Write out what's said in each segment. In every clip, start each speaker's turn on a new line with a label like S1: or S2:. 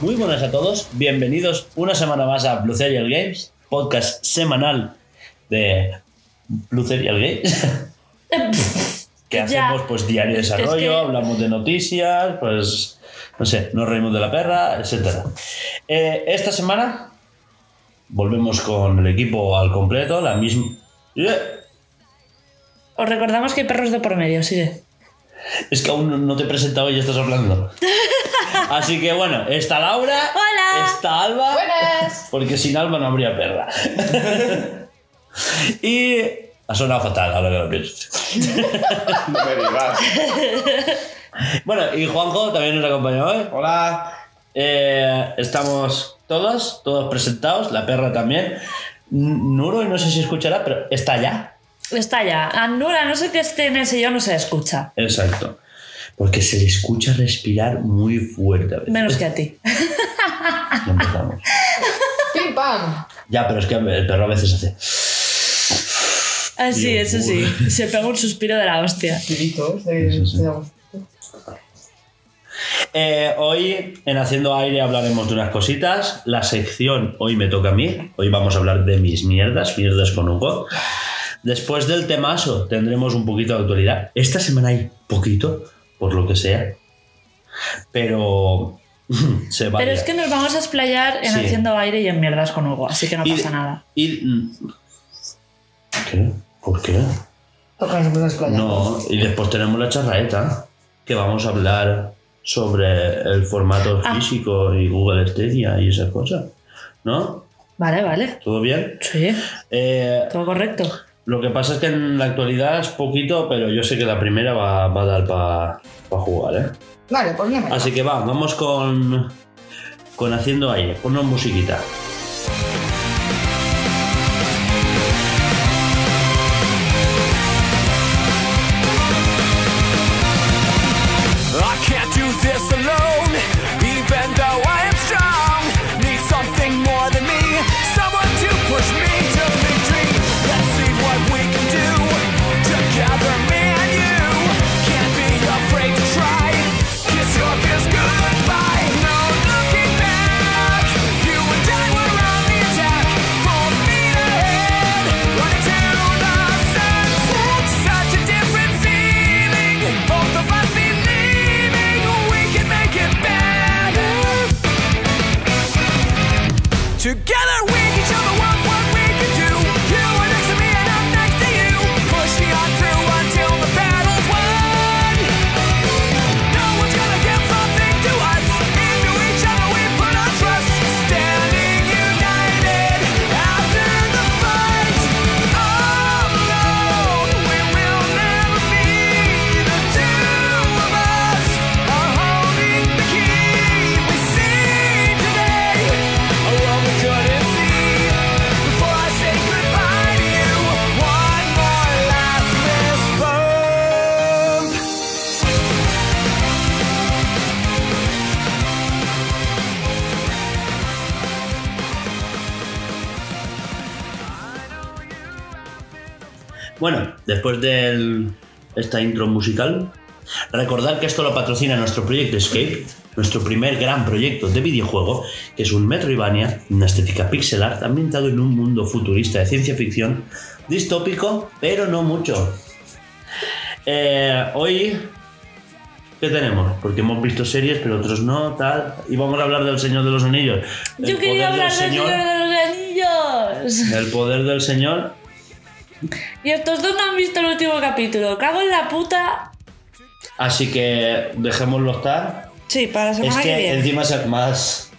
S1: Muy buenas a todos, bienvenidos una semana más a Blue Serial Games, podcast semanal de Blue Serial Games, que
S2: Ya.
S1: hacemos pues diario desarrollo,
S2: Es que-
S1: hablamos de noticias, pues no sé, nos reímos de la perra, etc. Eh, esta semana volvemos con el equipo al completo, la misma... ¡Eh!
S2: Os recordamos que hay perros de por medio, sigue.
S1: Es que aún no te he presentado y ya estás hablando. Así que bueno, está Laura.
S2: Hola.
S1: Está Alba.
S3: Buenas.
S1: Porque sin Alba no habría perra. y ha sonado fatal ahora que lo pienso.
S4: No me digas.
S1: Bueno, y Juanjo también nos acompaña hoy.
S4: Hola.
S1: Eh, estamos todos, todos presentados, la perra también. N- Nuro, no sé si escuchará, pero está allá.
S2: Está ya. Andura, no sé qué esté en el sillón, no se escucha.
S1: Exacto. Porque se le escucha respirar muy fuerte. a veces.
S2: Menos que a ti.
S1: No empezamos.
S3: Pim pam.
S1: Ya, pero es que el perro a veces hace.
S2: Ah, sí,
S1: Dios,
S2: eso sí. Se pega un suspiro de la hostia.
S3: Gritos de,
S1: Sí, sí, sí.
S3: de agosto.
S1: Eh, hoy en Haciendo Aire hablaremos de unas cositas. La sección hoy me toca a mí. Hoy vamos a hablar de mis mierdas, mierdas con Hugo. Después del temazo tendremos un poquito de actualidad. Esta semana hay poquito, por lo que sea. Pero se va. a
S2: Pero
S1: liar.
S2: es que nos vamos a explayar en
S1: Sí.
S2: haciendo aire y en mierdas con Hugo, así que no
S1: Y-
S2: pasa nada.
S1: Y- mm. ¿Qué? ¿Por qué?
S3: Toca las cosas con la-
S1: No, y después tenemos la charraeta, que vamos a hablar sobre el formato
S2: Ah.
S1: físico y Google Stadia y esas cosas. ¿No?
S2: Vale, vale.
S1: ¿Todo bien?
S2: Sí,
S1: Eh,
S2: todo correcto.
S1: lo que pasa es que en la actualidad es poquito, pero yo sé que la primera va, va a dar para jugar, ¿eh?
S3: Vale, pues bien.
S1: Así que va, vamos con, con Haciendo Aire, ponnos musiquita.
S5: I can't do this alone, even though I am strong. Need something more than me, someone to push me to victory. Let's see what we can do together, me and you. Can't be afraid to try. Kiss your fears goodbye. No looking back. You and I were on the attack. Full speed ahead, running to the sunset. Such a different feeling. Both of us believing we can make it better. Together we can show the world what we can do. You are next to me and I'm next to you. Pushing on through until the battle's won. No one's gonna give something to us. Into each other we put our trust. Standing united after the fight. Oh. Alone we will never be. The two of us are holding the key. We see today a world we couldn't see. Before I say goodbye to you, one more last fist bump.
S1: Bueno, después de esta intro musical, recordar que esto lo patrocina nuestro proyecto Escape, nuestro primer gran proyecto de videojuego, que es un Metroidvania, una estética pixel art ambientado en un mundo futurista de ciencia ficción, distópico, pero no mucho. Eh, hoy, ¿qué tenemos? Porque hemos visto series, pero otros no, tal. Y vamos a hablar del Señor de los Anillos. El
S2: Yo quería
S1: poder del
S2: hablar del Señor de los Anillos.
S1: El poder del Señor
S2: Y estos dos no han visto el último capítulo. Cago en la puta.
S1: Así que dejémoslo estar.
S2: Sí, para la
S1: es
S2: semana
S1: que
S2: que viene.
S1: encima es más.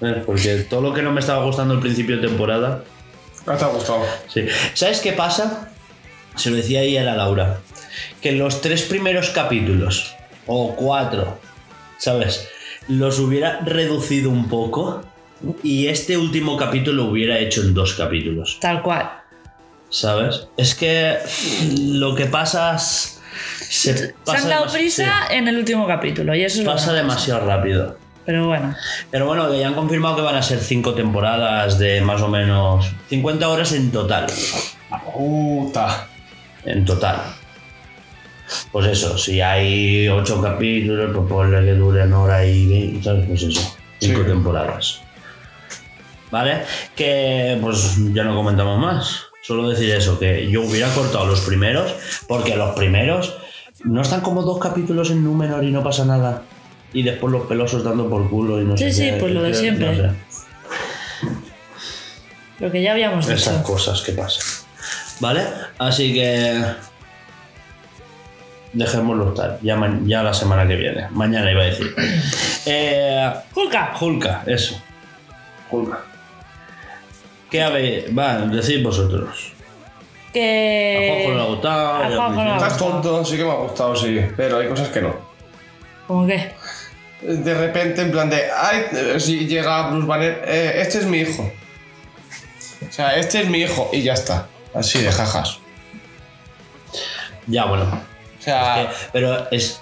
S1: eh, Porque todo lo que no me estaba gustando al principio de temporada.
S4: No te ha gustado.
S1: Sí. ¿Sabes qué pasa? Se lo decía ayer a Laura. Que los tres primeros capítulos, o cuatro, ¿sabes? Los hubiera reducido un poco. Y este último capítulo lo hubiera hecho en dos capítulos.
S2: Tal cual.
S1: ¿Sabes? Es que lo que pasas. Se
S2: Se
S1: pasa
S2: han dado
S1: demasi-
S2: prisa
S1: sí,
S2: en el último capítulo y eso es lo
S1: pasa
S2: que-
S1: demasiado rápido.
S2: Pero bueno,
S1: Pero bueno, que ya han confirmado que van a ser cinco temporadas de más o menos 50 horas en total.
S4: Puta.
S1: En total. Pues eso, si hay ocho capítulos, pues ponle que duren hora y veinte, ¿sabes? Pues eso. cinco
S4: Sí.
S1: temporadas. ¿Vale? Que pues ya no comentamos más. Solo decir eso, que yo hubiera cortado los primeros, porque los primeros no están como dos capítulos en número y no pasa nada. Y después los pelosos dando por culo y no
S2: Sí,
S1: sé
S2: sí,
S1: qué.
S2: pues lo de
S1: No sé,
S2: siempre. Lo que ya habíamos
S1: esas
S2: dicho.
S1: cosas que pasan. ¿Vale? Así que. Dejémoslo estar. Ya, ma- ya la semana que viene. Mañana iba a decir. Eh,
S2: ¡Julka!
S1: Julka, eso.
S4: Julka.
S1: ¿Qué habéis? Va, decid vosotros. A Juanjo le ha
S2: Que.
S1: gustado.
S2: Eh, a
S1: ya
S2: Juanjo
S1: lo
S2: no.
S1: dije.
S4: Estás tonto, sí que me ha gustado, sí. Pero hay cosas que no.
S2: ¿Cómo qué?
S4: De repente, en plan de. Ay, eh, si llega Bruce Banner, eh, este es mi hijo. O sea, este es mi hijo y ya está. Así de jajas.
S1: Ya, bueno.
S4: O sea,
S1: Eh, Pero es.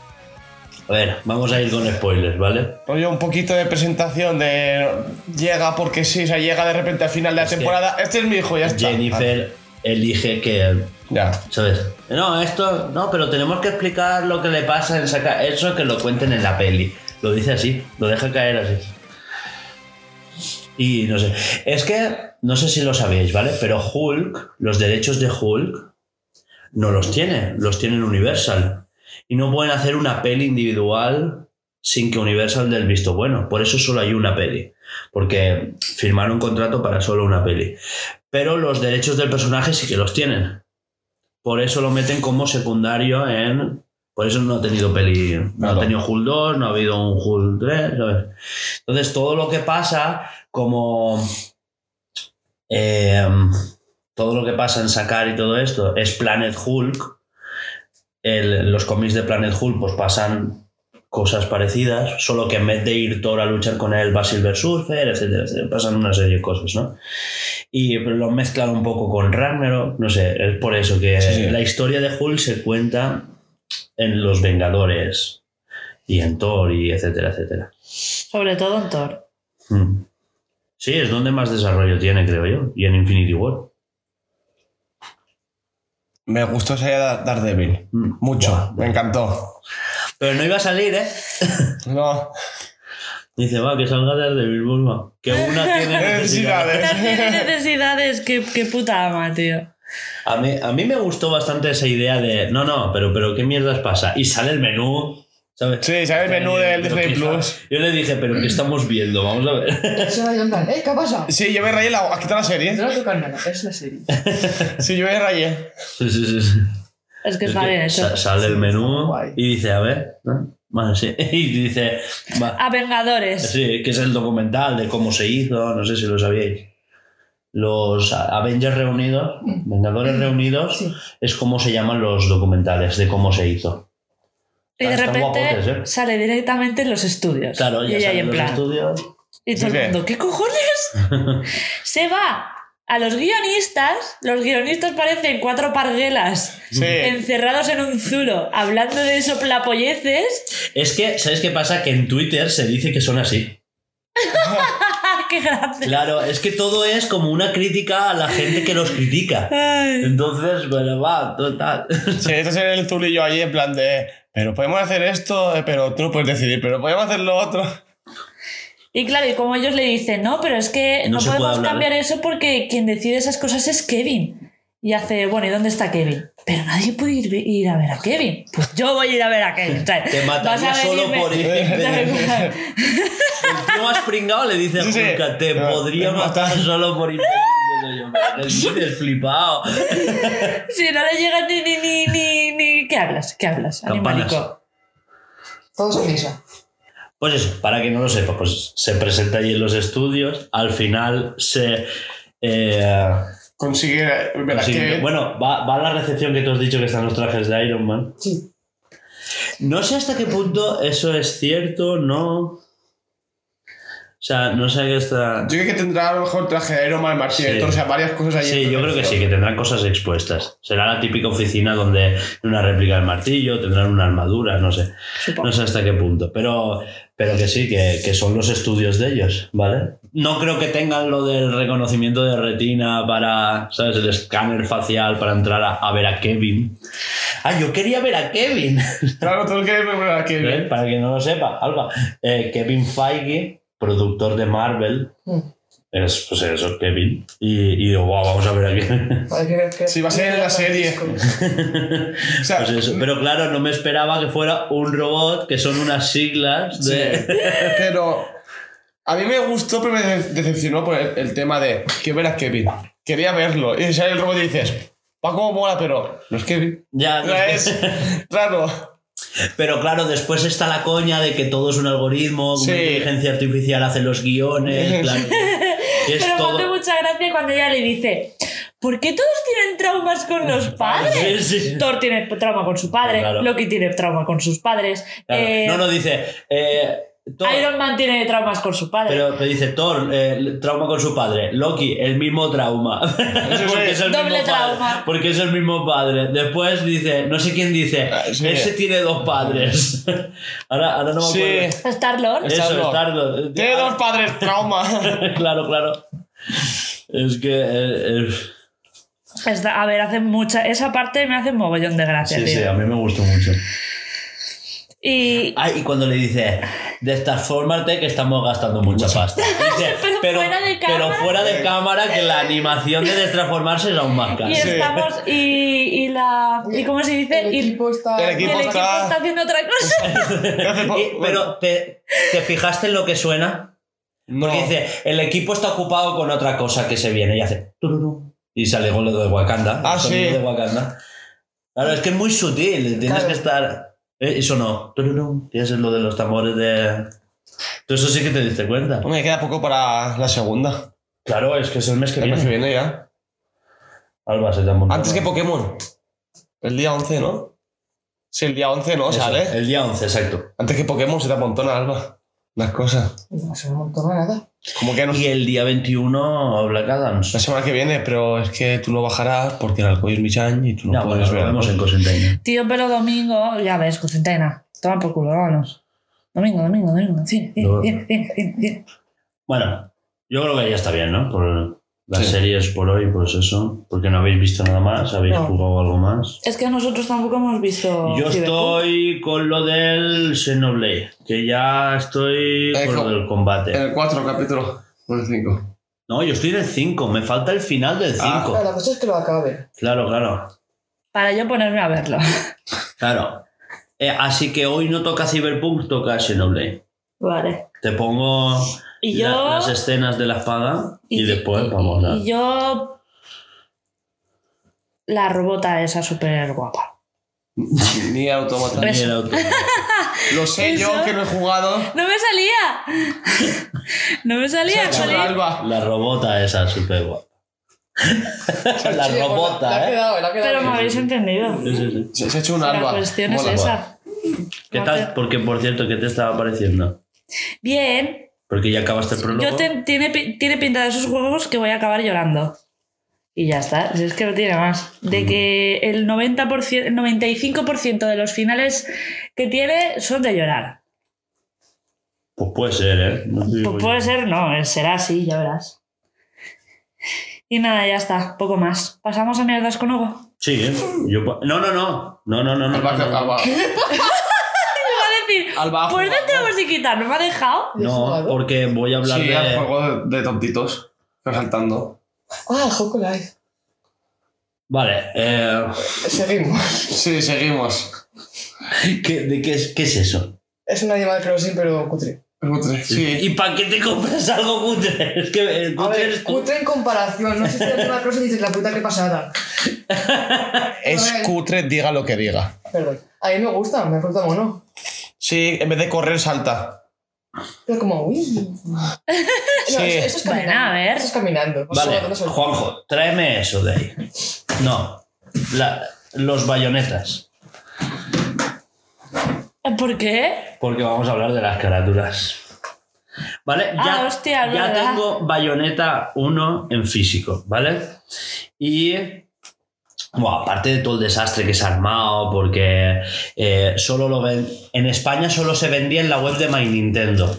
S1: A ver, vamos a ir con spoilers, ¿vale?
S4: rollo un poquito de presentación de. Llega porque sí, o sea, llega de repente al final de la
S1: Es que-
S4: temporada. Este es mi hijo, ya está.
S1: Jennifer elige que.
S4: Ah, ya.
S1: ¿Sabes? No, esto. No, pero tenemos que explicar lo que le pasa en sacar. Eso que lo cuenten en la peli. Lo dice así, lo deja caer así. Y no sé. Es que, no sé si lo sabéis, ¿vale? Pero Hulk, los derechos de Hulk, no los tiene, los tiene Universal. Y no pueden hacer una peli individual sin que Universal dé el visto bueno. Por eso solo hay una peli. Porque firmaron un contrato para solo una peli. Pero los derechos del personaje sí que los tienen. Por eso lo meten como secundario en. Por eso no ha tenido peli. No
S4: Claro.
S1: ha tenido Hulk 2, no ha habido un Hulk 3, ¿sabes? Entonces todo lo que pasa, como. em, todo lo que pasa en sacar y todo esto es Planet Hulk. El- los cómics de Planet Hulk pues pasan cosas parecidas, solo que en vez de ir Thor a luchar con él va Silver Surfer, etcétera, etcétera. Pasan una serie de cosas, ¿no? Y lo mezclan un poco con Ragnarok, no sé, es por eso que
S4: Sí, sí.
S1: la historia de Hulk se cuenta en Los Vengadores y en Thor y etcétera, etcétera.
S2: Sobre todo en Thor.
S1: Mm. Sí, es donde más desarrollo tiene, creo yo, y en Infinity War.
S4: Me gustó esa idea de Daredevil.
S1: Mm.
S4: Mucho.
S1: Buah,
S4: me encantó.
S1: Pero no iba a salir, ¿eh?
S4: No.
S1: Dice, va, que salga de Bilbao. Que una tiene necesidad.
S4: Felicidades.
S2: Estas tiene necesidades que, que puta ama, tío.
S1: A mí, a mí me gustó bastante esa idea de, no, no, pero, pero ¿qué mierdas pasa? Y sale el menú, ¿sabes?
S4: Sí, ¿sabes el menú
S1: Eh,
S4: del
S1: pero
S4: Disney
S1: ¿qué está?
S4: Plus?
S1: Yo le dije, pero ¿qué estamos viendo? Vamos a ver.
S3: Se va a ir en plan, ¿eh? ¿Qué ha pasado?
S4: Sí, yo me rayé la, aquí está la serie.
S3: No lo tocan nada, es la serie.
S4: Sí, yo me rayé.
S1: sí, sí, sí, sí.
S2: Es que
S1: Es
S2: está
S1: que
S2: bien hecho.
S1: sa- Sale el menú
S3: guay.
S1: y dice, a ver, ¿no? Vale, sí. Y dice, va,
S2: A Vengadores.
S1: Sí, que es el documental de cómo se hizo, no sé si lo sabíais. Los Avengers reunidos, Vengadores reunidos,
S3: Sí.
S1: es como se llaman los documentales de cómo se hizo.
S2: Y de
S1: Están guapotes,
S2: repente
S1: ¿eh?
S2: sale directamente en los estudios.
S1: Claro,
S2: y
S1: ya
S2: ella ahí
S1: salen
S2: en
S1: los
S2: plan.
S1: estudios.
S2: Y todo
S4: ¿Sí
S2: el
S4: qué?
S2: mundo, ¿qué cojones? Se va a los guionistas. Los guionistas parecen cuatro parguelas
S4: Sí.
S2: encerrados en un zulo hablando de soplapolleces.
S1: Es que, ¿sabes qué pasa? Que en Twitter se dice que son así.
S2: ¡Ah, qué grande!
S1: Claro, es que todo es como una crítica a la gente que los critica.
S2: Ay.
S1: Entonces, bueno, va, total.
S4: Sí, este es el zulillo allí en plan de. Pero podemos hacer esto, eh, pero tú no puedes decidir, pero podemos hacer lo otro.
S2: Y claro, y como ellos le dicen, no, pero es que
S1: No
S2: no,
S1: se puede
S2: podemos
S1: hablar,
S2: cambiar eso porque quien decide esas cosas es Kevin. Y hace, bueno, ¿y dónde está Kevin? Pero nadie puede ir, ir a ver a Kevin. Pues yo voy a ir a ver a Kevin. O sea,
S1: Te
S2: vas
S1: mataría
S2: a
S1: solo
S2: venirme-
S1: por ir.
S2: Tal
S1: El
S2: cual.
S1: tío más pringado le dice a
S4: Sí, sí.
S1: Julka, te
S4: No,
S1: podría
S4: te
S1: matar solo por ir. Le dices flipado.
S2: Si no le llegas ni, ni, ni, ni, ni- ¿Qué hablas? ¿Qué hablas?
S1: Campanas.
S2: Animalico.
S3: Todos a misa.
S1: Pues eso, para que no lo sepa, pues se presenta ahí en los estudios, al final se... eh,
S4: Consigue. eh, ver a
S1: consigue-
S4: Kevin.
S1: bueno, va, va a la recepción que tú has dicho que están los trajes de Iron Man.
S3: Sí.
S1: No sé hasta qué punto eso es cierto, no... O sea, no sé qué está...
S4: Yo creo que tendrá a lo mejor traje de Iron Man, Martín,
S1: Sí.
S4: o sea, varias cosas allí.
S1: Sí, yo creo que sí, que tendrán cosas expuestas. Será la típica oficina donde una réplica del martillo, tendrán una armadura, no sé.
S2: Supongo.
S1: No sé hasta qué punto, pero, pero que sí, que, que son los estudios de ellos, ¿vale? No creo que tengan lo del reconocimiento de retina para, ¿sabes? El escáner facial para entrar a, a ver a Kevin. Ah, yo quería ver a Kevin.
S4: Claro, tú quieres ver a Kevin.
S1: Para quien no lo sepa, Alba, eh, Kevin Feige productor de Marvel,
S3: Mm.
S1: es pues eso, Kevin. Y, y yo, wow, vamos a ver aquí.
S3: Vale, que- que-
S4: Sí, va a ser en la serie. O sea,
S1: Pues eso, Pero claro, no me esperaba que fuera un robot, que son unas siglas
S4: Sí.
S1: de...
S4: pero a mí me gustó, pero me dece- decepcionó por el, el tema de que ver a Kevin. Quería verlo. Y sale el robot y dices, va como mola, pero no es Kevin.
S1: Ya,
S4: No es raro.
S1: Pero claro, después está la coña de que todo es un algoritmo,
S4: Sí.
S1: una inteligencia artificial hace los guiones, claro. que- que es
S2: Pero me hace
S1: todo.
S2: mucha gracia cuando ella le dice, ¿por qué todos tienen traumas con los padres?
S1: Sí, sí.
S2: Thor tiene trauma con su padre,
S1: Claro.
S2: Loki tiene trauma con sus padres,
S1: Claro.
S2: eh,
S1: No, no, dice. eh, Thor,
S2: Iron Man tiene traumas con su padre.
S1: pero te dice Thor, eh, trauma con su padre. Loki, el mismo trauma. porque es el
S2: Doble
S1: mismo Padre,
S2: trauma.
S1: porque es el mismo padre. Después dice, no sé quién dice,
S4: Ah, sí.
S1: ese tiene dos padres. ahora, ahora no me
S4: Sí.
S1: acuerdo.
S2: Star Lord.
S1: Eso,
S4: Star-Lord.
S1: Star-Lord.
S4: Tiene dos padres, trauma.
S1: claro, claro. Es que. eh, eh,
S2: Está- a ver, hace mucha. Esa parte me hace mogollón de gracia,
S1: Sí,
S2: tío.
S1: sí, a mí me gustó mucho.
S2: Y.
S1: Ah, y cuando le dice, destransformarte que estamos gastando mucha pasta. Dice,
S2: Pero fuera de
S1: pero
S2: cámara".
S1: fuera de cámara que la animación de destransformarse es aún más cara.
S2: Y
S4: Sí.
S2: estamos. Y, y la. ¿Y cómo se dice?
S3: El
S2: Y-
S3: equipo está.
S4: El equipo
S2: el equipo
S4: está-
S2: está haciendo otra cosa. pues,
S1: Y- Eh, pero ¿te, te fijaste en lo que suena?
S4: no.
S1: Porque dice, el equipo está ocupado con otra cosa que se viene y hace... tururú. Y sale con lo de Wakanda.
S4: Ah,
S1: el sonido
S4: sí.
S1: de Wakanda. Claro, es que es muy sutil, tienes
S3: Claro.
S1: que estar... eh, Eso no. tururú. Tienes lo de los tambores de... Todo eso sí que te diste cuenta.
S4: Me queda poco para la segunda.
S1: Claro, es que es el mes que
S4: El mes que
S1: viene.
S4: viene ya.
S1: Alba se te ha montado.
S4: Antes que Pokémon. El día 11, ¿no? Sí, el día 11, ¿no?
S1: Eso,
S4: Sale.
S1: El día 11, exacto.
S4: Antes que Pokémon se te amontona, Alba. Las cosas.
S3: No se me montó nada.
S4: Como que no.
S1: Y el día 21, Black
S4: La
S1: Adams.
S4: semana que viene, pero es que tú no bajarás porque el alcohol es mi chan y tú no
S1: Ya, bueno,
S4: puedes
S1: lo
S4: ver.
S1: vemos en Cosentaina.
S2: Tío, pero domingo. Ya ves, Cocentaina. Toma por culo, vámonos. Domingo, domingo, domingo. Cine, cine,
S1: No.
S2: cine, cine, cine, cine.
S1: Bueno, yo creo que ya está bien, ¿no? Por las
S4: Sí.
S1: series por hoy, pues eso. Porque no habéis visto nada más, habéis
S3: No.
S1: jugado algo más.
S2: Es que nosotros tampoco hemos visto.
S1: Yo
S2: Cyberpunk.
S1: estoy con lo del Xenoblade, que ya estoy
S4: Eh,
S1: con lo
S4: jo-
S1: del combate.
S4: El 4 capítulo. No el 5.
S1: No, yo estoy en el 5, me falta el final del 5.
S4: Ah.
S3: Claro, la cosa es que lo acabe.
S1: Claro, claro.
S2: Para yo ponerme a verlo.
S1: Claro. Eh, así que hoy no toca Cyberpunk, toca Xenoblade.
S2: Vale.
S1: Te pongo
S2: Y
S1: la-
S2: yo.
S1: las escenas de la espada y, después
S2: y-
S1: vamos a...
S2: Y yo. La robota esa súper guapa.
S4: Ni automata.
S1: Y el auto.
S4: Lo sé
S2: Eso.
S4: yo que no he jugado.
S2: ¡No me salía! ¡No me salía,
S4: Chaval,
S2: joder!
S4: Alba.
S1: La robota esa súper guapa. la
S3: Sí, pues la- La
S1: robota,
S3: ha
S1: ¿eh?
S3: quedado, la ha quedado.
S2: Pero me habéis entendido.
S1: Sí, sí, sí.
S4: Se, se ha hecho un
S2: La
S4: alba.
S2: cuestión
S4: Mola.
S2: es esa.
S1: ¿Qué tal? Porque, por cierto, ¿qué te estaba pareciendo?
S2: Bien.
S1: Porque ya acabaste el prólogo.
S2: Yo te- tiene, pi- tiene pinta de esos juegos que voy a acabar llorando. Y ya está. Si es que no tiene más. De que el 90%, el 95% de los finales que tiene son de llorar.
S1: Pues puede ser, ¿eh? No te digo
S2: Pues
S1: yo.
S2: puede ser, no, será así, ya verás. Y nada, ya está, poco más. Pasamos a mierdas con Hugo. Iba
S1: Sí, ¿eh? Yo pa- no, no, no. No, no, no, no.
S4: Alba,
S1: no, no.
S4: alba.
S2: a decir,
S4: Alba,
S2: pues
S4: juega.
S2: dentro musiquita, ¿no me ha dejado?
S3: ¿Y el
S1: No,
S3: jugador?
S1: porque voy a hablar
S4: Sí,
S1: de...
S4: al juego de tontitos. Resaltando.
S3: Ah, el Joco Live.
S1: Vale, eh,
S3: Seguimos.
S4: Sí, seguimos.
S1: ¿qué, de qué, es, ¿qué es eso?
S3: Es un Animal Crossing, pero cutre.
S4: Sí.
S1: ¿Y para qué te compras algo cutre? Es que el
S3: A
S1: cutre
S3: ver,
S1: eres tú.
S3: cutre en comparación. No sé si el Animal Crossing dices la puta que pasada.
S4: Es cutre, diga lo que diga.
S3: Perdón. A mí me gusta, me resulta mono.
S4: Sí, en vez de correr, salta.
S3: Pero como, uy. No,
S4: Sí.
S3: eso, eso es
S2: Bueno,
S3: caminando.
S2: a ver.
S3: Eso es caminando. No sé,
S1: Vale,
S3: no sé.
S1: Juanjo, tráeme eso de ahí. No, la- los bayonetas.
S2: ¿Por qué?
S1: Porque vamos a hablar de las carátulas. Vale, ya,
S2: Ah, hostia,
S1: ya
S2: ¿verdad?
S1: tengo bayoneta 1 en físico, ¿vale? Y. Bueno, aparte de todo el desastre que se ha armado, porque eh, solo lo ven. En España solo se vendía en la web de My Nintendo.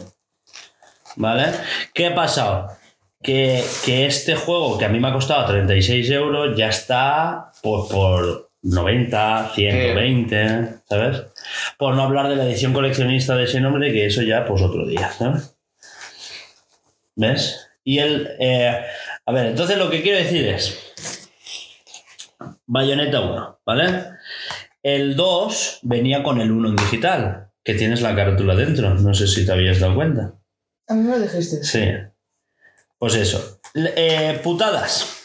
S1: ¿Vale? ¿Qué ha pasado? Que, que este juego, que a mí me ha costado 36 euros, ya está pues, por 90, 120, ¿sabes? Por no hablar de la edición coleccionista de ese nombre, que eso ya, pues otro día, ¿sabes? ¿Ves? Y él. eh, a ver, entonces lo que quiero decir es. Bayonetta 1, ¿vale? El 2 venía con el 1 en digital, que tienes la carátula dentro. No sé si te habías dado cuenta.
S3: A mí me lo dijiste.
S1: Sí. Pues eso. L- eh, putadas.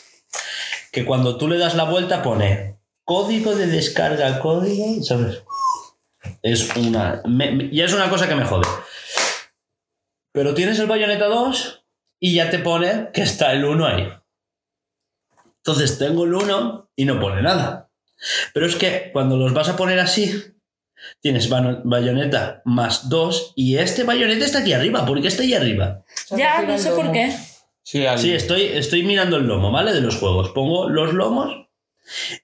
S1: Que cuando tú le das la vuelta pone código de descarga, código, ¿sabes? Es una... me- me- y es una cosa que me jode. Pero tienes el Bayonetta 2 y ya te pone que está el 1 ahí. Entonces tengo el 1 y no pone nada. Pero es que cuando los vas a poner así, tienes Bano- Bayonetta más 2 y este Bayonetta está aquí arriba. ¿Por qué está ahí arriba?
S3: O sea,
S2: Ya,
S3: prefiero
S2: no
S3: el
S2: sé por
S3: lomo.
S2: qué.
S4: Sí, al-
S1: Sí, estoy, estoy mirando el lomo, ¿vale? De los juegos. Pongo los lomos.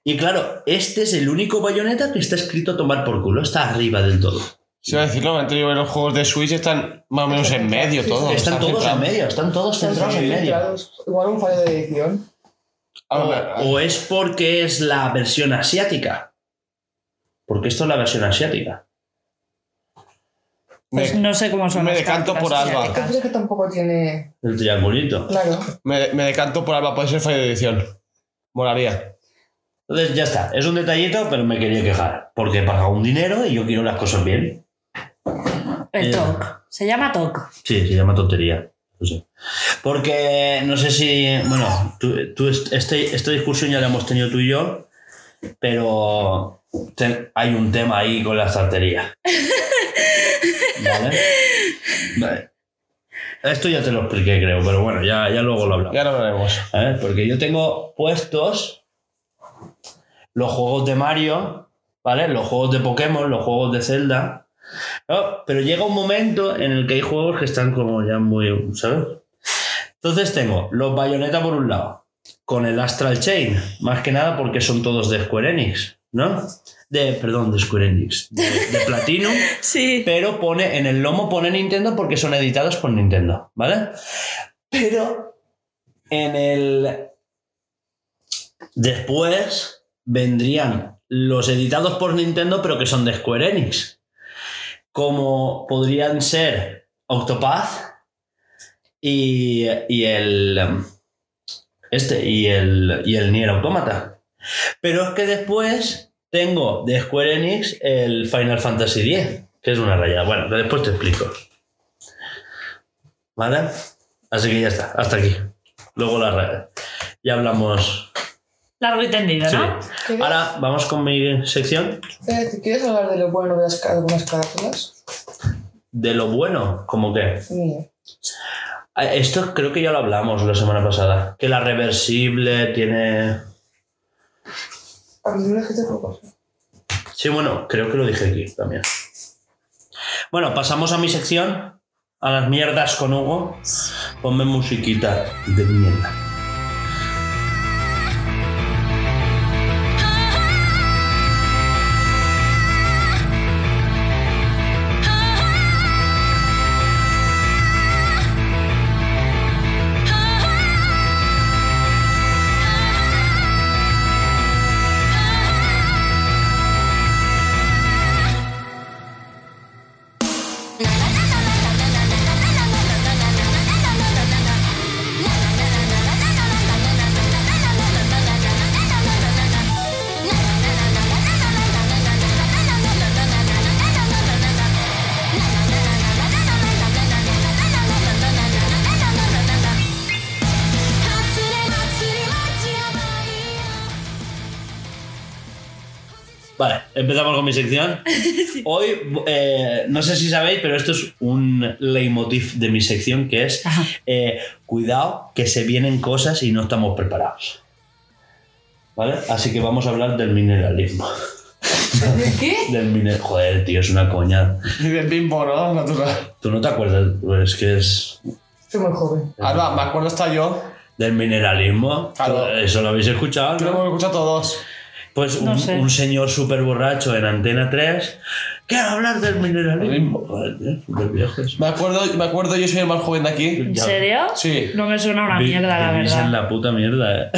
S1: Y claro, este es el único bayoneta que está escrito a tomar por culo. Está arriba del todo.
S4: Sí, iba a decirlo, me yo los juegos de Switch están más o menos en medio todos.
S1: Están todos
S4: centrados.
S1: en medio, están todos
S3: Oh, Están
S1: centrados en medio.
S3: centrados. Ah, Igual un fallo de edición.
S4: A
S1: O,
S4: ver, a-
S1: o es porque es la versión asiática. Porque esto es la versión asiática.
S2: Pues
S4: me,
S2: no sé cómo son
S4: me
S2: las
S4: decanto
S2: cartas
S4: por Alba.
S3: ¿Qué
S2: asiáticas.
S3: crees que tampoco tiene.
S1: El triangulito.
S3: Claro.
S4: me- me decanto por Alba, puede ser fallo de edición. Molaría.
S1: Entonces ya está. Es un detallito, pero me quería quejar. Porque he pagado un dinero y yo quiero las cosas bien.
S2: El
S1: Eh.
S2: TOC. Se llama TOC.
S1: Sí, se llama tontería. No sé. Porque no sé si. Bueno, tú, tú est- este, esta discusión ya la hemos tenido tú y yo, pero te- hay un tema ahí con la estantería. ¿Vale? Vale. Esto ya te lo expliqué, creo, pero bueno, ya, ya luego lo hablamos.
S4: Ya lo veremos.
S1: A ver, porque yo tengo puestos los juegos de Mario, ¿vale? Los juegos de Pokémon, los juegos de Zelda. ¿no? Pero llega un momento en el que hay juegos que están como ya muy, ¿sabes? Entonces tengo los Bayonetta por un lado, con el Astral Chain, más que nada porque son todos de Square Enix, ¿no? De, perdón, de Square Enix, de, de Platinum.
S2: Sí.
S1: Pero pone en el lomo pone Nintendo porque son editados por Nintendo, ¿vale? Pero en el después vendrían los editados por Nintendo pero que son de Square Enix, como podrían ser Octopath y, y el em, este y el y el Nier Automata. Pero es que después tengo de Square Enix el Final Fantasy X, que es una raya. Bueno, que después te explico. ¿Vale? Así que ya está, hasta aquí. Luego la raya. Ya hablamos.
S2: Largo y tendido,
S1: Sí.
S2: ¿no?
S3: ¿Quieres,
S1: Ahora vamos con mi sección
S3: eh, ¿Quieres hablar de lo bueno de las, ca- algunas carátulas?
S1: de lo bueno, como que.
S3: Sí.
S1: Ah, Esto creo que ya lo hablamos la semana pasada. Que la reversible tiene.
S3: A mí me dijiste poco.
S1: Sí, bueno, creo que lo dije aquí también. Bueno, pasamos a mi sección, a las mierdas con Hugo. Ponme musiquita de mierda. Vale, empezamos con mi sección. Hoy, eh, no sé si sabéis, pero esto es un leitmotiv de mi sección que es
S2: Ajá.
S1: eh, cuidado que se vienen cosas y no estamos preparados. ¿Vale? Así que vamos a hablar del mineralismo.
S3: ¿Qué?
S1: Del miner Joder, tío, es una coña.
S4: Y del bimbo, ¿no? Natural.
S1: Tú no te acuerdas, Pues es que es...
S3: Soy muy joven.
S4: Alba, me acuerdo hasta yo.
S1: Del mineralismo.
S4: Claro.
S1: Eso lo habéis escuchado. ¿no?
S4: Creo que me escucha a todos.
S1: Pues
S2: No
S1: un,
S2: sé.
S1: un señor súper borracho en Antena 3. Quiero hablar del mineralismo. Joder, tío, súper viejo eso.
S4: Me acuerdo, me acuerdo, yo soy el más joven de aquí.
S2: ¿En
S1: Ya.
S2: serio?
S4: Sí.
S2: No me suena una
S1: Vi-
S2: mierda, la
S1: vivís en
S2: verdad.
S1: la puta mierda, eh.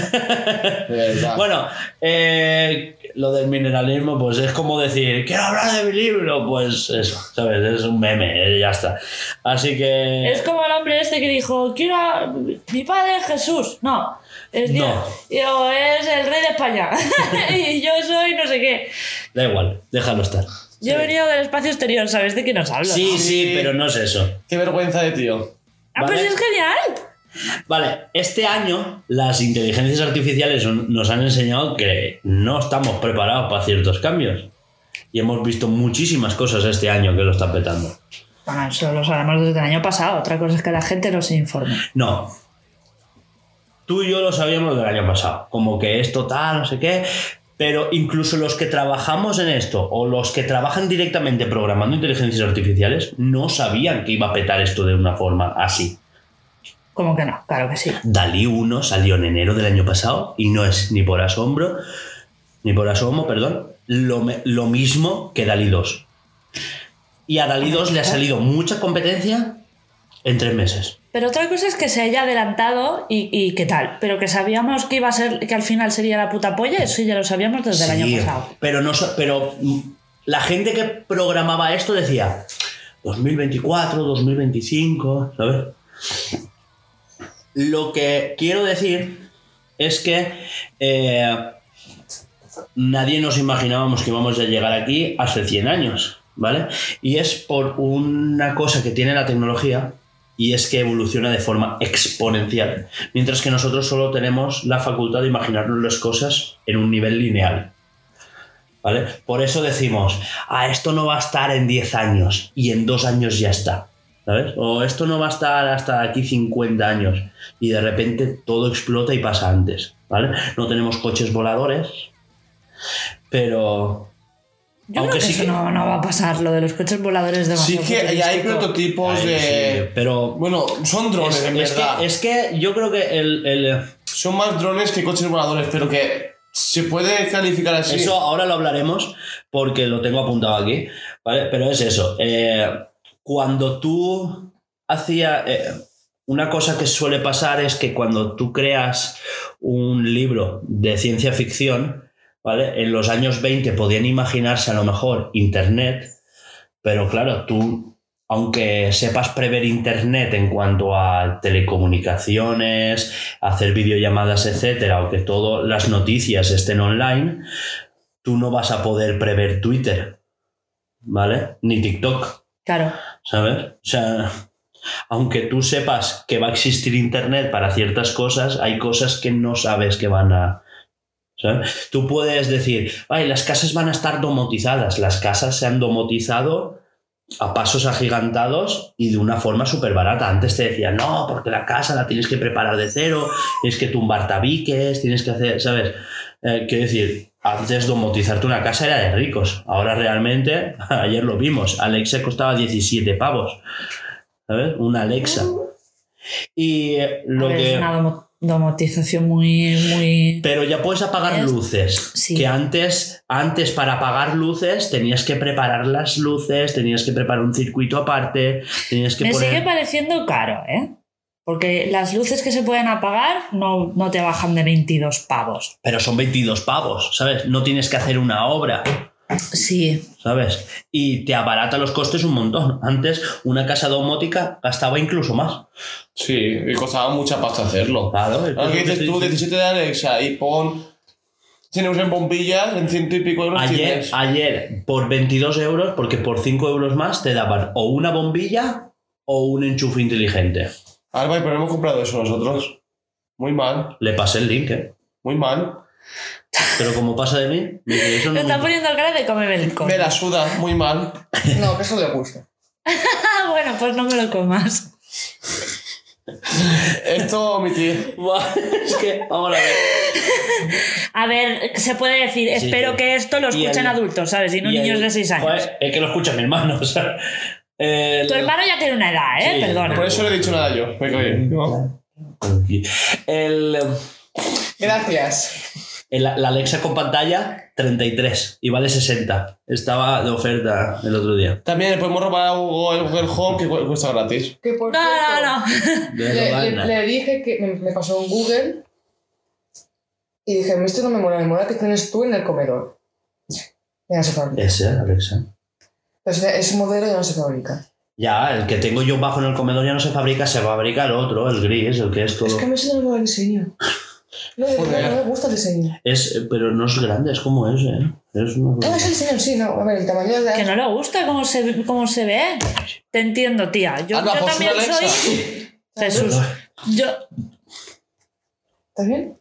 S4: De verdad.
S1: Bueno, eh, lo del mineralismo, pues es como decir, quiero hablar de mi libro, pues eso, ¿sabes? Es un meme, eh, ya está. Así que...
S2: Es como el hombre este que dijo, quiero a- mi padre es Jesús. No, es Dios.
S1: No.
S2: Yo, es el rey de España. y yo soy no sé qué.
S1: Da igual, déjalo estar.
S2: Yo he venido del espacio exterior, ¿sabes de qué nos hablo?
S1: Sí, sí,
S4: Sí.
S1: pero no es eso.
S4: Qué vergüenza de tío.
S2: Ah, pues
S1: vale.
S2: es genial.
S1: Vale, este año las inteligencias artificiales nos han enseñado que no estamos preparados para ciertos cambios. Y hemos visto muchísimas cosas este año que lo están petando.
S2: Bueno, eso lo sabemos desde el año pasado. Otra cosa es que la gente no se informe.
S1: No. Tú y yo lo sabíamos del año pasado, como que es total, no sé qué, pero incluso los que trabajamos en esto o los que trabajan directamente programando inteligencias artificiales no sabían que iba a petar esto de una forma así.
S2: ¿Cómo que no? Claro que sí.
S1: Dalí 1 salió en enero del año pasado y no es ni por asombro, ni por asomo, perdón, lo, me- lo mismo que Dalí 2. Y a Dalí 2 le ha salido mucha competencia en tres meses.
S2: Pero otra cosa es que se haya adelantado y, y qué tal. Pero que sabíamos que iba a ser, que al final sería la puta polla, eso ya lo sabíamos desde el
S1: Sí,
S2: año pasado.
S1: Pero, no, so- pero mm, la gente que programaba esto decía 2024, 2025, ¿sabes? Lo que quiero decir es que eh, nadie nos imaginábamos que íbamos a llegar aquí hace 100 años, ¿vale? Y es por una cosa que tiene la tecnología y es que evoluciona de forma exponencial, mientras que nosotros solo tenemos la facultad de imaginarnos las cosas en un nivel lineal. ¿Vale? Por eso decimos, ah, esto no va a estar en 10 años y en 2 años ya está. ¿Sabes? O esto no va a estar hasta aquí 50 años y de repente todo explota y pasa antes. ¿Vale? No tenemos coches voladores, pero
S2: Yo
S1: Aunque
S2: creo que
S1: sí
S2: eso
S1: que-
S2: no, no va a pasar, lo de los coches voladores de
S4: Sí que este hay, hay prototipos
S1: Ay, sí,
S4: Pues de...
S1: pero
S4: Bueno, son drones,
S1: es,
S4: en
S1: es
S4: verdad.
S1: que, es que yo creo que el, el-
S4: Son más drones que coches voladores, pero que se puede calificar así.
S1: eso ahora lo hablaremos porque lo tengo apuntado aquí, ¿vale? Pero es eso. eh, cuando tú hacía eh, una cosa que suele pasar es que cuando tú creas un libro de ciencia ficción, ¿vale? En los años 20 podían imaginarse a lo mejor internet, pero claro, tú aunque sepas prever internet en cuanto a telecomunicaciones, hacer videollamadas, etcétera, o que todas las noticias estén online, tú no vas a poder prever Twitter, ¿vale? Ni TikTok.
S2: Claro.
S1: ¿Sabes? O sea, aunque tú sepas que va a existir Internet para ciertas cosas, hay cosas que no sabes que van a... ¿sabes? Tú puedes decir, "Ay, las casas van a estar domotizadas. Las casas se han domotizado a pasos agigantados y de una forma súper barata. Antes te decían, no, porque la casa la tienes que preparar de cero, tienes que tumbar tabiques, tienes que hacer, ¿sabes? Eh, quiero decir, antes domotizarte una casa era de ricos. Ahora realmente, ayer lo vimos, Alexa costaba 17 pavos. ¿Sabes? Una Alexa. Y eh, lo
S2: A ver,
S1: que...
S2: Es una domo- domotización muy, muy.
S1: Pero ya puedes apagar
S2: Es-
S1: luces.
S2: sí.
S1: Que antes, antes para apagar luces tenías que preparar las luces, tenías que preparar un circuito aparte, tenías que
S2: Me
S1: poner...
S2: sigue pareciendo caro, ¿eh? Porque las luces que se pueden apagar no, no te bajan de 22 pavos.
S1: Pero son 22 pavos, ¿sabes? No tienes que hacer una obra,
S2: Sí.
S1: ¿sabes? Y te abarata los costes un montón. Antes una casa domótica gastaba incluso más.
S4: Sí, y costaba mucha pasta hacerlo.
S1: Claro, es
S4: Ahora
S1: lo
S4: que
S1: que te
S4: Ah, dices tú,
S1: estoy
S4: 17 de Alexa y pon... Tenemos en bombillas, en ciento y pico euros
S1: Ayer,
S4: tienes.
S1: ayer, por 22 euros, porque por 5 euros más te daban o una bombilla o un enchufe inteligente.
S4: Alba, pero hemos comprado eso nosotros. Muy mal,
S1: Le pasé el link, ¿eh?
S4: muy mal.
S1: Pero como pasa de mí, me dice, eso
S2: Te
S1: no
S2: está
S1: me-
S2: poniendo el cara de comer el coño.
S4: Me la suda, muy mal.
S3: No, que eso le gusta.
S2: Ah, bueno, pues no me lo comas.
S4: Esto omitir.
S1: Buah, es que, vamos a ver.
S2: A ver, se puede decir,
S1: sí.
S2: espero que esto lo
S1: Y
S2: escuchen
S1: el-
S2: adultos, ¿sabes? Y no
S1: Y
S2: niños
S1: el-
S2: de 6 años.
S1: Joder, es que lo escucha mi hermano, o sea. el-
S2: tu hermano ya tiene una edad, ¿eh?
S1: Sí,
S2: Perdona.
S4: Por eso no he dicho nada yo. porque, oye, no.
S1: el-
S3: Gracias.
S1: el- la Alexa con pantalla, 33 y vale 60. Estaba de oferta el otro día.
S4: También le podemos robar a Hugo el Google Home que cu- cuesta gratis.
S3: Que por
S2: No,
S3: cierto,
S2: no, no.
S1: De
S3: Le,
S1: Giovanna.
S3: le- le dije que me, me pasó un Google y dije, esto no me mola, me mola que tienes tú en el comedor. Ya no se fabrica.
S1: Ese, Alexa.
S3: Pero ese, ese modelo ya no se fabrica.
S1: Ya, el que tengo yo bajo en el comedor ya no se fabrica, se fabrica el otro, el gris, el que es todo.
S3: Es
S1: Es,
S3: que me suena algo el diseño. No, de
S4: Joder.
S3: verdad, no me gusta el diseño.
S1: eh, pero no es grande, es como ese, ¿eh? Es una
S3: No, Ah, es el diseño en sí, no. A ver, el tamaño de...
S2: Que no le gusta cómo se, cómo se ve. Te entiendo, tía. Yo,
S4: Habla
S2: yo
S4: por
S2: también
S4: su Alexa.
S2: soy. Jesús. Yo,
S3: ¿Está bien?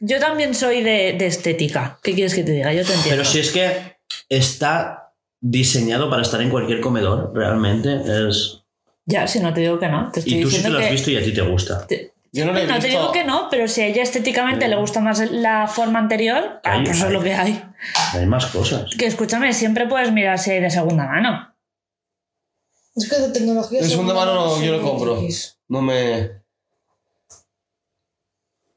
S2: yo también soy de, de estética. ¿Qué quieres que te diga? Yo te entiendo.
S1: Pero si es que está diseñado para estar en cualquier comedor, realmente es.
S2: Ya, si no te digo que no. Te estoy
S1: Y tú sí
S2: diciendo
S1: te lo has
S2: que.
S1: visto y a ti te gusta.
S2: te-
S4: Yo no lo he
S2: no
S4: visto.
S2: te digo que no, pero si a ella estéticamente le gusta más la forma anterior, ah,
S1: Ahí,
S2: pues eso es
S1: ahí.
S2: lo que hay.
S1: Hay más cosas.
S2: Que escúchame, siempre puedes mirar si hay de segunda mano.
S3: Es que de tecnología...
S4: De
S3: segunda
S4: segunda mano no,
S3: soy
S4: yo lo
S3: muy
S4: compro.
S3: frikis.
S4: No me.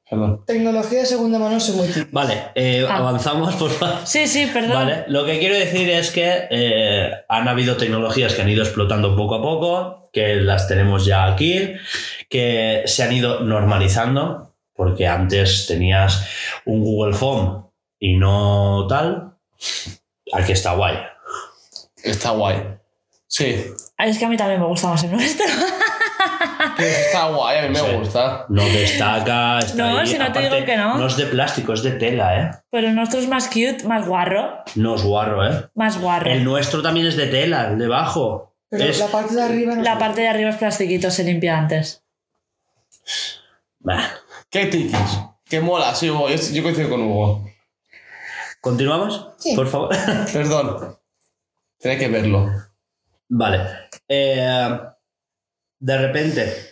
S4: Perdón.
S3: Tecnología de segunda mano soy muy tipo.
S1: Vale, eh,
S2: Ah.
S1: avanzamos, por favor.
S2: Sí, sí, perdón.
S1: Vale, lo que quiero decir es que eh, han habido tecnologías que han ido explotando poco a poco, que las tenemos ya aquí, que se han ido normalizando, porque antes tenías un Google Form y no tal. Aquí está guay.
S4: Está guay. Sí.
S2: Ah, Es que a mí también me gusta más el nuestro.
S4: Está guay, a mí me
S1: Sí.
S4: gusta.
S1: No destaca, está
S2: No,
S1: ahí.
S2: si no te digo que no.
S1: No es de plástico, es de tela, ¿eh?
S2: Pero el nuestro es más cute, más guarro.
S1: No es guarro, ¿eh?
S2: Más guarro.
S1: El nuestro también es de tela, el de bajo.
S3: Pero
S1: Es-
S3: la parte de arriba... No
S2: La parte de arriba es plastiquito, se limpia antes.
S1: Bah.
S4: ¿Qué tiquis? Que mola, sí, Hugo. Yo, yo coincido con Hugo.
S1: ¿Continuamos?
S3: Sí.
S1: Por favor.
S4: Perdón. Tiene que verlo.
S1: Vale. Eh, de repente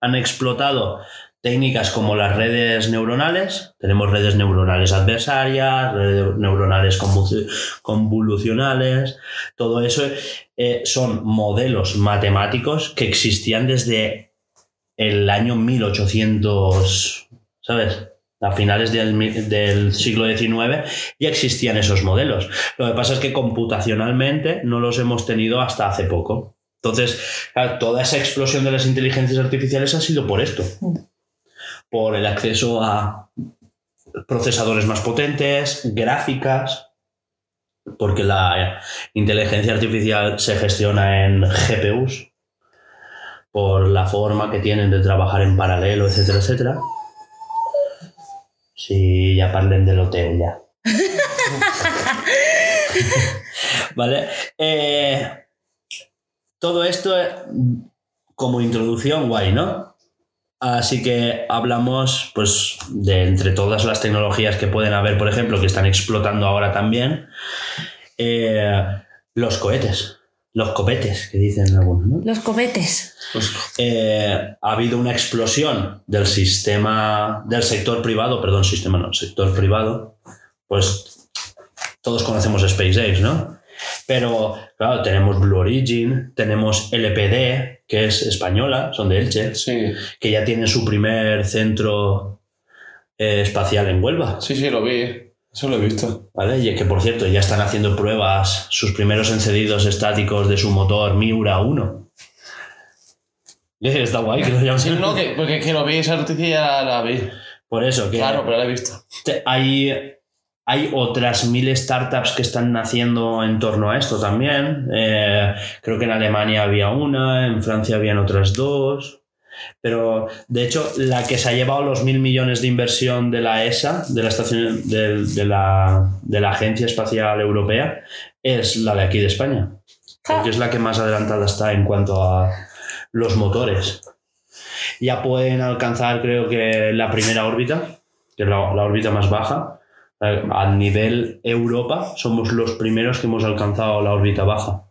S1: han explotado técnicas como las redes neuronales. Tenemos redes neuronales adversarias, redes neuronales convu- convolucionales. Todo eso eh, son modelos matemáticos que existían desde el año 1800, ¿sabes? A finales del, mi- del siglo XIX ya existían esos modelos. Lo que pasa es que computacionalmente no los hemos tenido hasta hace poco. Entonces, claro, toda esa explosión de las inteligencias artificiales ha sido por esto. Por el acceso a procesadores más potentes, gráficas, porque la inteligencia artificial se gestiona en GPUs, por la forma que tienen de trabajar en paralelo, etcétera, etcétera. Sí, ya parlen del hotel ya. ¿Vale? Eh, todo esto eh, como introducción, guay, ¿no? Así que hablamos, pues, de entre todas las tecnologías que pueden haber, por ejemplo, que están explotando ahora también, eh, los cohetes, los copetes, que dicen algunos, ¿no?
S2: Los cometes.
S4: Pues,
S1: Eh, ha habido una explosión del sistema, del sector privado, perdón, sistema no, sector privado, pues todos conocemos SpaceX, ¿no? Pero, claro, tenemos Blue Origin, tenemos LPD, que es española, son de Elche,
S4: sí.
S1: que ya tiene su primer centro eh, espacial en Huelva,
S4: Sí, sí, lo vi. Eso lo he visto.
S1: ¿vale? Y es que, por cierto, ya están haciendo pruebas, sus primeros encendidos estáticos de su motor Miura 1. Eh, Está guay que lo llamen.
S4: Sí, no, que, porque que lo vi, esa noticia ya la, la vi.
S1: Por eso, que
S4: Claro, pero la he visto.
S1: te- hay, hay otras mil startups que están naciendo en torno a esto también. Eh, creo que en Alemania había una, en Francia habían otras dos. Pero, de hecho, la que se ha llevado los mil millones de inversión de la ESA, de la, estación, de, de la, de la Agencia Espacial Europea, es la de aquí de España. Porque es la que más adelantada está en cuanto a los motores. Ya pueden alcanzar, creo que, la primera órbita, que es la, la órbita más baja. Eh, A nivel Europa, somos los primeros que hemos alcanzado la órbita baja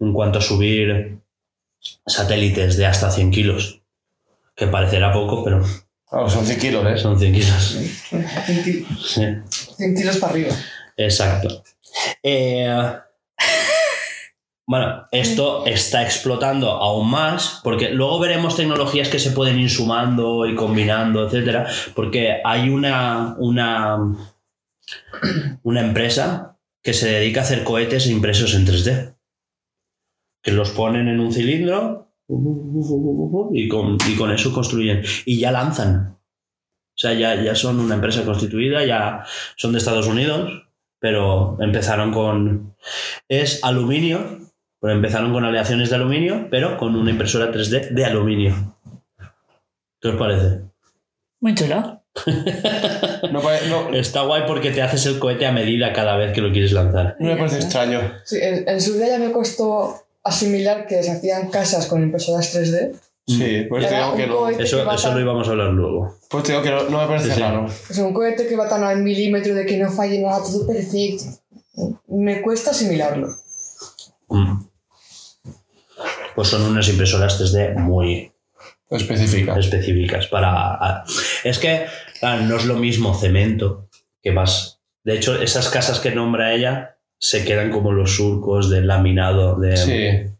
S1: en cuanto a subir satélites de hasta 100 kilos. Que parecerá poco, pero
S4: Claro, son 100 kilos, ¿eh?
S1: son 100 kilos.
S3: 100 ti-
S1: Sí.
S3: 100 tiros para arriba.
S1: Exacto. Eh, bueno, esto está explotando aún más, porque luego veremos tecnologías que se pueden ir sumando y combinando, etcétera, porque hay una, una, una empresa que se dedica a hacer cohetes impresos en 3D. Que los ponen en un cilindro y con, y con eso construyen. Y ya lanzan. O sea, ya, ya son una empresa constituida, ya son de Estados Unidos pero empezaron con... Es aluminio, pero empezaron con aleaciones de aluminio, pero con una impresora 3D de aluminio. ¿Qué os parece?
S2: Muy chulo.
S4: No, pare- no- no
S1: Está guay porque te haces el cohete a medida cada vez que lo quieres lanzar.
S4: me parece extraño.
S3: Sí, en, en su día ya me costó asimilar que se hacían casas con impresoras 3D.
S4: Sí, pues te
S3: Era
S4: digo
S3: un
S4: que no.
S3: cohete que
S1: Eso,
S3: va
S1: eso
S3: tan-
S1: lo íbamos a hablar luego.
S4: Pues te digo que no, no me parece
S1: Sí, sí.
S4: raro.
S3: O sea, un cohete que va tan al milímetro de que no falle nada, todo perfecto. Me cuesta asimilarlo.
S1: Mm. Pues son unas impresoras 3D muy
S4: Lo especifica.
S1: específicas para... a- Es que claro, no es lo mismo cemento que vas... De hecho, esas casas que nombra ella se quedan como los surcos del laminado de...
S4: Sí.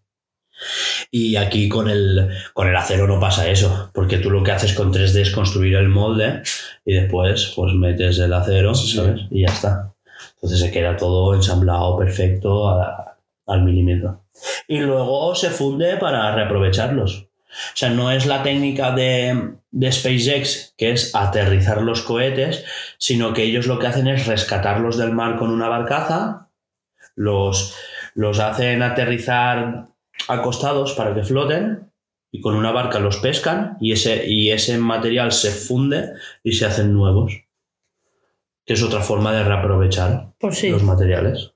S1: Y aquí con el, con el acero no pasa eso, porque tú lo que haces con 3D es construir el molde y después pues metes el acero,
S4: Sí, sí.
S1: ¿sabes? Y ya está. Entonces se queda todo ensamblado perfecto a- al milímetro. Y luego se funde para reaprovecharlos. O sea, no es la técnica de, de SpaceX, que es aterrizar los cohetes, sino que ellos lo que hacen es rescatarlos del mar con una barcaza, los, los hacen aterrizar acostados para que floten y con una barca los pescan y ese, y ese material se funde y se hacen nuevos, que es otra forma de reaprovechar
S2: Pues sí.
S1: los materiales.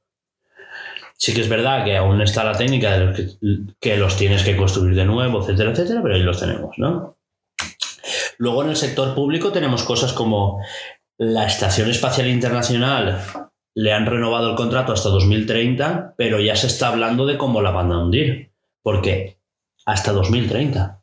S1: Sí que es verdad que aún está la técnica de los que, que los tienes que construir de nuevo, etcétera, etcétera, pero ahí los tenemos, ¿no? Luego en el sector público tenemos cosas como la Estación Espacial Internacional le han renovado el contrato hasta 2030, pero ya se está hablando de cómo la van a hundir, porque hasta 2030,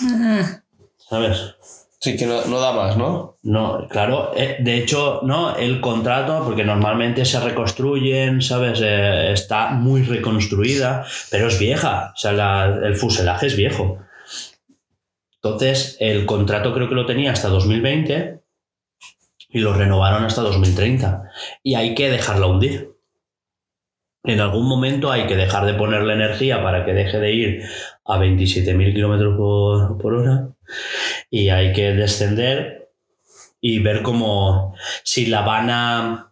S2: Ah,
S1: ¿sabes?
S4: Sí, que no, no da más, ¿no?
S1: No, claro, eh, de hecho, no, el contrato, porque normalmente se reconstruyen, ¿sabes? Eh, está muy reconstruida, pero es vieja, o sea, la- el fuselaje es viejo. Entonces, el contrato creo que lo tenía hasta 2020 y lo renovaron hasta 2030. Y hay que dejarla hundir. En algún momento hay que dejar de ponerle energía para que deje de ir a 27.000 kilómetros por- por hora y hay que descender y ver cómo si la van a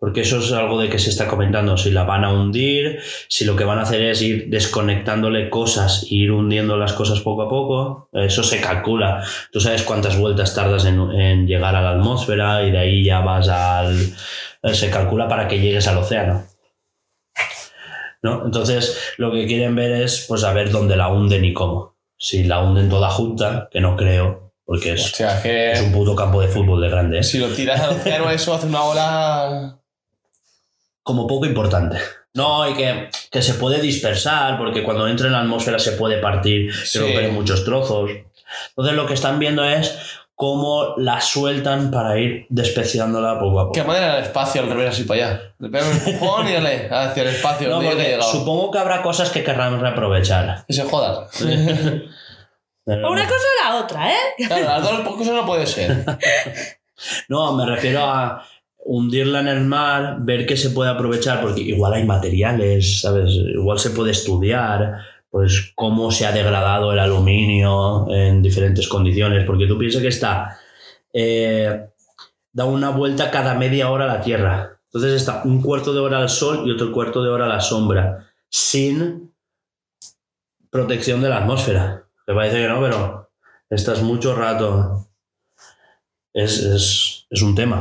S1: porque eso es algo de que se está comentando si la van a hundir si lo que van a hacer es ir desconectándole cosas e ir hundiendo las cosas poco a poco eso se calcula tú sabes cuántas vueltas tardas en, en llegar a la atmósfera y de ahí ya vas al se calcula para que llegues al océano ¿no? entonces lo que quieren ver es pues a ver dónde la hunden y cómo si la hunden toda junta que no creo porque es
S4: O sea, que
S1: es un puto campo de fútbol de grande, ¿eh?
S4: si lo tiras al océano, eso hace una ola.
S1: Como poco importante. No, y que, que se puede dispersar, porque cuando entra en la atmósfera se puede partir, se
S4: Sí.
S1: rompen en muchos trozos. Entonces lo que están viendo es cómo la sueltan para ir despeciándola poco a
S4: Que
S1: poco.
S4: manera el espacio al revés, así para allá. Le pego un empujón y ole, hacia el espacio.
S1: No,
S4: donde haya
S1: porque
S4: llegado.
S1: supongo que habrá cosas que querrán reaprovechar.
S4: Que se jodan.
S1: Pero-
S2: Una cosa o la otra, ¿eh?
S4: Claro, las dos cosas no puede ser.
S1: No, me refiero a hundirla en el mar, ver qué se puede aprovechar, porque igual hay materiales, ¿sabes? Igual se puede estudiar, pues cómo se ha degradado el aluminio en diferentes condiciones, porque tú piensas que está, eh, da una vuelta cada media hora a la Tierra. Entonces está un cuarto de hora al sol y otro cuarto de hora a la sombra, sin protección de la atmósfera. Me parece que no, pero estás mucho rato es, es- es un tema.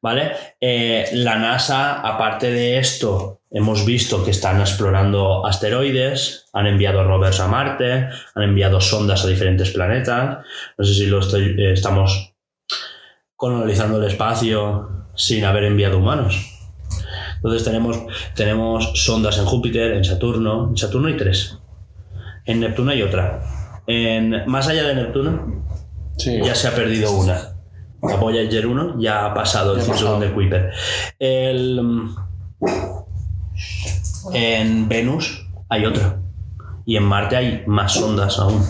S1: ¿Vale? Eh, la NASA, aparte de esto, hemos visto que están explorando asteroides, han enviado rovers a Marte, han enviado sondas a diferentes planetas. No sé si lo estoy- eh, estamos colonizando el espacio sin haber enviado humanos. Entonces tenemos, tenemos sondas en Júpiter, en Saturno. En Saturno hay tres. En Neptuno hay otra. En, más allá de Neptuno,
S4: Sí.
S1: ya se ha perdido una. La Voyager 1 ya ha pasado el
S4: Ya ha
S1: cinturón de
S4: pasado.
S1: Kuiper. El, mm, en Venus hay otra. Y en Marte hay más sondas aún.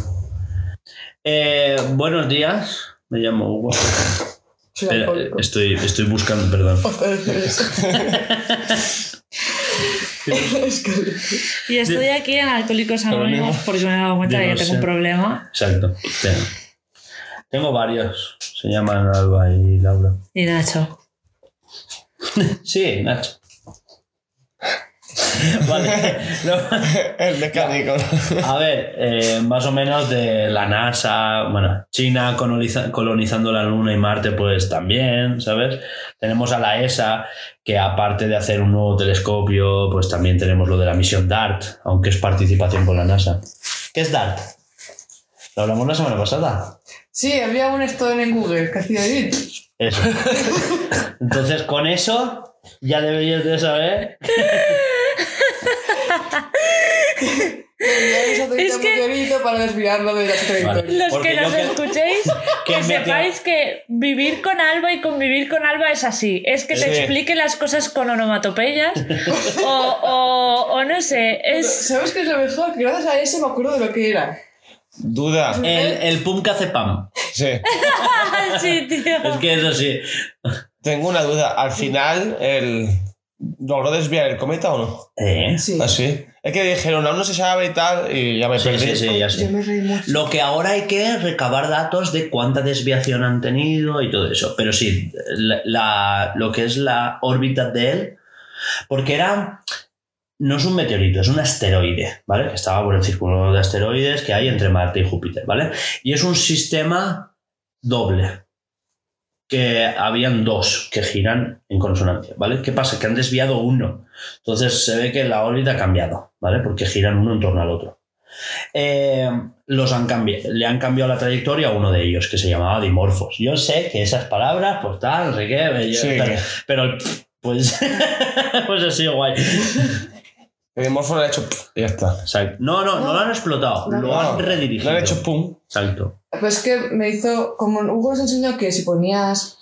S1: Eh, buenos días. Me llamo Hugo.
S3: Soy
S1: Espera,
S3: alcohólico.
S1: estoy, estoy buscando, perdón.
S2: Y estoy aquí en Alcohólicos Anónimos
S4: Anónimos.
S2: porque me he dado cuenta de
S1: Yo
S2: que
S1: no
S2: tengo
S1: sé.
S2: un problema.
S1: Exacto. espera. Tengo varios. Se llaman Alba y Laura.
S2: Y Nacho.
S1: Sí, Nacho. Vale. No,
S4: El mecánico.
S1: a ver, eh, más o menos de la NASA, bueno, China coloniza- colonizando la Luna y Marte, pues también, ¿sabes? Tenemos a la ESA, que aparte de hacer un nuevo telescopio, pues también tenemos lo de la misión DART, aunque es participación con la NASA. ¿Qué es DART? Lo hablamos la semana pasada.
S3: Sí, había un esto en Google que hacía ahí.
S1: Eso. Entonces, con eso ya deberías de saber.
S3: Enviar un satélite
S2: Es que-
S3: meteorito para desviarlo de la trayectoria.
S2: Los
S1: Porque
S2: que
S1: yo
S2: nos
S1: que-
S2: escuchéis,
S1: que
S2: que
S1: me teo-
S2: sepáis que vivir con Alba y convivir con Alba es así. Es que te
S4: Sí.
S2: explique las cosas con onomatopeyas o, o- o no sé. Es,
S3: ¿Sabes qué es lo mejor? Que gracias a eso me acuerdo de lo que era.
S4: Duda.
S1: El, el pum que hace pam.
S4: Sí.
S2: Ah, sí, tío.
S1: Es que eso sí.
S4: Tengo una duda. Al final, el... ¿logró desviar el cometa o no?
S1: ¿Eh?
S3: Sí.
S4: Así. Es que dijeron, aún no se sabe y tal, y ya me
S1: Sí,
S4: perdí.
S1: sí, sí, ya
S3: Yo
S1: sé.
S3: me reí mucho.
S1: Lo que ahora hay que es recabar datos de cuánta desviación han tenido y todo eso. Pero sí, la, la- lo que es la órbita de él, porque era. No es un meteorito, es un asteroide, ¿vale? Que estaba por el círculo de asteroides que hay entre Marte y Júpiter, ¿vale? Y es un sistema doble. Que habían dos que giran en consonancia, ¿vale? ¿Qué pasa? Que han desviado uno. Entonces se ve que la órbita ha cambiado, ¿vale? Porque giran uno en torno al otro. Eh, los han cambi- le han cambiado la trayectoria a uno de ellos, que se llamaba Dimorphos. Yo sé que esas palabras, pues tal, no sé qué, yo-
S4: Sí.
S1: tal, pero el pf, pues, pues así guay.
S4: El dimorfo le ha hecho... pf, y ya está.
S1: Exacto. No, no, no, lo han explotado,
S3: No,
S1: lo
S4: no.
S1: han
S4: Le
S1: redirigido.
S4: han hecho pum.
S1: Exacto.
S3: Pues es que me hizo, como Hugo nos enseñó que si ponías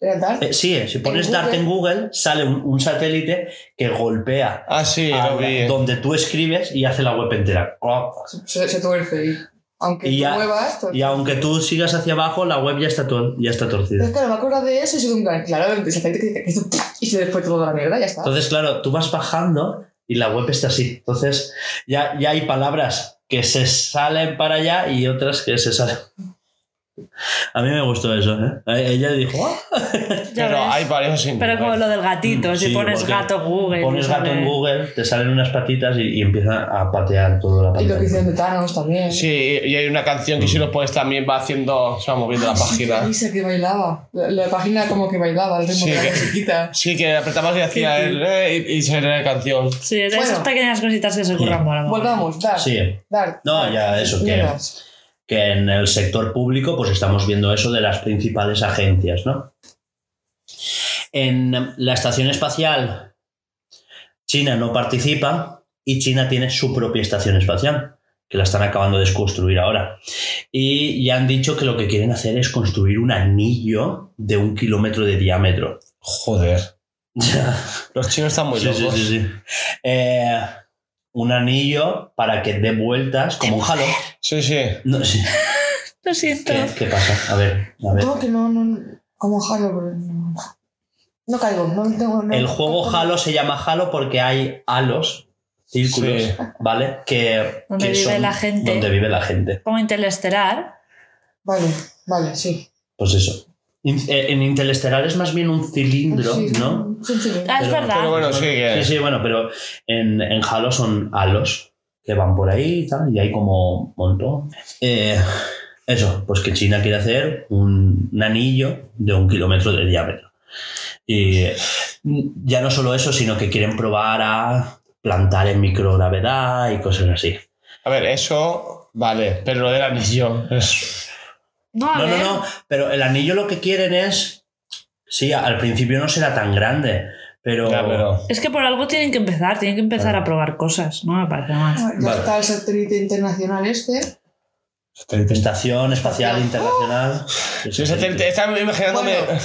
S3: era tal,
S1: Eh, sí, eh, si pones
S3: Google.
S1: Dart en Google, sale un, un satélite que golpea
S4: Ah, sí,
S1: a-
S4: lo vi.
S1: donde tú escribes y hace la web entera.
S3: se, se tuerce y aunque
S1: Y
S3: te
S1: ya-
S3: muevas,
S1: Y
S3: torce.
S1: aunque tú sigas hacia abajo, la web ya está, tor- ya está torcida.
S3: Entonces, claro, me acuerdo de eso y soy un gran, claro, empieza a hacer que, que hizo y se después todo a la mierda, ya está.
S1: Entonces, claro, tú vas bajando y la web está así. Entonces, ya, ya hay palabras que se salen para allá y otras que se salen. A mí me gustó eso, ¿eh? Eh, Ella dijo, "Ah,
S2: Ya
S4: Pero
S2: ves.
S4: hay varios sin
S2: Pero como lo del
S1: Mm,
S2: gatito, si
S1: sí,
S2: pones
S1: porque
S2: gato en Google.
S1: pones gato en
S2: ¿sabes?
S1: Google, te salen unas patitas y, y empieza a patear toda la
S3: y lo que
S1: pantalla.
S3: hicieron de Thanos también.
S4: Sí, y y hay una canción que si lo pones también va haciendo... Se va moviendo
S3: Ah,
S4: la página.
S3: Dice que bailaba. La, la página como que bailaba, el ritmo
S4: Sí,
S3: de
S4: que-
S3: la musiquita.
S4: Sí, que apretabas y hacía el... eh, y, y salía la canción.
S2: Sí, es de esas
S3: Bueno.
S2: pequeñas cositas que se ocurran. mola, mola.
S3: Volvamos, dar,
S1: Sí,
S3: dar.
S1: No,
S3: dar.
S1: ya, eso, que-
S3: Mierdas.
S1: que en el sector público pues estamos viendo eso de las principales agencias, ¿no? En la estación espacial, China no participa y China tiene su propia estación espacial, que la están acabando de desconstruir ahora. Y ya han dicho que lo que quieren hacer es construir un anillo de un kilómetro de diámetro.
S4: Joder. Los chinos están muy
S1: Sí, sí,
S4: locos.
S1: sí, sí. Eh, un anillo para que dé vueltas como un jalón.
S4: Sí, sí.
S1: No, sí.
S2: Lo siento.
S1: ¿Qué, qué pasa? A ver, a ver.
S3: No, que no, no. Como Halo, pero no. No caigo, no tengo. no-
S1: El juego
S3: no-
S1: Halo se llama Halo porque hay halos, círculos,
S4: Sí.
S1: ¿vale? Que, que
S2: Donde vive la gente.
S1: Donde vive la gente.
S2: Como interestelar.
S3: Vale, vale, sí.
S1: Pues eso. In- eh, en Interestelar es más bien un cilindro,
S3: Sí,
S1: ¿no?
S3: sí, sí.
S2: Ah, es
S1: Pero-
S2: verdad.
S4: pero bueno, sí que-
S1: Sí, sí, bueno, pero en, en Halo son halos que van por ahí y tal, y hay como un montón. Eh, eso, pues que China quiere hacer un, un anillo de un kilómetro de diámetro. Y eh, ya no solo eso, sino que quieren probar a plantar en microgravedad y cosas así.
S4: A ver, eso, vale, pero lo del anillo. es-
S2: No, a
S1: No, no,
S2: ver.
S1: no, pero el anillo lo que quieren es... Sí, al principio no será tan grande, pero...
S4: Ya, pero-
S2: Es que por algo tienen que empezar, tienen que empezar
S1: Claro.
S2: a probar cosas, no me parece mal.
S3: Ah, Ya
S1: Vale.
S3: está el satélite internacional este.
S1: Estación Espacial Internacional.
S4: Sí, satélite, estaba imaginándome.
S3: Bueno.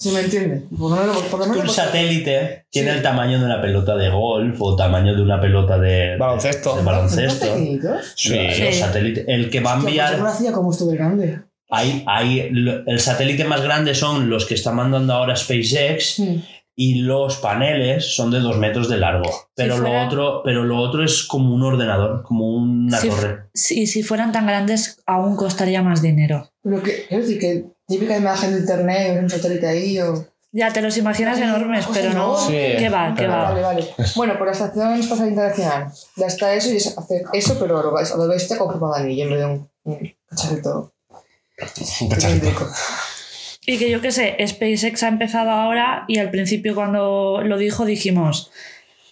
S3: ¿Se me entiende? Por lo menos, por lo
S1: Que
S3: menos
S1: un satélite tiene
S3: Sí.
S1: el tamaño de una pelota de golf o tamaño de una pelota de
S4: Baloncesto.
S1: de baloncesto.
S3: ¿Están pequeñitos?
S4: Sí.
S1: Los- los
S2: Sí.
S1: satélites- el que va a
S3: Hostia, pues yo no
S1: enviar,
S3: hacía como estuve grande.
S1: hay, hay- lo- el satélite más grande son los que está mandando ahora SpaceX
S3: Sí.
S1: y los paneles son de dos metros de largo. Pero lo
S2: fuera-
S1: otro, pero lo otro es como un ordenador, como una
S2: Si-
S1: torre.
S2: Si, si fueran tan grandes, aún costaría más dinero.
S3: Pero que, quiero decir que típica imagen de internet, un satélite ahí o...
S2: Ya te los imaginas enormes,
S3: Hostia,
S2: pero no.
S3: no.
S4: Sí,
S2: ¿Qué va? Ah, ¿Qué
S4: pero-
S3: Vale,
S2: va?
S3: vale. Bueno, por la estación espacial internacional. Ya está eso y es hacer eso, pero lo vais, lo vais a hacer con forma de anillo en vez de un, un cacharrito cilíndrico.
S2: Y que yo qué sé, SpaceX ha empezado ahora y al principio cuando lo dijo dijimos,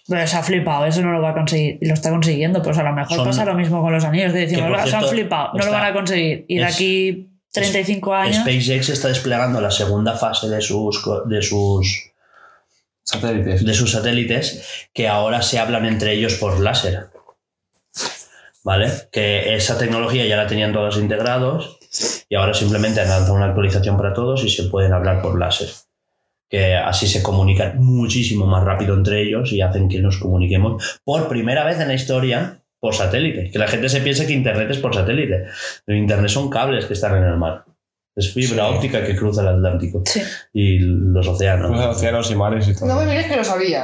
S2: pues se ha flipado, eso no lo va a conseguir. Y lo está consiguiendo, pues a lo mejor
S1: Son-
S2: pasa lo mismo con los anillos, que decimos,
S1: Que, por
S2: "Ah, se han
S1: cierto,
S2: flipado, no lo
S1: está-
S2: van a conseguir. Y de
S1: es-
S2: aquí 35 años...
S1: SpaceX está desplegando la segunda fase de sus, co- de sus,
S4: Satélites.
S1: de sus satélites que ahora se hablan entre ellos por láser. ¿Vale? Que esa tecnología ya la tenían todos integrados y ahora simplemente han lanzado una actualización para todos y se pueden hablar por láser. Que así se comunican muchísimo más rápido entre ellos y hacen que nos comuniquemos por primera vez en la historia por satélite. Que la gente se piense que Internet es por satélite. El Internet son cables que están en el mar. Es fibra
S4: Sí.
S1: óptica que cruza el Atlántico
S2: Sí.
S1: y los océanos.
S4: Los océanos y mares y todo.
S3: No me mires que lo sabía.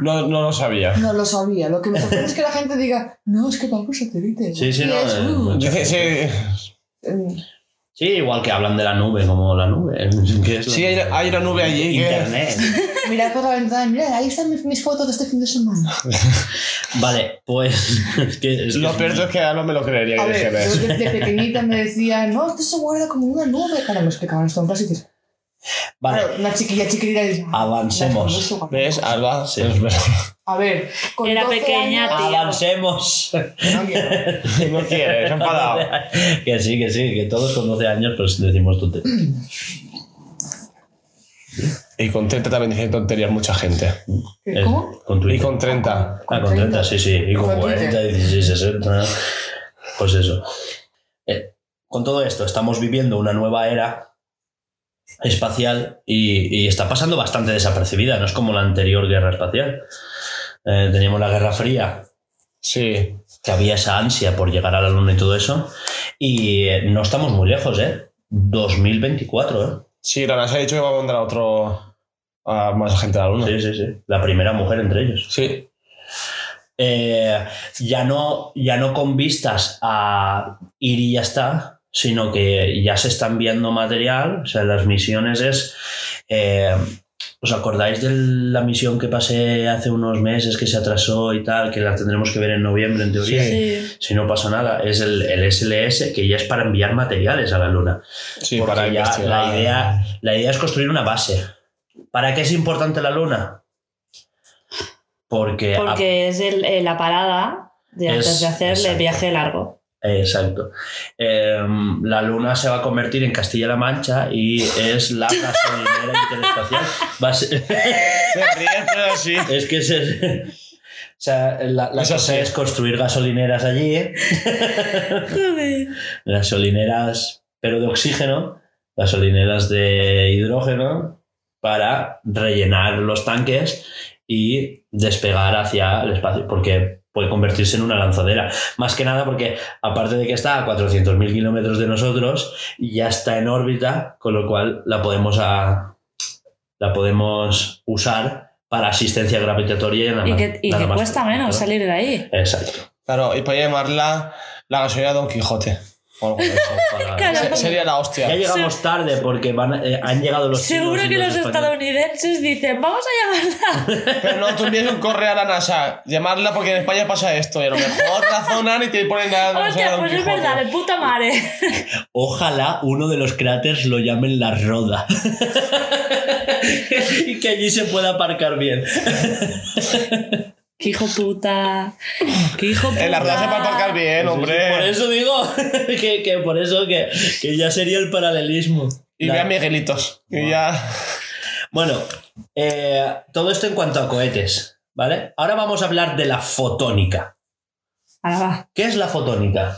S4: No, no lo sabía.
S3: No lo sabía. Lo que me sorprende es que la gente diga, no, es que va por satélite.
S1: Sí, sí,
S3: Y
S1: no,
S3: es,
S1: eh,
S3: "Uh".
S1: mucho.
S4: Dice, sí,
S3: Mm,
S1: Sí, igual que hablan de la nube, como la nube. ¿Qué es la
S4: Sí, hay- hay una nube allí que-
S1: Internet.
S3: Mirad por la ventana, mirad, ahí están mis, mis fotos de este fin de semana.
S1: Vale, pues. Es que, es que
S4: lo
S1: es-
S4: peor es que ahora no me lo creería
S3: A
S4: que
S3: ver,
S4: dijera eso.
S3: yo desde pequeñita me decían, no, esto se guarda como una nube. Claro, me explicaban esto en clase y dices,
S1: Vale, Ah.
S3: claro, una chiquilla chiquilla dice,
S1: Avancemos.
S3: "Las cosas se guardan".
S4: ¿Ves? Alba,
S1: Sí.
S4: es verdad.
S3: A ver, con
S2: Era
S3: 12
S2: pequeña,
S3: años- Ah,
S2: tío.
S1: avancemos.
S3: No
S1: Ah,
S3: quiero.
S4: no quiere, se ha enfadado.
S1: que sí, que sí, que todos con 12 años pues decimos tú.
S4: Y con 30 también dicen tonterías mucha gente.
S3: ¿Qué? ¿Cómo?
S1: eh, Con
S4: Y
S1: Twitter.
S4: con 30.
S1: Ah, con 30, sí, sí. Y con
S3: Con
S1: 40, 16, 60. Pues eso. Eh, con todo esto, estamos viviendo una nueva era espacial y, y está pasando bastante desapercibida. No es como la anterior guerra espacial. Eh, teníamos la Guerra Fría,
S4: Sí.
S1: que había esa ansia por llegar a la Luna y todo eso. Y eh, no estamos muy lejos, ¿eh? 2024,
S4: Sí, la NASA ha dicho que va a mandar a otro. a más gente a la
S1: ¿eh?
S4: luna.
S1: Sí, sí, sí. La primera mujer entre ellos.
S4: Sí.
S1: eh, ya, no, ya no con vistas a ir y ya está, sino que ya se está enviando material, o sea, las misiones es... eh, ¿Os acordáis de la misión que pasé hace unos meses que se atrasó y tal, que la tendremos que ver en noviembre en teoría?
S4: Sí.
S2: Sí.
S1: Si no pasa nada, es el, el SLS que ya es para enviar materiales a la Luna.
S4: Sí,
S1: Porque
S4: para
S1: ya
S4: investigar.
S1: la idea, la idea es construir una base. ¿Para qué es importante la Luna? Porque, a-
S2: Porque es el- eh, la parada de antes
S1: ah, Es-
S2: de hacer el
S1: exacto.
S2: viaje largo.
S1: Exacto. Eh, la Luna se va a convertir en Castilla-La Mancha y es la gasolinera interespacial. Va a ser-
S4: Se ríe, pero sí.
S1: es que es el- o sea, la, la
S4: Eso
S1: cosa
S4: sí.
S1: es construir gasolineras allí, ¿eh?
S2: Joder.
S1: gasolineras pero de oxígeno, gasolineras de hidrógeno para rellenar los tanques y despegar hacia el espacio, porque puede convertirse en una lanzadera. Más que nada porque, aparte de que está a 400.000 kilómetros de nosotros, ya está en órbita, con lo cual la podemos, a- la podemos usar para asistencia gravitatoria. Y, nada
S2: Y
S1: más-
S2: que, y
S1: nada
S2: que
S1: más.
S2: cuesta menos salir de ahí.
S1: Exacto.
S4: Claro, y para llamarla la gasolina Don Quijote. O algo de eso.
S1: Para-
S2: Claro.
S4: Se- Sería la
S1: Ya
S4: hostia.
S1: llegamos tarde porque van, eh, han llegado los
S2: Seguro
S1: chinos y
S2: que los
S1: españoles.
S2: estadounidenses dicen, vamos a llamarla.
S4: Pero no tú envíes un correo a la NASA. Llamarla porque en España pasa esto. Y a lo mejor razonan y te ponen la gasolina
S2: Hostia,
S4: Don
S2: pues es
S4: Quijote.
S2: verdad, de puta madre.
S1: Ojalá uno de los cráteres lo llamen la roda. y que allí se pueda aparcar bien.
S2: Qué hijo puta. Qué hijo puta.
S4: En la rueda se va a aparcar bien, hombre.
S1: Por eso digo que, que por eso que, que ya sería el paralelismo.
S4: Y
S1: La-
S4: ve a Miguelitos. Y ya.
S1: Bueno, eh, todo esto en cuanto a cohetes, ¿vale? Ahora vamos a hablar de la fotónica.
S2: Ahora va.
S1: ¿Qué es la fotónica?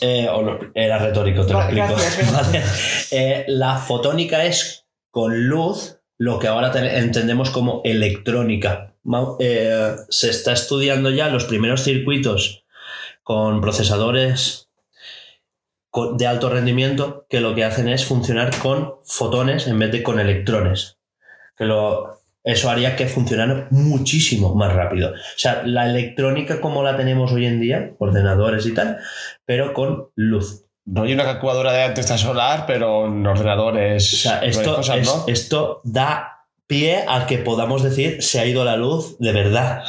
S1: Eh, o lo- era retórico, te lo
S3: Va,
S1: explico.
S3: gracias,
S1: Vale. Eh, la fotónica es con luz lo que ahora te- entendemos como electrónica. Ma- eh, se está estudiando ya los primeros circuitos con procesadores co- de alto rendimiento que lo que hacen es funcionar con fotones en vez de con electrones. Que lo, eso haría que funcionara muchísimo más rápido. O sea, la electrónica como la tenemos hoy en día, ordenadores y tal, pero con luz.
S4: No hay una calculadora de antes solar, pero en ordenadores.
S1: O sea, esto,
S4: cosas,
S1: es-
S4: ¿no?
S1: esto da pie a que podamos decir se ha ido la luz de verdad.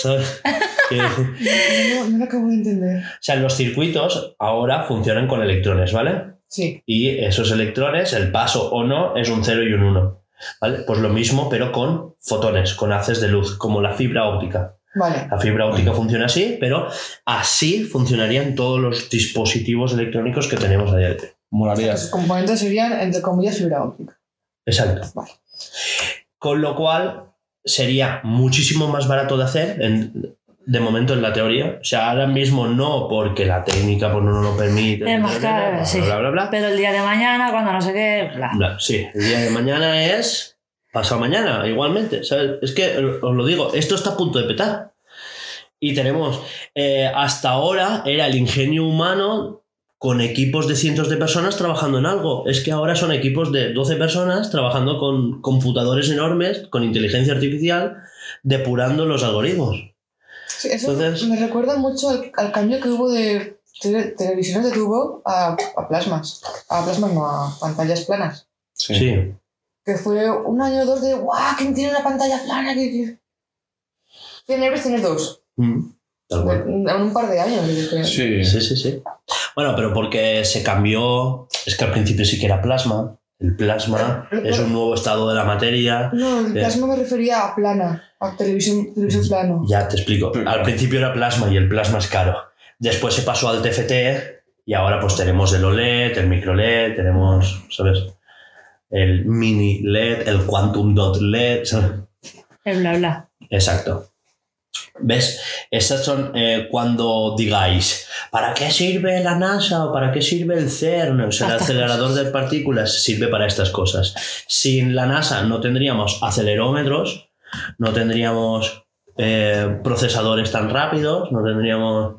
S1: ¿Sabes? Quiero decir,
S3: No, no lo acabo de entender.
S1: o sea, los circuitos ahora funcionan con electrones, ¿vale?
S3: Sí,
S1: Y esos electrones, el paso o no, es un 0 y un 1. ¿Vale? Pues lo mismo, pero con fotones, con haces de luz, como la fibra óptica.
S3: vale.
S1: La fibra óptica funciona así, pero así funcionarían todos los dispositivos electrónicos que tenemos a día de hoy.
S4: Molaría.
S3: Los componentes serían, entre comillas, fibra óptica.
S1: Exacto.
S3: Vale.
S1: Con lo cual sería muchísimo más barato de hacer en- de momento en la teoría. O sea, ahora mismo no porque la técnica pues, no nos lo permite.
S2: Es
S1: bla, bla,
S2: más
S1: bla,
S2: cara,
S1: bla,
S2: sí.
S1: Bla, bla, bla,
S2: Pero el día de mañana, cuando no sé qué. bla.
S1: Bla, Sí, el día de mañana es pasado mañana, igualmente. ¿sabes? Es que eh, os lo digo, esto está a punto de petar. Y tenemos, eh, hasta ahora era el ingenio humano con equipos de cientos de personas trabajando en algo. Es que ahora son equipos de 12 personas trabajando con computadores enormes, con inteligencia artificial, depurando los algoritmos.
S3: Sí, eso
S1: Entonces-
S3: me recuerda mucho al, al cambio que hubo de tele- televisiones de tubo a, a plasmas. A plasmas no, a pantallas planas.
S1: Sí.
S3: Que fue un año o dos de ¡guau! ¿Quién tiene una pantalla plana? ¿Qué, qué? Tienes, tienes dos.
S1: Mm, tal cual.
S3: En un par de años. yo creo.
S4: Sí.
S1: Sí, sí, sí. Bueno, pero porque se cambió, es que al principio sí que era plasma. El plasma es un nuevo estado de la materia.
S3: No, el
S1: Bien.
S3: plasma me refería a plana, a televisión,
S1: Mm.
S3: televisión plano.
S1: Ya te explico. Al principio era plasma y el plasma es caro. Después se pasó al TFT y ahora pues tenemos el OLED, el micro LED, tenemos, ¿sabes? El mini LED, el quantum dot LED, ¿sabes?
S2: El bla bla.
S1: Exacto. ¿Ves? Estas son eh, cuando digáis, ¿para qué sirve la NASA o para qué sirve el CERN? O sea, el
S2: Estas
S1: acelerador de partículas sirve para estas cosas. Sin la NASA no tendríamos acelerómetros, no tendríamos eh, procesadores tan rápidos, no tendríamos...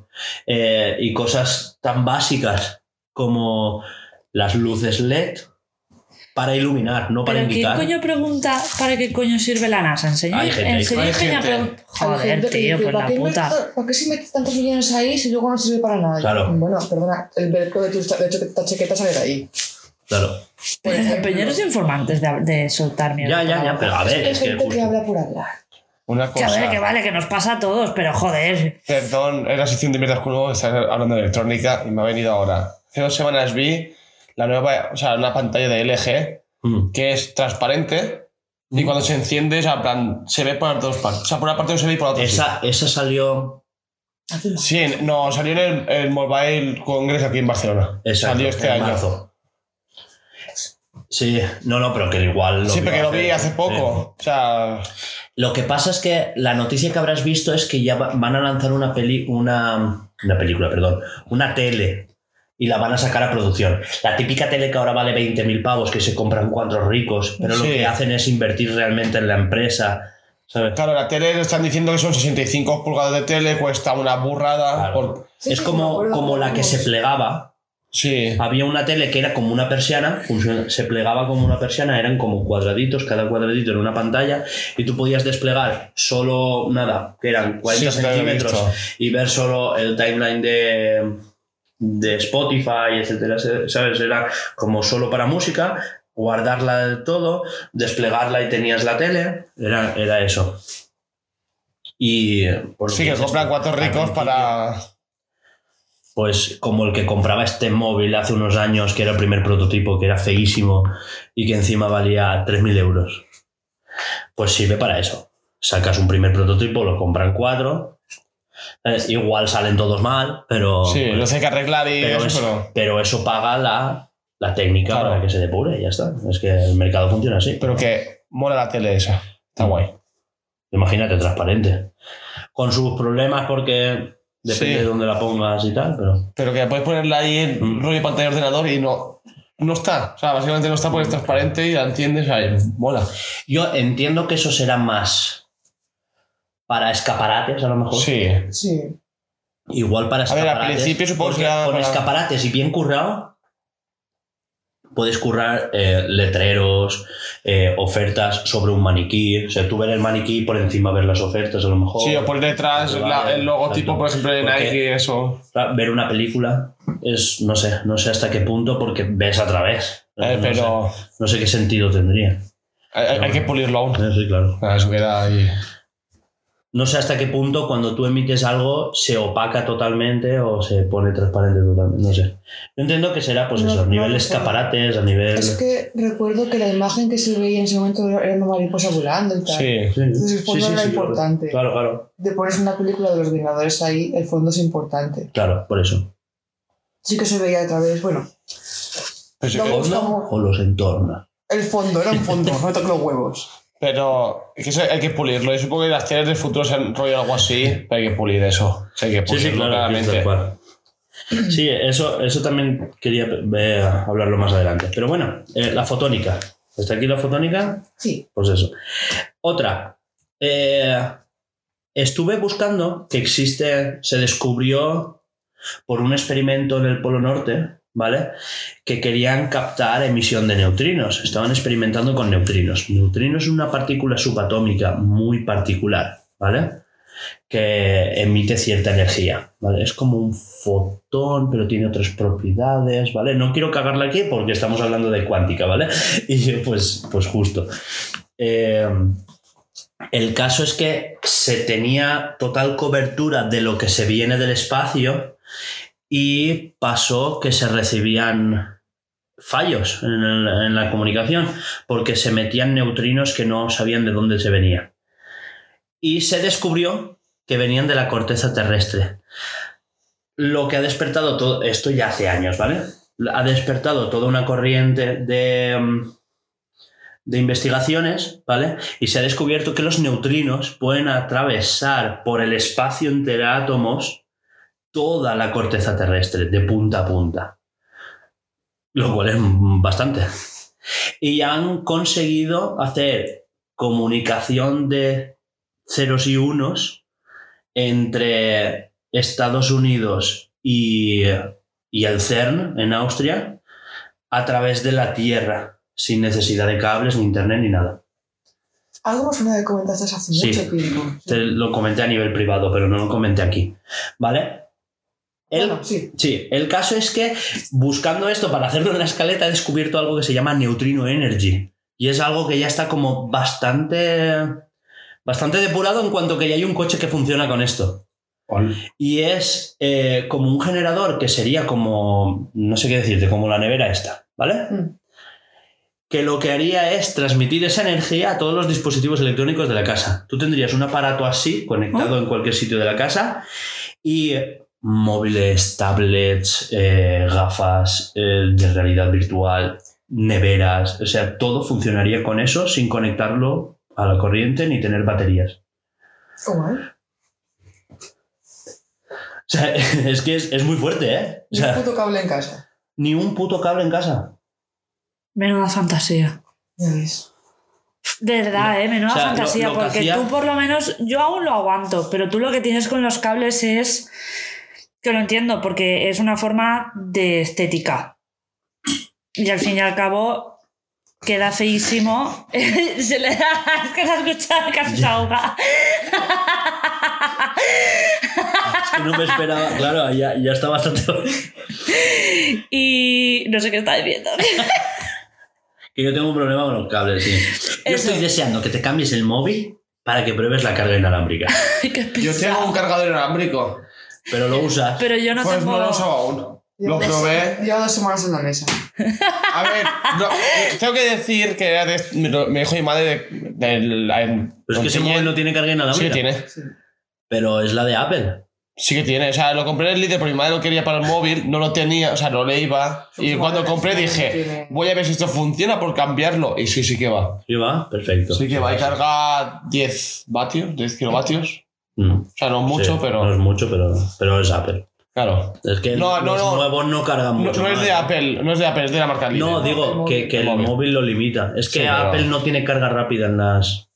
S1: eh, y cosas tan básicas como las luces LED para iluminar, no para
S2: Pero ¿qué
S1: indicar.
S2: coño pregunta para qué coño sirve la NASA? Enseñé,
S1: Hay gente, hay
S2: enseñé
S4: gente.
S2: Peña
S4: Hay gente.
S2: pregun-
S3: Hay gente
S2: Joder,
S3: que
S2: tío,
S3: dice,
S2: pues la
S3: qué
S2: puta.
S3: metes- ¿Para qué se meten tantos millones ahí si luego no sirve para nada?
S1: Claro.
S3: Bueno, perdona, el velcro de tu, cha- de tu ta- chaqueta sale de ahí.
S1: Claro.
S3: Por ejemplo.
S2: Peñeros Pues informantes de, de soltar mierda.
S1: Ya, ya, ya, pero a ver,
S3: Hay
S1: es que...
S3: gente que
S1: justo-
S3: habla por hablar.
S4: Una
S2: Que a
S4: cosa.
S2: ver, que vale, que nos pasa a todos, pero joder.
S4: Perdón, era sección de mierdas culo, estás hablando de electrónica y me ha venido ahora. Hace dos semanas vi la nueva, o sea, una pantalla de LG
S1: Mm.
S4: que es transparente y cuando se enciende, o sea, en plan, se ve por las dos partes. O sea, por una parte no se ve y por la otra sí.
S1: Esa, esa salió.
S4: Sí, en- no, salió en el, el Mobile Congress aquí en Barcelona.
S1: exacto,
S4: salió este
S1: en
S4: año.
S1: marzo. Sí, no, no, pero que igual.
S4: Sí, porque
S1: vio
S4: lo vi hace
S1: sí.
S4: poco. O sea,
S1: Lo que pasa es que la noticia que habrás visto es que ya va- van a lanzar una peli, una, una película, perdón, una tele y la van a sacar a producción. La típica tele que ahora vale 20.000 pavos que se compran cuatro ricos, pero lo
S4: Sí.
S1: que hacen es invertir realmente en la empresa, ¿sabes?
S4: claro, la tele están diciendo que son 65 pulgadas de tele, cuesta una burrada.
S1: Claro.
S4: por-
S3: Sí,
S1: es
S3: sí, me
S1: como,
S3: acuerdo
S1: como la que
S3: cuando-
S1: se plegaba,
S4: Sí,
S1: Había una tele que era como una persiana, funciona- se plegaba como una persiana, eran como cuadraditos, cada cuadradito era una pantalla, y tú podías desplegar solo nada, que eran 40
S4: Sí, sí, lo he
S1: centímetros,
S4: visto.
S1: y ver solo el timeline de, de Spotify, etcétera, se- ¿sabes? Era como solo para música, guardarla del todo, desplegarla y tenías la tele, era, era eso. Y eh, por lo
S4: sí que
S1: dices
S4: compran
S1: tú,
S4: cuatro
S1: al
S4: ricos
S1: principio-
S4: para.
S1: pues como el que compraba este móvil hace unos años, que era el primer prototipo, que era feísimo y que encima valía 3.000 euros. Pues sirve para eso. Sacas un primer prototipo, lo compran cuatro. eh, igual salen todos mal, pero,
S4: Sí, los hay que arreglar y
S1: pero,
S4: eso,
S1: eso,
S4: pero.
S1: pero eso paga la, la técnica
S4: Claro.
S1: para que se depure, ya está. Es que el mercado funciona así.
S4: Pero que mola la tele esa. Está guay.
S1: Imagínate, transparente. Con sus problemas porque depende
S4: Sí.
S1: de dónde la pongas y tal, pero...
S4: Pero que puedes ponerla ahí en
S1: Mm.
S4: rollo pantalla de ordenador y no. No está. O sea, básicamente no está porque es transparente y la entiendes. Ahí. Mola.
S1: Yo entiendo que eso será más para escaparates, a lo mejor.
S4: Sí.
S3: Sí.
S1: Igual para
S4: A ver, al
S1: escaparates.
S4: principio supongo
S1: porque
S4: que era
S1: con
S4: para-
S1: escaparates y bien currado, puedes currar eh, letreros, eh, ofertas sobre un maniquí. O sea, tú ver el maniquí y por encima ver las ofertas, a lo mejor.
S4: Sí, o poner detrás
S1: Vale,
S4: la-
S1: vale,
S4: el logotipo,
S1: exacto.
S4: por ejemplo, de
S1: Porque-
S4: Nike, eso.
S1: Ver una película. es, no sé, no sé hasta qué punto porque ves a través.
S4: Eh,
S1: No
S4: pero
S1: sé, no sé qué sentido tendría.
S4: hay, hay- hay que pulirlo aún.
S1: Eh, Sí, claro.
S4: Ah, eso queda ahí.
S1: No sé hasta qué punto cuando tú emites algo se opaca totalmente o se pone transparente totalmente. No sé. Yo entiendo que será, pues
S3: No,
S1: eso, a
S3: no
S1: nivel
S3: lo sé.
S1: escaparates, a nivel.
S3: Es que recuerdo que la imagen que se veía en ese momento era una mariposa volando y tal.
S4: Sí.
S1: Sí,
S3: Entonces, el fondo era
S1: claro.
S3: importante.
S1: Claro, claro.
S3: Te pones una película de los Vengadores ahí, el fondo es importante.
S1: Claro, por eso.
S3: Sí que se veía a través, bueno,
S4: Pues,
S3: No,
S4: eh,
S3: Pues
S1: ¿Fondo
S3: como-
S1: o los entornos?
S3: el fondo, era un fondo, no toco los huevos.
S4: Pero es que eso hay que pulirlo. Yo supongo que las teorías del futuro se han rollo algo así, pero hay que pulir eso. O sea, hay que
S1: Sí,
S4: pulirlo
S1: sí, claro. que es
S4: claramente.
S1: tal cual. Sí, eso, eso también quería eh, hablarlo más adelante. Pero bueno, eh, la fotónica. ¿Está aquí la fotónica?
S3: Sí,
S1: Pues eso. Otra. eh, estuve buscando que existe, se descubrió por un experimento en el Polo Norte, ¿vale? Que querían captar emisión de neutrinos. Estaban experimentando con neutrinos. Neutrinos es una partícula subatómica muy particular, ¿vale? Que emite cierta energía, ¿vale? Es como un fotón, pero tiene otras propiedades, ¿vale? No quiero cagarla aquí porque estamos hablando de cuántica, ¿vale? Y yo, pues, pues justo. Eh, el caso es que se tenía total cobertura de lo que se viene del espacio y pasó que se recibían fallos en, el- en la comunicación porque se metían neutrinos que no sabían de dónde se venía. Y se descubrió que venían de la corteza terrestre. Lo que ha despertado todo esto ya hace años, ¿vale? Ha despertado toda una corriente de... mm, de investigaciones, ¿vale? Y se ha descubierto que los neutrinos pueden atravesar por el espacio entre átomos toda la corteza terrestre, de punta a punta. Lo cual es mm, bastante. Y han conseguido hacer comunicación de ceros y unos entre Estados Unidos y, y el CERN en Austria a través de la Tierra, sin necesidad de cables, ni internet, ni nada.
S3: algo me suena de comentaste hace
S1: Sí.
S3: mucho tiempo.
S1: Te Este lo comenté a nivel privado, pero no lo comenté aquí. ¿Vale? El,
S3: Bueno, sí,
S1: sí, el caso es que buscando esto para hacerlo en la escaleta he descubierto algo que se llama neutrino energy. Y es algo que ya está como bastante, bastante depurado en cuanto que ya hay un coche que funciona con esto y es eh, como un generador que sería como, no sé qué decirte, como la nevera esta, ¿vale?
S3: Mm.
S1: Que lo que haría es transmitir esa energía a todos los dispositivos electrónicos de la casa. Tú tendrías un aparato así, conectado en cualquier sitio de la casa, y móviles, tablets, eh, gafas eh, de realidad virtual, neveras, o sea, todo funcionaría con eso sin conectarlo a la corriente ni tener baterías.
S3: guay.
S1: O sea, es que es, es muy fuerte, ¿eh? O
S3: Ni un
S1: sea,
S3: puto cable en casa.
S1: ni un puto cable en casa.
S2: Menuda fantasía.
S3: Ya ves.
S2: De verdad, eh, menuda
S1: O sea, lo-
S2: fantasía,
S1: lo que
S2: porque
S1: hacía-
S2: tú por lo menos, yo aún lo aguanto, pero tú lo que tienes con los cables es, que lo entiendo, porque es una forma de estética. Y al fin y al cabo, queda feísimo. Se le da, es que la escuchado casi se ahoga.
S1: Es que no me esperaba. Claro, ya, ya está bastante.
S2: Y no sé qué está diciendo.
S1: Que yo tengo un problema con los cables, sí. Yo
S2: Eso.
S1: estoy deseando que te cambies el móvil para que pruebes la carga inalámbrica.
S2: Ay, qué
S4: Yo tengo
S2: pesado.
S4: un cargador inalámbrico.
S1: Pero lo usas.
S2: Pero yo no
S4: pues
S2: tengo.
S4: no lo usaba aún. Lo
S3: Llevo-
S4: probé.
S3: Llevo dos semanas en la mesa.
S4: A ver, no, eh, tengo que decir que era de- me, lo- me dijo mi madre de, del- en-
S1: Pero es que ese móvil no tiene carga
S4: Sí que
S1: inalámbrica.
S4: tiene.
S3: Sí.
S1: Pero es la de Apple.
S4: Sí que tiene. O sea, lo compré en el líder porque mi madre lo quería para el móvil, no lo tenía, o sea, no le iba. Y
S3: Su
S4: cuando
S3: madre
S4: compré
S3: no
S4: dije,
S3: tiene.
S4: voy a ver si esto funciona por cambiarlo. Y sí, sí que va.
S1: Sí, va, perfecto.
S4: Sí que va. Y carga 10 vatios, 10 kilovatios.
S1: Mm,
S4: O sea, no mucho,
S1: sí,
S4: pero.
S1: No es mucho, pero, pero es Apple.
S4: Claro.
S1: Es que
S4: No, no,
S1: los
S4: no.
S1: nuevos no cargan
S4: No,
S1: mucho.
S4: no es
S1: más.
S4: de Apple, no es de Apple, es de la marca
S1: No,
S4: líder.
S1: digo que, que el,
S4: El
S1: móvil.
S4: móvil.
S1: lo limita. Es que
S4: Sí, pero-
S1: Apple no tiene carga rápida en las.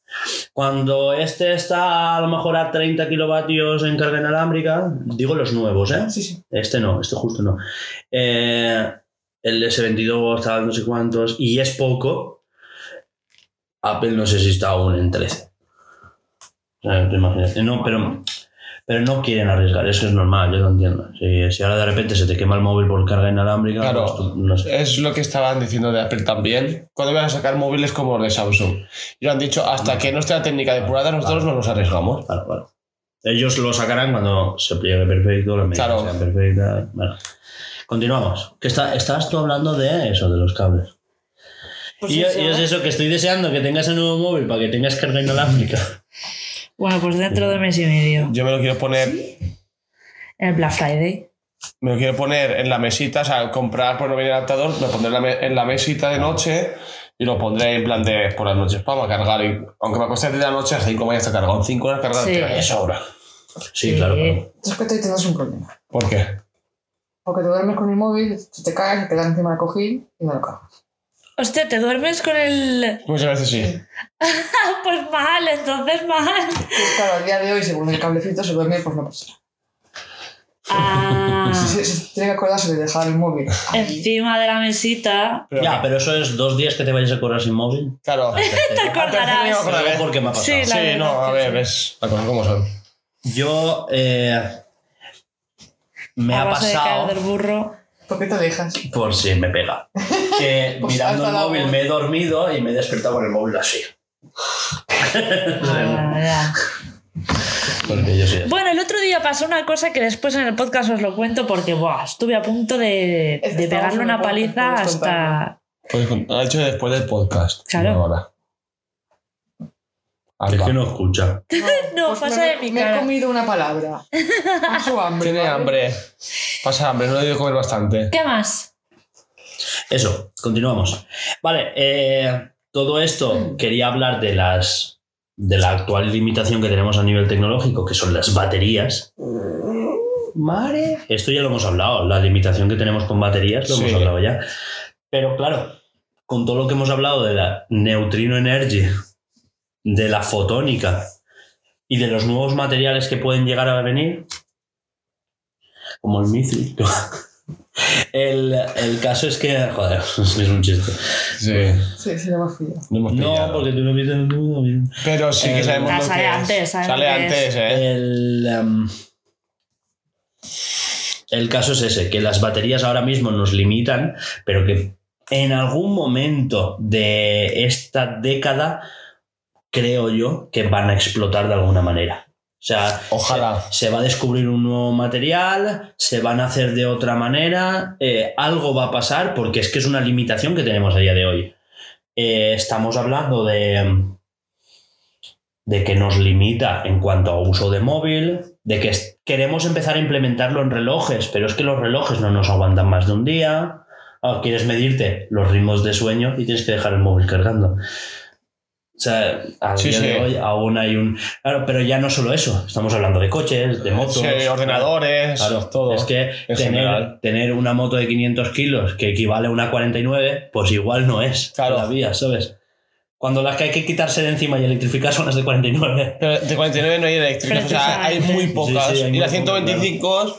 S1: Cuando este está a lo mejor a 30 kilovatios en carga inalámbrica, digo los nuevos, ¿eh?
S3: Sí, sí.
S1: Este no, este justo no. Eh, el S22 está no sé cuántos y es poco. Apple no sé si está aún en 13. O sea, te imaginas. No, pero Pero no quieren arriesgar, eso es normal, yo lo entiendo. Si, si ahora de repente se te quema el móvil por carga inalámbrica, pues
S4: Claro,
S1: tú- no sé.
S4: es lo que estaban diciendo de Apple también. Cuando van a sacar móviles como los de Samsung? Y lo han dicho, hasta que no esté la técnica depurada, nosotros no nos arriesgamos.
S1: Claro, claro. Ellos lo sacarán cuando se pliegue perfecto, la medida
S4: Claro.
S1: sea perfecta. Bueno. Continuamos. Que está, estabas tú hablando de eso, de los cables.
S2: Pues
S1: y, yo-
S2: eso,
S1: y es
S2: ¿eh?
S1: eso que estoy deseando que tengas el nuevo móvil para que tengas carga inalámbrica.
S2: Bueno, pues dentro de mes y medio.
S4: Yo me lo quiero poner,
S2: El Black Friday.
S4: me lo quiero poner en la mesita, o sea, comprar por no venir adaptador, me lo pondré en la, me- en la mesita de noche y lo pondré en plan de por las noches para cargar. Y, aunque me acueste de la noche, a 5 mañana está cargado. 5 horas cargado,
S2: Sí.
S4: tío, ya sobra.
S1: Sí,
S2: Sí.
S1: claro. claro.
S3: Es que te tendrás un problema.
S4: ¿Por qué?
S3: Porque te duermes con el móvil, te- te caes, te quedas encima del cojín y no lo cagas.
S2: Hostia, ¿te duermes con el...?
S4: Muchas veces sí.
S2: Ah, Pues mal, entonces mal.
S3: Pues claro, al día de hoy, según el cablecito se duerme, pues no pasa nada.
S2: Ah,
S3: Se, se tiene que acordarse de dejar el móvil. ahí.
S2: encima de la mesita.
S4: Pero-
S1: ya, pero eso es dos días que te vayas a correr sin móvil.
S4: Claro.
S1: Te
S2: Acordarás.
S4: Otra vez.
S1: porque me ha pasado.
S2: ¿eh? Sí, la
S4: Sí,
S2: verdad
S4: no, a
S2: que
S4: ver, es la cosa como son.
S1: Yo eh, me
S2: A
S1: ha
S2: base de caer
S1: pasado
S2: del burro.
S3: ¿Por qué te dejas?
S1: por si me pega. Que
S3: Pues
S1: mirando
S3: alza
S1: el
S3: la
S1: móvil
S3: voz.
S1: me he dormido y me he despertado con el móvil así.
S2: Ah, ya.
S1: Porque yo soy así.
S2: Bueno, el otro día pasó una cosa que después en el podcast os lo cuento porque buah, estuve a punto de,
S3: Es que
S2: de
S3: estamos
S2: pegarle
S3: en
S2: una
S3: el podcast,
S2: paliza
S3: puedes
S2: hasta...
S4: Pues con- ha hecho después del podcast.
S2: Claro.
S4: no Ahora. Ahí
S1: Es
S4: va.
S1: que no escucha.
S2: No,
S3: Pues
S2: pasa
S3: me,
S2: de mi
S3: me he
S2: cara.
S3: comido una palabra. Paso hambre.
S4: Tiene
S3: ¿vale?
S4: hambre. Pasa hambre, no he debido comer bastante.
S2: ¿Qué más?
S1: Eso, continuamos. Vale, eh, todo esto quería hablar de las de la actual limitación que tenemos a nivel tecnológico, que son las baterías. Mare. Esto ya lo hemos hablado, la limitación que tenemos con baterías, lo
S4: Sí.
S1: hemos hablado ya. Pero claro, con todo lo que hemos hablado de la neutrino energy, de la fotónica y de los nuevos materiales que pueden llegar a venir, como el misil. El, el caso es que, joder, es un chiste.
S4: Sí.
S3: Sí, sí, lo hemos pillado.
S4: No hemos
S1: No,
S4: pillado.
S1: porque tú no viste el mundo bien.
S4: Pero sí que
S1: Eh,
S4: sabemos
S2: Ah,
S4: lo
S2: sale
S4: que es.
S2: antes, sabemos
S4: Sale
S2: lo que
S4: antes, ¿eh?
S1: El, em, el caso es ese, que las baterías ahora mismo nos limitan, pero que en algún momento de esta década creo yo que van a explotar de alguna manera. O sea,
S4: Ojalá.
S1: se va a descubrir un nuevo material, se van a hacer de otra manera, eh, algo va a pasar porque es que es una limitación que tenemos a día de hoy. Eh, estamos hablando de, de que nos limita en cuanto a uso de móvil, de que es- queremos empezar a implementarlo en relojes, pero es que los relojes no nos aguantan más de un día. Ah, quieres medirte los ritmos de sueño y tienes que dejar el móvil cargando. O sea, a
S4: Sí,
S1: día de
S4: sí.
S1: hoy aún hay un... Claro, pero ya no solo eso. Estamos hablando de coches, de motos.
S4: Sí, ordenadores,
S1: Claro,
S4: todo.
S1: Es que
S4: en
S1: tener,
S4: general.
S1: tener una moto de 500 kilos que equivale a una 49, pues igual no es
S4: Claro.
S1: todavía, ¿sabes? Cuando las que hay que quitarse de encima y electrificar son las de 49.
S4: Pero de 49 no hay eléctricas, o sea, hay muy
S2: Precisamente.
S4: pocas.
S1: Sí, sí, hay
S4: y
S1: muy
S4: las
S1: pocas,
S4: 125, o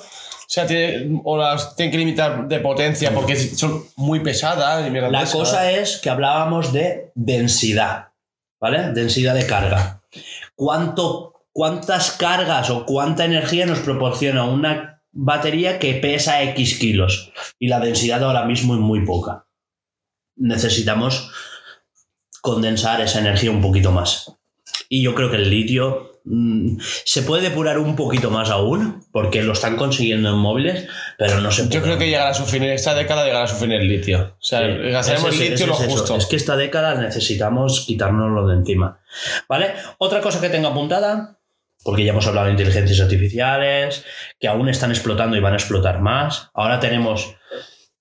S4: sea, tiene, o las tienen que limitar de potencia porque son muy pesadas. Y
S1: La cosa es que hablábamos de densidad, ¿vale? Densidad de carga. ¿Cuánto, ¿Cuántas cargas o cuánta energía nos proporciona una batería que pesa X kilos? Y la densidad ahora mismo es muy poca. Necesitamos condensar esa energía un poquito más. Y yo creo que el litio mm, se puede depurar un poquito más aún, porque lo están consiguiendo en móviles, pero no se
S4: Yo
S1: puede
S4: creo que llegará a su fin, esta década llegará a su fin el litio. O sea,
S1: Sí,
S4: gastaremos
S1: es eso,
S4: litio
S1: es
S4: lo
S1: eso, es eso.
S4: justo.
S1: Es que esta década necesitamos quitárnoslo de encima. ¿Vale? Otra cosa que tengo apuntada, porque ya hemos hablado de inteligencias artificiales, que aún están explotando y van a explotar más. Ahora tenemos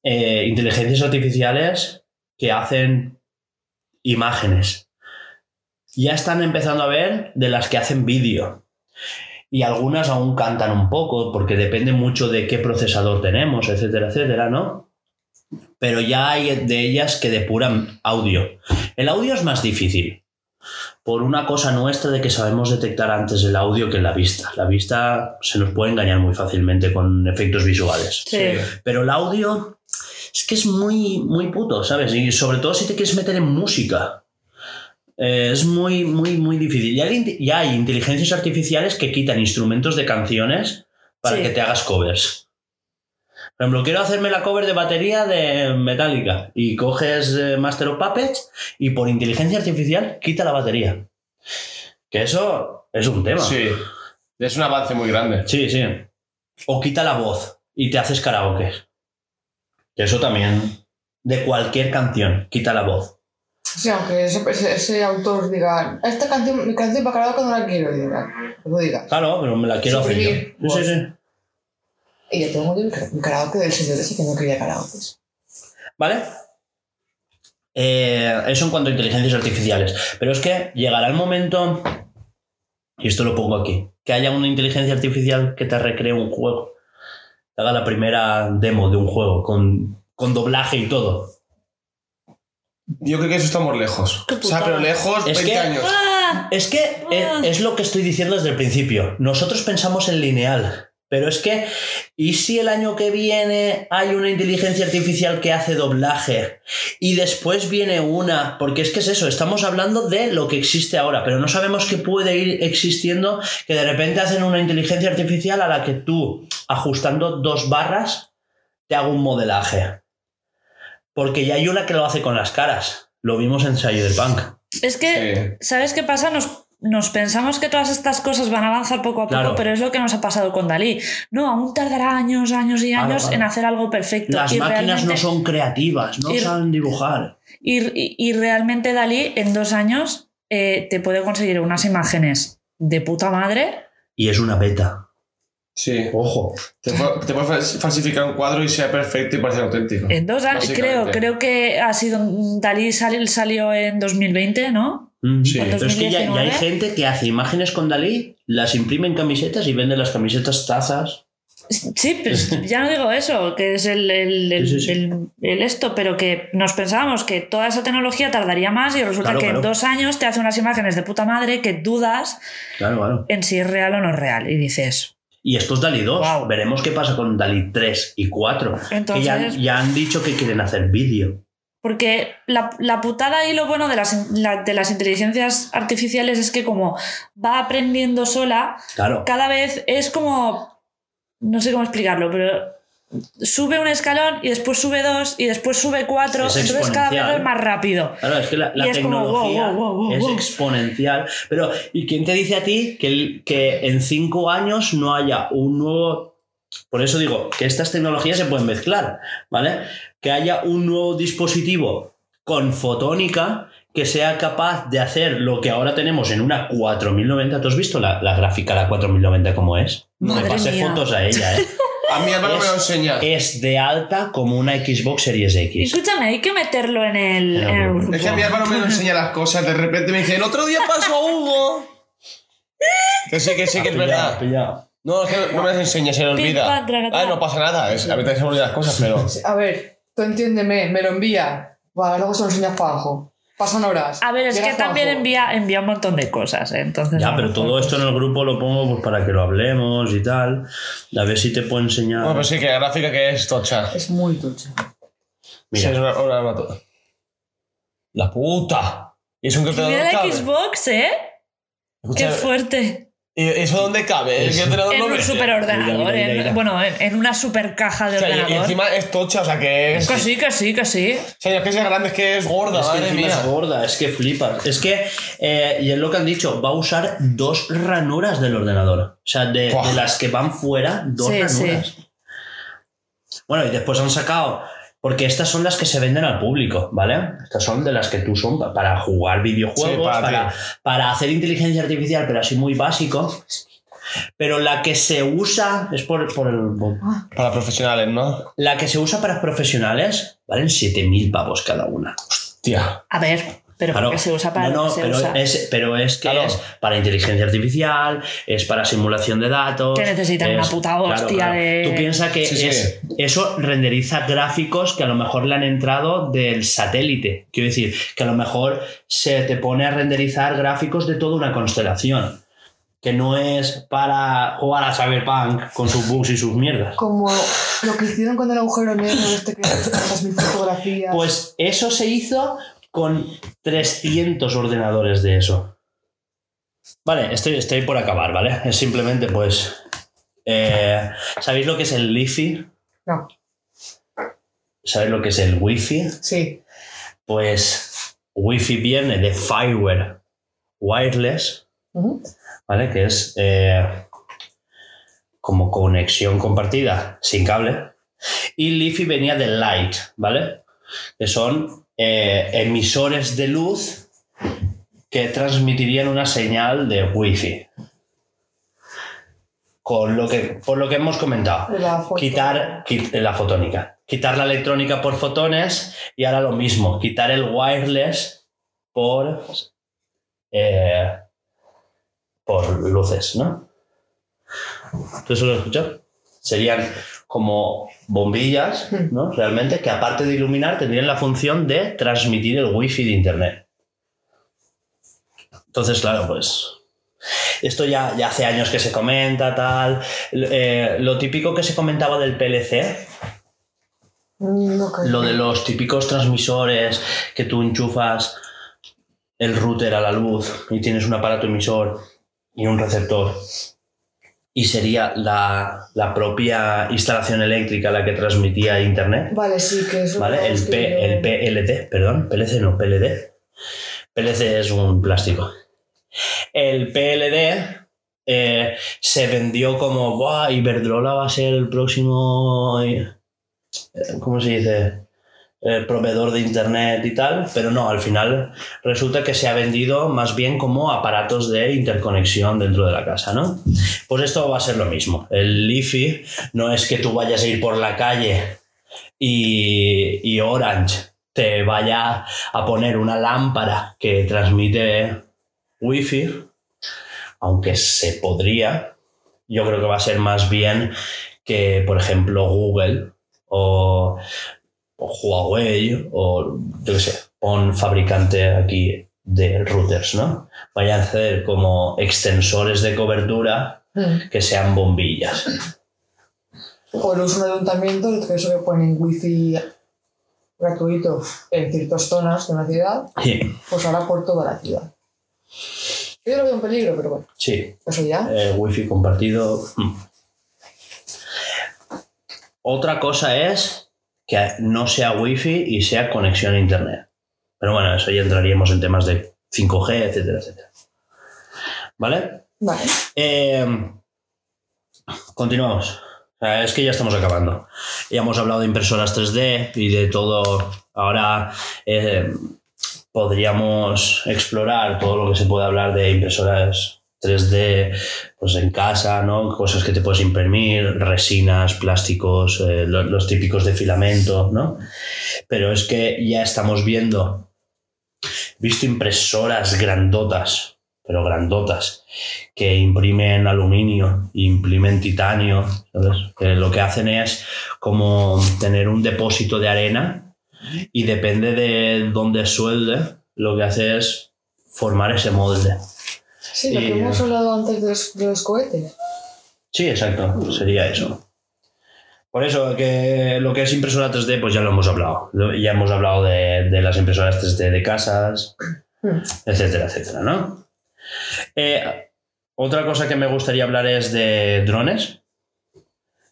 S1: eh, inteligencias artificiales que hacen imágenes. Ya están empezando a ver de las que hacen vídeo. Y algunas aún cantan un poco, porque depende mucho de qué procesador tenemos, etcétera, etcétera, ¿no? pero ya hay de ellas que depuran audio. El audio es más difícil, por una cosa nuestra de que sabemos detectar antes el audio que la vista. La vista se nos puede engañar muy fácilmente con efectos visuales.
S2: Sí.
S1: Pero el audio es que es muy, muy puto, ¿sabes? Y sobre todo si te quieres meter en música. Eh, es muy, muy, muy difícil. Y hay, inte- y hay inteligencias artificiales que quitan instrumentos de canciones para
S2: Sí.
S1: que te hagas covers. Por ejemplo, quiero hacerme la cover de batería de Metallica y coges eh, Master of Puppets y por inteligencia artificial quita la batería. Que eso es un tema.
S4: Sí. Es un avance muy grande.
S1: Sí, sí. O quita la voz y te haces karaoke. Que eso también. De cualquier canción, quita la voz.
S3: Sí, aunque ese, ese- ese autor diga, esta canción, mi canción para karaoke no la quiero, y diga, lo diga.
S1: Claro, pero me la quiero hacer yo.
S3: Suprimir
S1: Sí, sí,
S3: voz.
S1: sí.
S3: Y yo tengo el mi karaoke del señor ese que no quería karaoke.
S1: ¿Vale? Eh, eso en cuanto a inteligencias artificiales. Pero es que llegará el momento, y esto lo pongo aquí, que haya una inteligencia artificial que te recree un juego. Te haga la primera demo de un juego con, con doblaje y todo.
S4: Yo creo que eso estamos lejos.
S2: Qué
S4: O sea,
S2: putada.
S4: pero lejos,
S1: Es
S4: 20
S1: que-
S4: años.
S2: ¡Ah!
S1: Es que eh,
S2: Ah.
S1: es lo que estoy diciendo desde el principio. Nosotros pensamos en lineal, pero es que, ¿y si el año que viene hay una inteligencia artificial que hace doblaje y después viene una? Porque es que es eso, estamos hablando de lo que existe ahora, pero no sabemos qué puede ir existiendo, que de repente hacen una inteligencia artificial a la que tú, ajustando dos barras, te haga un modelaje. Porque ya hay una que lo hace con las caras. Lo vimos en Cyberpunk.
S2: Es que,
S4: Sí.
S2: ¿sabes qué pasa? Nos, nos pensamos que todas estas cosas van a avanzar poco a poco,
S1: Claro.
S2: pero es lo que nos ha pasado con Dalí. No, aún tardará años, años y
S1: Claro,
S2: años
S1: claro.
S2: en hacer algo perfecto.
S1: Las
S2: Y
S1: máquinas
S2: realmente-
S1: no son creativas, no
S2: y-
S1: saben dibujar.
S2: Y, y- y realmente Dalí en dos años eh, te puede conseguir unas imágenes de puta madre.
S1: Y es una beta.
S4: Sí.
S1: Ojo.
S4: Te, pu- te puedes falsificar un cuadro y sea perfecto y parecer auténtico.
S1: Eh,
S2: En dos años, creo,
S4: Básicamente.
S2: creo que ha sido Dalí sal- salió en 2020, ¿no?
S4: Sí.
S1: Mm, Pero es que ya, ya hay
S2: 2019.
S1: gente que hace imágenes con Dalí, las imprime en camisetas y vende las camisetas tazas.
S2: Sí, pero ya no digo eso, que es el, el- el-
S1: Sí, sí, sí.
S2: el- el esto, pero que nos pensábamos que toda esa tecnología tardaría más y resulta
S1: Claro,
S2: que en
S1: claro.
S2: dos años te hace unas imágenes de puta madre que dudas
S1: Claro, claro.
S2: en si es real o no es real. Y dices,
S1: Y esto es Dalí 2.
S2: Guau.
S1: Veremos qué pasa con Dalí 3 y 4. que ya,
S2: entonces.
S1: ya han dicho que quieren hacer vídeo.
S2: Porque la, la putada y lo bueno de las, in- la- de las inteligencias artificiales es que como va aprendiendo sola,
S1: Claro.
S2: cada vez es como, no sé cómo explicarlo, pero sube un escalón y después sube dos y después sube cuatro,
S1: Es
S2: entonces cada
S1: exponencial.
S2: vez es más rápido.
S1: Claro, es que la, la
S2: Y es como,
S1: tecnología
S2: wow, wow, wow, wow,
S1: es
S2: wow.
S1: exponencial. Pero, ¿y quién te dice a ti que, el- que en cinco años no haya un nuevo... Por eso digo que estas tecnologías se pueden mezclar, ¿vale? Que haya un nuevo dispositivo con fotónica que sea capaz de hacer lo que ahora tenemos en una 4090. ¿Tú has visto la, la gráfica, la 4090, cómo es? No le
S2: Madre
S1: pasé
S2: mía.
S1: fotos a ella, ¿eh?
S4: A mi hermano me lo
S1: Es-
S4: enseña.
S1: es de alta como una Xbox Series
S2: Y
S1: X.
S2: escúchame, hay que meterlo en el,
S1: Pero,
S2: en el
S1: bueno.
S2: grupo.
S4: Es que a mi hermano me lo enseña las cosas. De repente me dice, el otro día pasó a Hugo. Que sí, que sí, que es
S1: Pillado,
S4: verdad.
S1: pillado.
S4: No, es que no me las enseña, se le
S2: Pim,
S4: olvida.
S2: pam, traga, traga.
S4: Ah, no pasa nada. es- a veces se me olvidan las cosas, pero.
S3: Sí, A ver, tú entiéndeme, me lo envía. Vale, luego se lo enseña Juanjo. Pasan horas.
S2: A ver, es
S3: Llega
S2: que también
S3: Juanjo.
S2: envía, envía un montón de cosas, ¿eh? entonces... a
S1: Ya,
S2: lo
S1: pero
S2: mejor-
S1: todo esto en el grupo lo pongo pues para que lo hablemos y tal. A ver si te puedo enseñar.
S4: Bueno, pues sí, que la gráfica que es tocha.
S3: Es muy tocha.
S1: Mira.
S4: Sí, es una, una- una- La puta. Y es un contenedor
S2: Mira la
S4: cable.
S2: Xbox, ¿eh? Qué
S4: Escucha,
S2: fuerte.
S4: ¿y ¿Eso dónde cabe? El
S1: Eso.
S4: contenedor
S2: En
S4: no
S2: un
S4: mete.
S1: Mira,
S2: superordenador,
S1: mira, mira,
S2: en-
S1: mira.
S2: bueno, en, en una supercaja de
S4: O sea, y- y,
S2: ordenador.
S4: encima es tocha, o sea que es.
S2: Que sí, que sí, que sí.
S4: O sea, es que es grande, es que es gorda,
S1: es que
S4: madre
S1: encima
S4: mía.
S1: es gorda, es que flipas. Es que, eh, y es lo que han dicho, va a usar dos ranuras del ordenador. O sea, de,
S4: Buah.
S1: de las que van fuera, dos
S2: Sí,
S1: ranuras. Bueno, y después han sacado, porque estas son las que se venden al público, ¿vale? Estas son de las que tú son pa- para jugar videojuegos,
S4: Sí, para
S1: para,
S4: ti.
S1: para, hacer inteligencia artificial, pero así muy básico. Pero la que se usa es por, por el,
S2: Ah.
S4: Para profesionales, ¿no?
S1: La que se usa para profesionales valen 7.000 pavos cada una.
S4: Tía.
S2: A ver, pero
S1: Claro.
S2: porque se usa para
S1: No,
S2: lo
S1: no,
S2: que se
S1: pero,
S2: usa.
S1: Es, pero es que
S4: Claro.
S1: es para inteligencia artificial, es para simulación de datos.
S2: Que necesitan
S1: es-
S2: una puta hostia de-
S1: Tú piensas que
S4: Sí, sí.
S1: es- eso renderiza gráficos que a lo mejor le han entrado del satélite. Quiero decir, que a lo mejor se te pone a renderizar gráficos de toda una constelación. Que no es para jugar a Cyberpunk con sus bugs y sus mierdas.
S3: Como lo que hicieron con el agujero negro, este que tantas mil fotografías.
S1: Pues eso Pues se hizo con 300 ordenadores de eso. Vale, estoy, estoy por acabar, ¿vale? Es simplemente pues... eh, ¿Sabéis lo que es el Li-Fi?
S3: No.
S1: ¿Sabéis lo que es el Wi-Fi?
S3: Sí.
S1: Pues Wi-Fi viene de Fireware Wireless,
S3: Ujú.
S1: ¿vale? Que es eh, como conexión compartida sin cable. Y Lifi venía de Light, ¿vale? Que son eh, emisores de luz que transmitirían una señal de Wi-Fi. Con lo que, por lo que hemos comentado
S3: La foto.
S1: quitar quit- eh, la fotónica, quitar la electrónica por fotones y ahora lo mismo, quitar el wireless por eh, por luces, ¿no? ¿Tú eso lo has escuchado? Serían como bombillas, ¿no? Realmente que aparte de iluminar tendrían la función de transmitir el wifi de internet. Entonces, claro, pues esto ya, ya hace años que se comenta, tal. L- eh, lo típico que se comentaba del PLC,
S3: Mm, ok.
S1: lo de los típicos transmisores que tú enchufas el router a la luz y tienes un aparato emisor y un receptor. Y sería la, la propia instalación eléctrica la que transmitía internet.
S3: Vale, sí, que es lo
S1: ¿Vale?
S3: que
S1: El,
S3: es que yo-
S1: P, el PLT, perdón, PLC no, PLD. PLC es un plástico. El PLD eh, se vendió como, ¡buah! Iberdrola va a ser el próximo, eh, ¿cómo se dice? Eh, proveedor de internet y tal, pero no, al final resulta que se ha vendido más bien como aparatos de interconexión dentro de la casa, ¿no? Pues esto va a ser lo mismo. El IFI no es que tú vayas a ir por la calle y, y Orange te vaya a poner una lámpara que transmite wifi, aunque se podría, yo creo que va a ser más bien que, por ejemplo, Google o, o Huawei o, yo qué sé, pon fabricante aquí de routers, ¿no? Vayan a hacer como extensores de cobertura
S3: Mm.
S1: que sean bombillas.
S3: O el uso de ayuntamiento, el que eso que ponen wifi gratuito en ciertas zonas de una ciudad,
S1: Sí,
S3: pues ahora por toda la ciudad. Yo lo veo un peligro, pero bueno,
S1: sí.
S3: eso ya.
S1: Eh, wifi compartido. mm. Otra cosa es que no sea wifi y sea conexión a internet. Pero bueno, eso ya entraríamos en temas de 5G, etcétera, etcétera. ¿Vale?
S3: Vale.
S1: Eh, continuamos. O sea, Es que ya estamos acabando. Ya hemos hablado de impresoras 3D y de todo. Ahora eh, podríamos explorar todo lo que se puede hablar de impresoras 3D pues en casa, ¿no? Cosas que te puedes imprimir, resinas, plásticos, eh, lo- los, típicos de filamento, ¿no? Pero es que ya estamos viendo, visto impresoras grandotas, pero grandotas, que imprimen aluminio, imprimen titanio, ¿sabes? Que lo que hacen es como tener un depósito de arena y depende de dónde suelde, lo que hace es formar ese molde.
S3: Sí, lo
S1: Y,
S3: que hemos
S1: eh,
S3: hablado antes de los, de los cohetes.
S1: Sí, exacto, sería eso. Por eso, que lo que es impresora 3D, pues ya lo hemos hablado. Lo- Ya hemos hablado de, de las impresoras 3D de casas,
S3: Mm.
S1: etcétera, etcétera, ¿no? Eh, otra cosa que me gustaría hablar es de drones,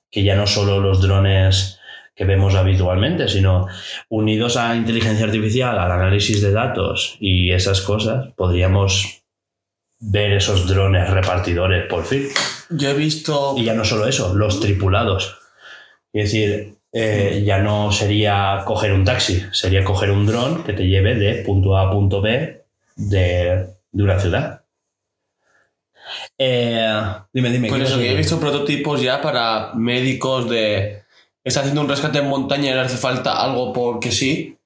S1: que ya no solo los drones que vemos habitualmente, sino unidos a inteligencia artificial, al análisis de datos y esas cosas, podríamos ver esos drones repartidores por fin.
S4: Yo he visto.
S1: Y ya no solo eso, los tripulados. Es decir, eh, ya no sería coger un taxi, sería coger un dron que te lleve de punto A a punto B de, de una ciudad. Eh, dime, dime.
S4: Por
S1: ¿qué
S4: Pues
S1: vas
S4: eso
S1: a
S4: que
S1: decir?
S4: he visto prototipos ya para médicos de. Está haciendo un rescate en montaña y le hace falta algo porque sí.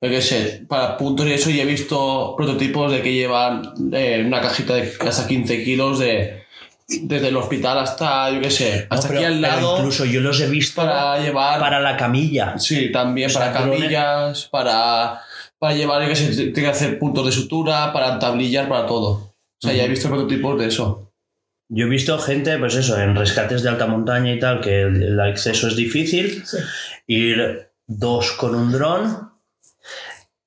S4: Yo qué sé, para puntos y eso, y he visto prototipos de que llevan eh, una cajita de hasta 15 kilos de, desde el hospital hasta, yo qué sé,
S1: No,
S4: hasta
S1: pero-
S4: aquí al
S1: pero
S4: lado
S1: Incluso yo los he visto para,
S4: para llevar.
S1: la camilla.
S4: Sí, también
S1: O sea,
S4: para
S1: drones.
S4: camillas, para, para llevar, yo qué sé, tiene que hacer puntos de sutura, para tablillar, para todo. O sea, ya he visto prototipos de eso.
S1: Yo he visto gente, pues eso, en rescates de alta montaña y tal, que el, el acceso es difícil,
S3: Sí.
S1: ir dos con un dron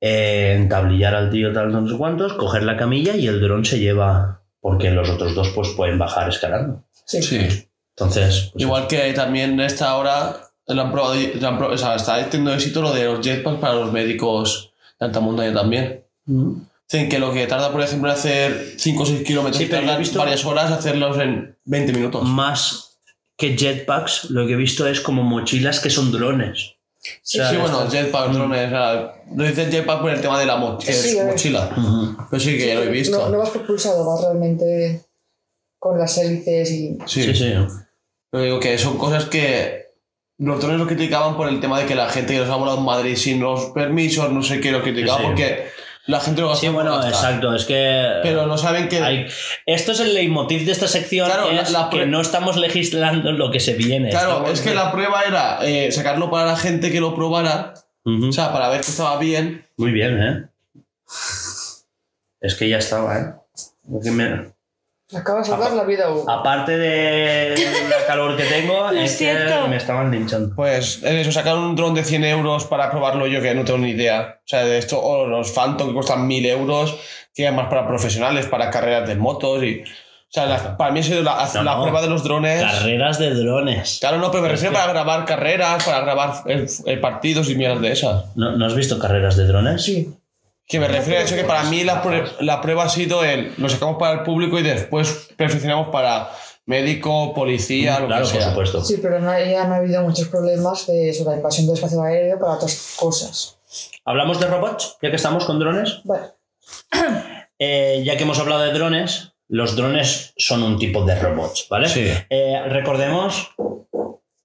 S1: eh, entablillar al tío tal, no sé cuántos, coger la camilla y el dron se lleva, porque los otros dos pues pueden bajar escalando.
S3: Sí.
S4: Sí.
S1: Entonces, pues,
S4: Igual que también en esta hora lo han probado, lo han pro- o sea, está teniendo éxito lo de los jetpacks para los médicos de alta montaña también. Dicen que lo que tarda, por ejemplo, en hacer 5 o 6 kilómetros,
S1: Sí, pero yo he
S4: tardan
S1: visto- Mm.
S4: varias horas hacerlos en 20 minutos.
S1: más que jetpacks, lo que he visto es como mochilas que son drones.
S3: Sí,
S1: O sea,
S4: sí, bueno,
S1: está-
S4: jetpack, drones. o sea, no dicen jetpack por el tema de la mo- que es
S3: Sí, a ver.
S4: mochila.
S1: Ujú.
S4: Pero sí que ya lo he visto.
S3: No, no vas propulsado, vas realmente con las hélices y.
S4: Sí.
S1: sí. sí.
S4: Pero digo que son cosas que los drones lo criticaban por el tema de que la gente que los ha volado en Madrid sin los permisos, no sé qué, lo criticaban
S1: Sí.
S4: porque la gente lo gasta.
S1: Sí, bueno,
S4: por gastar.
S1: exacto, es que...
S4: Pero no saben que.
S1: hay- Esto es el leitmotiv de esta sección,
S4: Claro,
S1: es
S4: la- la-
S1: que no estamos legislando lo que se viene.
S4: claro,
S1: estamos-
S4: es que la prueba era eh, sacarlo para la gente que lo probara,
S1: Ujú.
S4: o sea, para ver que estaba bien.
S1: Muy bien, ¿eh? Es que ya estaba, ¿eh? Lo que me-
S3: Acaba de
S1: Ah,
S3: salvar la vida a Hugo.
S1: Aparte de la calor que tengo,
S2: Lo
S1: es
S2: siento.
S1: que me estaban linchando.
S4: Pues eh, eso, sacar un dron de 100 euros para probarlo yo que no tengo ni idea. O sea, de esto, o los Phantom que cuestan 1000 euros, que es más para profesionales, para carreras de motos y. O sea, la- para mí ha sido la,
S1: No,
S4: la
S1: no.
S4: prueba de los drones.
S1: Carreras de drones.
S4: Claro, no, pero me
S1: Pero es
S4: refiero
S1: que-
S4: para grabar carreras, para grabar eh, eh, partidos y mierdas de esas.
S1: ¿No, no has visto carreras de drones?
S3: Sí.
S4: Que me refiero a eso que para mí la, prue- la prueba ha sido el lo sacamos para el público y después perfeccionamos para médico, policía, lo
S1: Mm, claro,
S4: que
S1: por
S4: sea.
S1: supuesto.
S3: Sí, pero no, ya no ha habido muchos problemas de eso, la invasión del espacio aéreo para otras cosas.
S1: ¿Hablamos de robots? Ya que estamos con drones.
S3: Vale.
S1: Eh, ya que hemos hablado de drones, los drones son un tipo de robots, ¿vale?
S4: Sí.
S1: Eh, recordemos,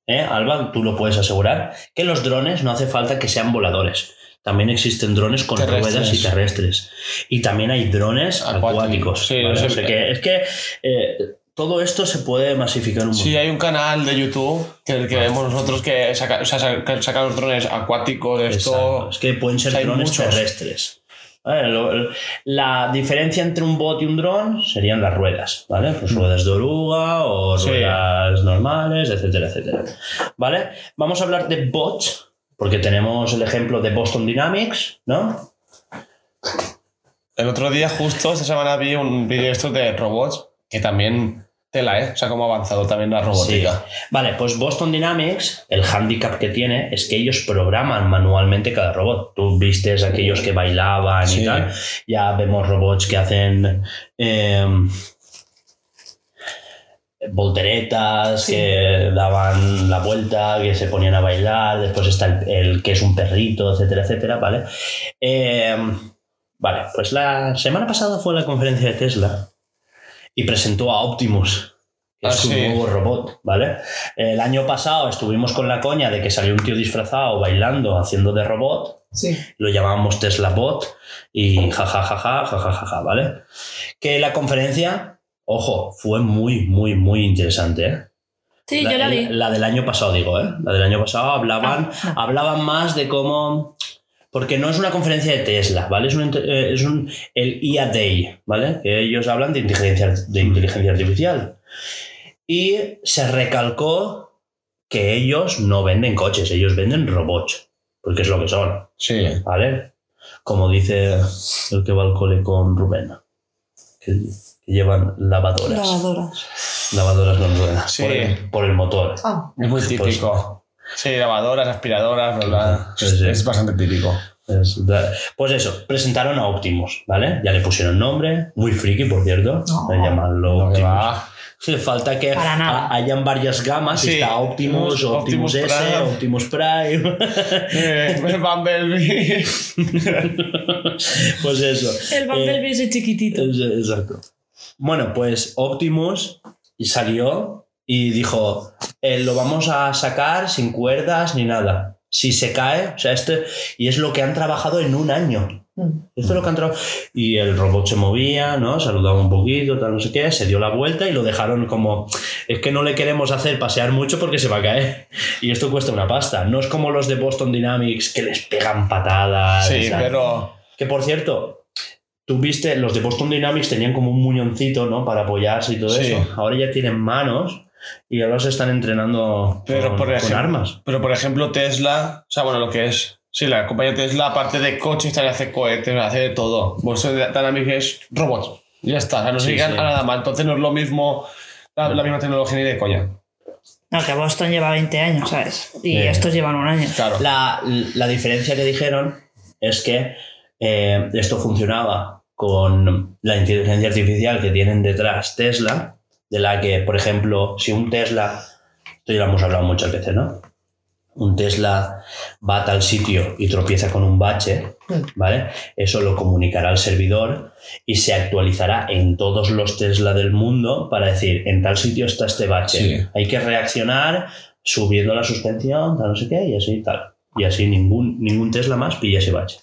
S1: eh, Alba, tú lo puedes asegurar, que los drones no hace falta que sean voladores. También existen drones con
S4: Terrestres.
S1: ruedas y terrestres. Y también hay drones
S4: Acuáticos.
S1: acuáticos.
S4: Sí,
S1: ¿vale?
S4: no sé.
S1: O sea que es que eh, todo esto se puede masificar un montón.
S4: Sí, hay un canal de YouTube que el que vemos nosotros que saca, o sea, saca- saca los drones acuáticos,
S1: Exacto.
S4: esto.
S1: Es que pueden ser
S4: o sea, hay
S1: drones
S4: muchos.
S1: terrestres. Vale, lo- la diferencia entre un bot y un dron serían las ruedas, ¿vale? Pues ruedas de oruga o
S4: Mm. Sí.
S1: ruedas normales, etcétera, etcétera. ¿Vale? Vamos a hablar de bots, porque tenemos el ejemplo de Boston Dynamics, ¿no?
S4: El otro día, justo esta semana, vi un vídeo de estos de robots que también tela, ¿eh? O sea, cómo ha avanzado también la robótica.
S1: Sí. Vale, pues Boston Dynamics, el handicap que tiene es que ellos programan manualmente cada robot. Tú vistes aquellos que bailaban y
S4: Sí.
S1: tal. Ya vemos robots que hacen eh, volteretas,
S3: Sí.
S1: que daban la vuelta, que se ponían a bailar. Después está el, el que es un perrito, etcétera, etcétera, ¿vale? Eh, vale, pues la semana pasada fue la conferencia de Tesla y presentó a Optimus, que
S4: Ah,
S1: es su
S4: sí.
S1: nuevo robot, ¿vale? El año pasado estuvimos con la coña de que salió un tío disfrazado bailando, haciendo de robot,
S3: Sí.
S1: lo llamábamos Tesla Bot y jajajaja, jajajaja, ¿vale? Que la conferencia, ojo, fue muy, muy, muy interesante, ¿eh?
S2: Sí,
S1: la,
S2: yo la vi. Ah,
S1: la del año pasado, digo, ¿eh? La del año pasado hablaban, hablaban más de cómo. Porque no es una conferencia de Tesla, ¿vale? Es un, inte- eh, es un el IA Day, ¿vale? Que ellos hablan de inteligencia, de inteligencia artificial. Y se recalcó que ellos no venden coches, ellos venden robots, porque es lo que son.
S4: Sí.
S1: ¿vale? Como dice el que va al cole con Rubén, que, que llevan lavadoras,
S2: Lavadoras.
S1: lavadoras con ruedas,
S4: Sí.
S1: por, el, por el motor.
S3: Ah,
S4: Es muy
S1: Pues-
S4: típico. sí, lavadoras, aspiradoras, bla, bla.
S1: Sí, sí.
S4: Es bastante típico.
S1: Es da- Pues eso, presentaron a Optimus, ¿vale? Ya le pusieron nombre, muy friki, por cierto,
S3: No.
S1: de llamarlo
S4: Lo que
S1: Optimus.
S4: va.
S1: Sí, falta que
S2: Para nada.
S1: ha- hayan varias gamas,
S4: Sí.
S1: está Optimus, Optimus,
S4: Optimus
S1: S,
S4: Prime.
S1: Optimus Prime,
S4: Eh, Bumblebee.
S1: pues eso.
S2: El
S1: Eh,
S2: Bumblebee ese chiquitito.
S1: Es- Exacto. Bueno, pues Optimus salió y dijo, eh, lo vamos a sacar sin cuerdas ni nada. Si se cae, o sea, este, y es lo que han trabajado en un año.
S3: mm.
S1: Esto es lo que han trabajado. Y el robot se movía, ¿no? Saludaba un poquito, tal, no sé qué, se dio la vuelta y lo dejaron como, es que no le queremos hacer pasear mucho porque se va a caer. Y esto cuesta una pasta. No es como los de Boston Dynamics que les pegan patadas.
S4: Sí,
S1: tal.
S4: pero.
S1: Que por cierto, tú viste, los de Boston Dynamics tenían como un muñoncito, ¿no? Para apoyarse y todo
S4: Sí.
S1: eso. Ahora ya tienen manos y ahora se están entrenando
S4: Pero,
S1: con,
S4: por
S1: con
S4: ejemplo-
S1: armas.
S4: Pero por ejemplo, Tesla, o sea, bueno, lo que es Sí, la compañía Tesla, aparte de coches, también hace cohetes, hace de todo. Bolsas Dynamics es robots. Ya está, o sea, no se
S1: Sí,
S4: dedican
S1: sí.
S4: a nada más. Entonces no es lo mismo, la, la misma tecnología ni de coña.
S2: No, que Boston lleva 20 años, ¿sabes? Y
S1: Eh.
S2: estos llevan un año.
S4: Claro.
S1: La, la diferencia que dijeron es que eh, esto funcionaba con la inteligencia artificial que tienen detrás Tesla, de la que, por ejemplo, si un Tesla, esto ya lo hemos hablado muchas veces, ¿no? Un Tesla va a tal sitio y tropieza con un bache, ¿vale? Eso lo comunicará al servidor y se actualizará en todos los Tesla del mundo para decir, en tal sitio está este bache.
S4: Sí.
S1: Hay que reaccionar subiendo la suspensión, tal, no sé qué, y así tal. Y así ningún, ningún Tesla más pilla ese bache.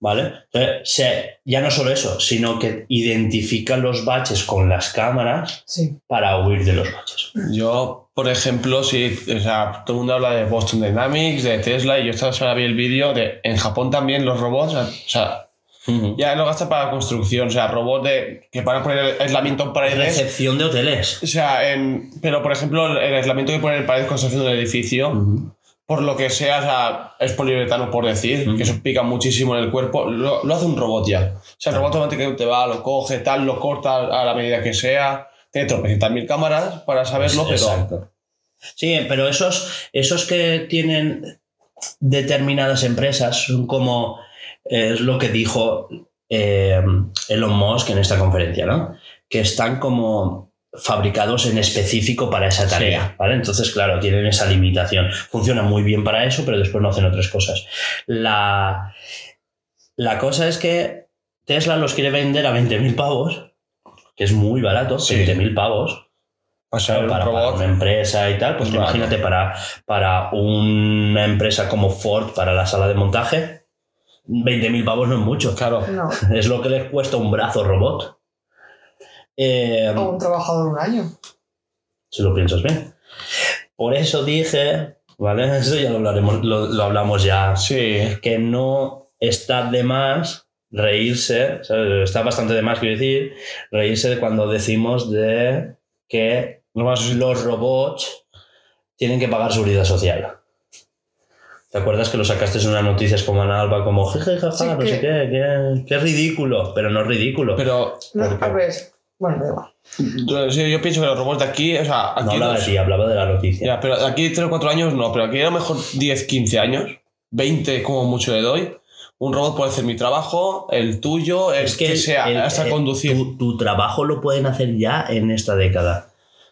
S1: ¿Vale? Entonces, se- ya no solo eso, sino que identifica los baches con las cámaras
S3: Sí.
S1: para huir de los baches.
S4: Yo, por ejemplo, sí, o sea, todo el mundo habla de Boston Dynamics, de Tesla, y yo esta semana vi el vídeo de en Japón también los robots, o sea, ya lo gastan para construcción, o sea, robots de, que van a poner aislamiento en paredes.
S1: Recepción de hoteles.
S4: O sea, en- pero por ejemplo, el aislamiento que ponen en paredes construcción del edificio, por lo que sea, o sea, es poliuretano por decir,
S1: Ujú.
S4: que eso pica muchísimo en el cuerpo, lo, lo hace un robot ya. O sea, el robot automáticamente va, lo coge, tal, lo corta a la medida que sea. Tiene tropecientas mil cámaras para saberlo, pero.
S1: Exacto. Sí, pero esos, esos que tienen determinadas empresas son como eh, es lo que dijo eh, Elon Musk en esta conferencia, ¿no? Que están como fabricados en específico para esa tarea, ¿vale? Entonces, claro, tienen esa limitación. Funciona muy bien para eso, pero después no hacen otras cosas. La, la cosa es que Tesla los quiere vender a 20.000 pavos, que es muy barato,
S4: Sí.
S1: 20.000 pavos,
S4: O sea, un
S1: para, para
S4: robot.
S1: una empresa y tal, pues
S4: Es barato.
S1: imagínate para, para una empresa como Ford, para la sala de montaje, 20.000 pavos no es mucho.
S4: Claro.
S3: No.
S1: Es lo que les cuesta un brazo robot. Eh,
S3: O un trabajador un año.
S1: si lo piensas bien. Por eso dije, ¿vale? Eso ya lo, hablaremos, lo, lo hablamos ya.
S4: Sí.
S1: Que no está de más reírse, ¿sabes? está bastante de más, quiero decir, reírse de cuando decimos de que
S4: No vas a ser-
S1: los robots tienen que pagar seguridad social. ¿Te acuerdas que lo sacaste en unas noticias como en Alba, como jejejaja,
S3: Sí,
S1: no
S3: que-
S1: sé qué, qué, qué ridículo? Pero no es ridículo.
S4: Pero
S3: No,
S1: ¿Por qué?
S3: a ver. Bueno, da igual.
S4: yo, sí, yo pienso que los robots de aquí, o sea,
S1: no
S4: aquí
S1: hablaba de
S4: los-
S1: ti, hablaba de la noticia.
S4: Ya, pero aquí 3 o 4 años no, pero aquí a lo mejor 10, 15 años, 20 como mucho le doy. Un robot puede hacer mi trabajo, el tuyo, el que, sea,
S1: el-
S4: hasta
S1: el-
S4: conducir.
S1: Tu, tu trabajo lo pueden hacer ya en esta década.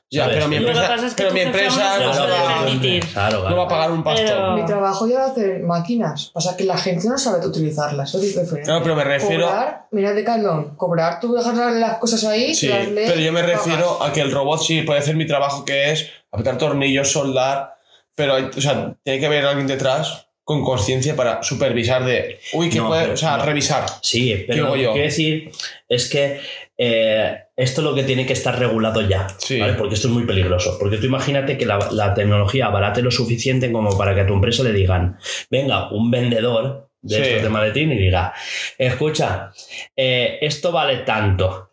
S4: ya,
S1: sabes,
S4: pero mi
S1: Lo que
S4: empresa,
S2: pasa es que
S4: pero
S2: tu
S4: mi
S2: jefe
S4: empresa
S2: aún
S4: no,
S2: no se
S4: va
S2: lo
S4: a pagar-
S2: deja permitir.
S1: claro,
S4: no va a pagar un pastor.
S2: Pero-
S3: Mi trabajo ya lo hacen máquinas. Pasa que la gente no sabe utilizarlas. Eso es diferente.
S4: Claro, pero me refiero.
S3: Cobrar, mira de calón. Cobrar, tú dejas las cosas ahí.
S4: Sí,
S3: las lees,
S4: pero yo me
S3: pagas.
S4: refiero a que el robot sí puede hacer mi trabajo, que es apretar tornillos, soldar, pero hay- o sea, tiene que haber alguien detrás con conciencia para supervisar de, uy, que
S1: No,
S4: puede,
S1: pero-
S4: o sea,
S1: no.
S4: revisar.
S1: Sí, pero
S4: Digo
S1: lo que
S4: yo.
S1: quiero decir es que eh, esto es lo que tiene que estar regulado ya,
S4: Sí.
S1: ¿vale? Porque esto es muy peligroso. Porque tú imagínate que la, la tecnología abarate lo suficiente como para que a tu empresa le digan, venga, un vendedor de
S4: Sí.
S1: estos de maletín y diga, escucha, eh, esto vale tanto.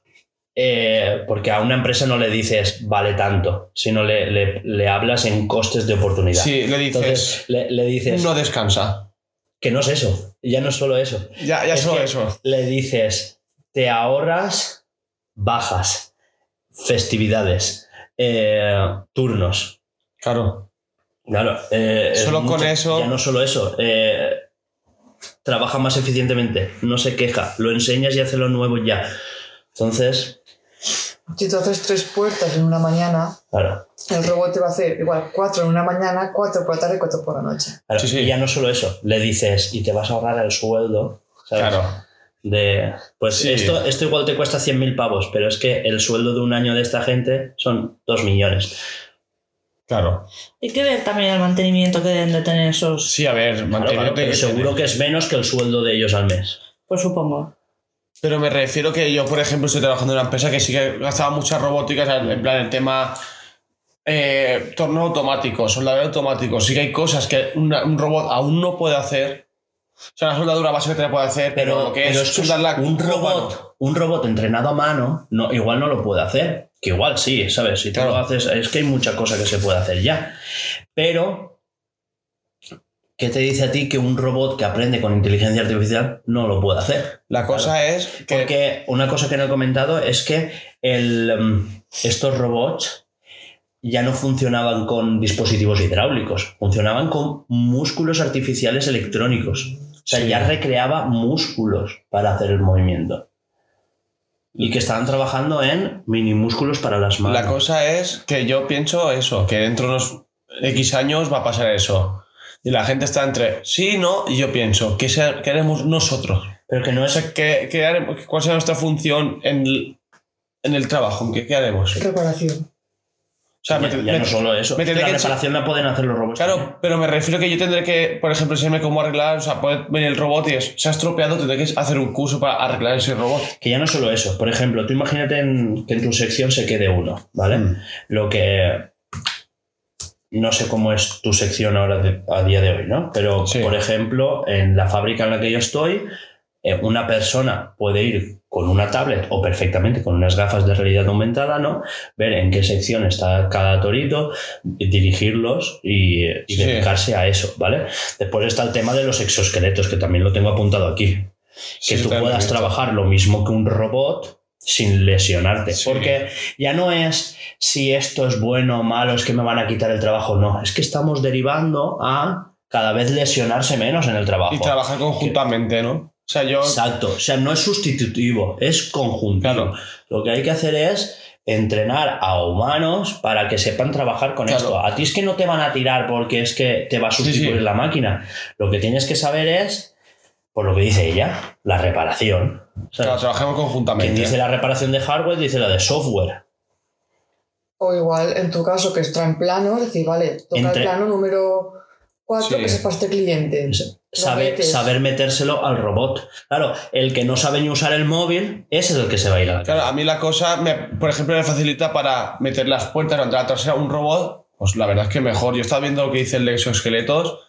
S1: Eh, porque a una empresa no le dices vale tanto, sino le, le- le hablas en costes de oportunidad.
S4: Sí, le
S1: Entonces
S4: dices,
S1: le, le dices
S4: no descansa.
S1: que no es eso, ya no es solo eso
S4: Ya, ya
S1: Es
S4: solo
S1: que-
S4: eso.
S1: le dices, te ahorras bajas, festividades, eh, turnos.
S4: Claro.
S1: Claro, eh, es
S4: Solo con eso-
S1: Ya no solo eso. eh, trabaja más eficientemente, no se queja, lo enseñas y hace lo nuevo ya. Entonces,
S3: Si tú haces tres puertas en una mañana,
S1: claro.
S3: el robot te va a hacer igual cuatro en una mañana, cuatro por la tarde, cuatro por la noche.
S1: claro,
S4: Sí, sí.
S1: Y ya no solo eso, le dices, y te vas a ahorrar el sueldo. ¿sabes?
S4: Claro.
S1: De, pues
S4: Sí.
S1: esto, esto igual te cuesta 100.000 pavos, pero es que el sueldo de un año de esta gente son 2 millones.
S4: Claro.
S2: Hay que ver también el mantenimiento que deben de tener esos,
S4: Sí, a ver,
S1: Claro, claro,
S4: mantenimiento
S1: pero
S4: que
S1: seguro
S4: tiene.
S1: que es menos que el sueldo de ellos al mes.
S2: pues supongo.
S4: Pero me refiero que yo, por ejemplo, estoy trabajando en una empresa que sí que gastaba mucha robótica, o sea, en plan el tema eh, tornos automáticos, soldadura automático. Sí que hay cosas que una- un robot aún no puede hacer. O sea, la soldadura básica te la puede hacer, pero,
S1: Pero,
S4: lo que
S1: pero
S4: es
S1: es que
S4: soldar la
S1: un
S4: ropa, no.
S1: robot, un robot entrenado a mano, no, igual no lo puede hacer. Que igual sí, ¿sabes? Si tú
S4: Claro.
S1: lo haces, es que hay mucha cosa que se puede hacer ya. Pero ¿Qué te dice a ti que un robot que aprende con inteligencia artificial no lo puede hacer?
S4: La cosa es que.
S1: Porque una cosa que no he comentado es que el, em, estos robots ya no funcionaban con dispositivos hidráulicos, funcionaban con músculos artificiales electrónicos. O sea,
S4: Sí.
S1: ya recreaba músculos para hacer el movimiento. Y que estaban trabajando en mini músculos para las manos.
S4: La cosa es que yo pienso eso, que dentro de unos X años va a pasar eso. Y la gente está entre sí, no, y yo pienso, ¿qué, se- qué haremos nosotros?
S1: Pero que no
S4: O
S1: es
S4: sea, ¿qué, qué haremos- ¿Cuál será nuestra función en el, en el trabajo? ¿Qué, qué haremos? O
S3: Reparación.
S4: sea,
S1: ya,
S4: me-
S1: ya
S4: me-
S1: no solo eso.
S4: me
S1: La
S4: tendré que ense-
S1: reparación la pueden hacer los robots.
S4: Claro, pero me refiero que yo tendré que, por ejemplo, enseñarme cómo arreglar, o sea, puede venir el robot y es, se ha estropeado, tendré que hacer un curso para arreglar ese robot.
S1: Que ya no solo eso. Por ejemplo, tú imagínate en- que en tu sección se quede uno, ¿vale?
S4: Mm.
S1: Lo que. No sé cómo es tu sección ahora de- a día de hoy, ¿no? Pero,
S4: Sí.
S1: por ejemplo, en la fábrica en la que yo estoy, eh, una persona puede ir con una tablet o perfectamente con unas gafas de realidad aumentada, ¿no? Ver en qué sección está cada torito, dirigirlos y, eh, y
S4: Sí.
S1: dedicarse a eso, ¿vale? Después está el tema de los exoesqueletos, que también lo tengo apuntado aquí que tú puedas trabajar lo mismo que un robot sin lesionarte.
S4: Sí.
S1: Porque ya no es si esto es bueno o malo, es que me van a quitar el trabajo. No, es que estamos derivando a cada vez lesionarse menos en el trabajo.
S4: Y trabajar conjuntamente, ¿no? O sea, yo...
S1: Exacto. O sea, no es sustitutivo, es conjuntivo.
S4: Claro.
S1: Lo que hay que hacer es entrenar a humanos para que sepan trabajar con
S4: Claro.
S1: esto. A ti es que no te van a tirar porque es que te va a
S4: Sí,
S1: sustituir
S4: sí.
S1: la máquina. Lo que tienes que saber es, por lo que dice ella, la reparación. ¿Sabes?
S4: Claro, trabajemos
S1: Quien
S4: conjuntamente.
S1: dice la reparación de hardware dice la de software.
S3: O igual, en tu caso, que está en plano, es decir, vale, toca
S1: Entre-
S3: el plano número 4,
S4: Sí.
S3: que es para este cliente.
S1: Es Sabe-
S3: metes.
S1: saber metérselo al robot. Claro, el que no sabe ni usar el móvil, ese es el que se va a ir a la
S4: Claro, a mí la cosa, me- por ejemplo, me facilita para meter las puertas la entrada trasera a un robot. Pues la verdad es que mejor. Yo estaba viendo lo que dice el de exoesqueletos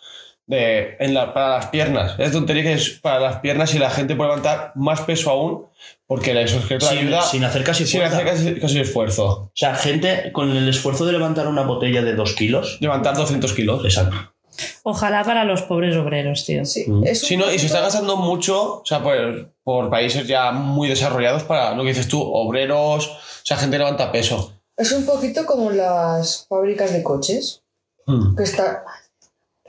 S4: de, en la- para las piernas. Es tontería que es para las piernas y la gente puede levantar más peso aún porque el exoesqueleto
S1: sin,
S4: ayuda
S1: sin hacer casi
S4: sin
S1: fuerza.
S4: hacer casi, casi esfuerzo.
S1: O sea, gente con el esfuerzo de levantar una botella de dos kilos.
S4: Levantar 200 kilos.
S1: Exacto.
S2: Ojalá para los pobres obreros, tío.
S3: Sí,
S1: Mm.
S3: es un
S4: Si no, y se está
S3: punto-
S4: gastando mucho, o sea, por, por países ya muy desarrollados para lo que dices tú, obreros, o sea, gente que levanta peso.
S3: Es un poquito como las fábricas de coches,
S4: Hmm.
S3: que está,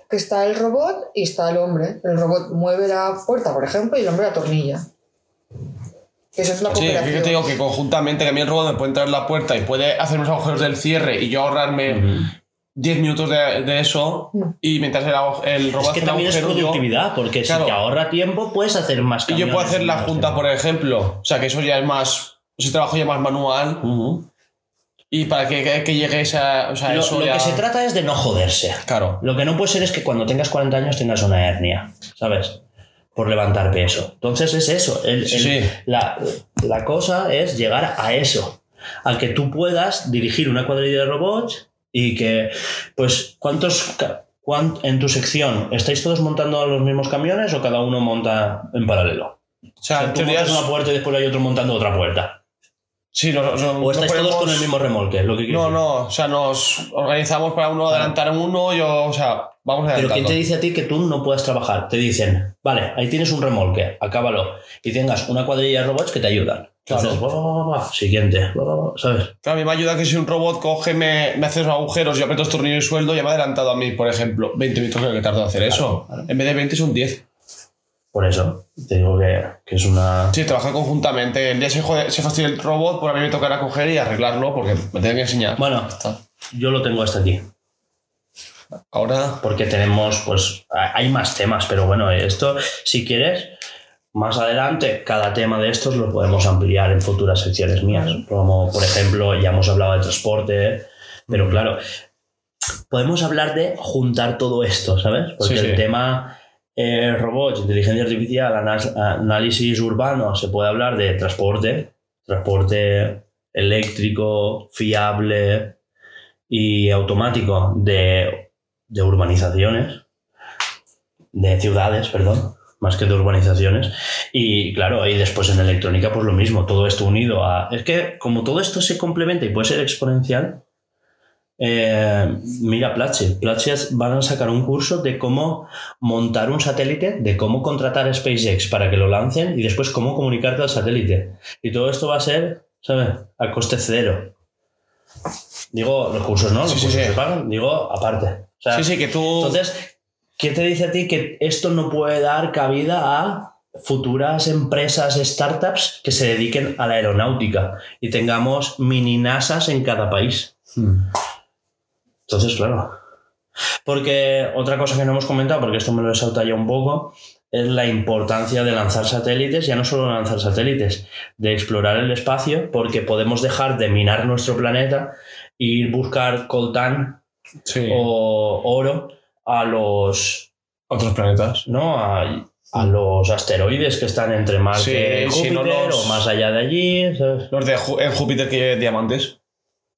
S3: que está el robot y está el hombre. El robot mueve la puerta, por ejemplo, y el hombre la tornilla. Eso es una
S4: Sí,
S3: cooperación.
S4: yo te digo que conjuntamente que a mí el robot me puede entrar en la puerta y puede hacer unos agujeros del cierre y yo ahorrarme 10 minutos de, de eso
S3: No.
S4: y mientras el, aguje- el robot
S1: Es que
S4: hace un
S1: también es
S4: agujero, yo-
S1: productividad, porque
S4: Claro.
S1: si te ahorra tiempo, puedes hacer más
S4: y yo puedo
S1: camiones,
S4: hacer la
S1: más
S4: junta,
S1: demás.
S4: por ejemplo. O sea, que eso ya es más, ese trabajo ya más manual
S1: Ujú.
S4: y para que, que, que llegue esa, o sea,
S1: Lo-
S4: eso
S1: lo
S4: ya...
S1: que se trata es de no joderse.
S4: Claro.
S1: Lo que no puede ser es que cuando tengas 40 años tengas una hernia, ¿sabes? Por levantar peso. Entonces es eso. el- el-
S4: Sí, sí.
S1: La, la cosa es llegar a eso. A que tú puedas dirigir una cuadrilla de robots y que, pues, ¿cuántos ca- cuán- en tu sección estáis todos montando los mismos camiones o cada uno monta en paralelo?
S4: O sea,
S1: O
S4: en
S1: sea, tú
S4: teoría
S1: montas
S4: es-
S1: una puerta y después hay otro montando otra puerta.
S4: Sí, no, no, no
S1: O estáis todos
S4: podemos-
S1: con el mismo remolque, es lo que quiero
S4: No,
S1: decir.
S4: no, o sea, nos organizamos para uno adelantar uno, yo, o sea, vamos
S1: Pero
S4: adelantando.
S1: ¿quién te dice a ti que tú no puedas trabajar? Te dicen, vale, ahí tienes un remolque, acábalo. Y tengas una cuadrilla de robots que te ayudan.
S4: Claro.
S1: Entonces, va, va, va, va, siguiente, va, va, va, ¿sabes?
S4: Claro, a mí me ayuda que si un robot coge, me, me hace los agujeros, yo aprieto los tornillos y sueldo, ya me ha adelantado a mí, por ejemplo, 20 minutos creo que tardo en hacer eso. En vez de 20 son 10.
S1: Por eso, te digo que, que es una...
S4: Sí, trabajar conjuntamente. El día se, jode- se fastidia el robot, por a mí me tocará coger y arreglarlo porque me tienen que enseñar.
S1: Bueno,
S4: Está.
S1: yo lo tengo hasta aquí,
S4: Ahora,
S1: porque tenemos, pues, ha- hay más temas, pero bueno, esto, si quieres, más adelante, cada tema de estos lo podemos ampliar en futuras secciones mías, como por ejemplo, ya hemos hablado de transporte, pero claro, podemos hablar de juntar todo esto, ¿sabes? Porque
S4: Sí, sí.
S1: el tema eh, robots, inteligencia artificial, anas- análisis urbano, se puede hablar de transporte, transporte eléctrico, fiable y automático de, de urbanizaciones, de ciudades, perdón, más que de urbanizaciones. Y claro, y después en electrónica, pues lo mismo, todo esto unido a. Es que como todo esto se complementa y puede ser exponencial, Eh, mira, Platzi. Platzi es- van a sacar un curso de cómo montar un satélite, de cómo contratar a SpaceX para que lo lancen y después cómo comunicarte al satélite. Y todo esto va a ser, ¿sabes? A coste cero. Digo, los cursos no, los
S4: Sí, sí,
S1: cursos
S4: sí.
S1: se pagan, digo, aparte. O sea,
S4: Sí, sí, que tú.
S1: entonces, ¿qué te dice a ti que esto no puede dar cabida a futuras empresas, startups que se dediquen a la aeronáutica y tengamos mini NASAs en cada país? Entonces, claro. Porque otra cosa que no hemos comentado, porque esto me lo he saltado ya un poco, es la importancia de lanzar satélites, ya no solo lanzar satélites, de explorar el espacio, porque podemos dejar de minar nuestro planeta e ir buscar coltán
S4: sí.
S1: o oro a los
S4: Otros planetas.
S1: no a, a los asteroides que están entre
S4: Sí,
S1: Marte y
S4: si
S1: Júpiter
S4: no los-
S1: o más allá de allí ¿sabes?
S4: Los de Ju- en Júpiter que hay diamantes.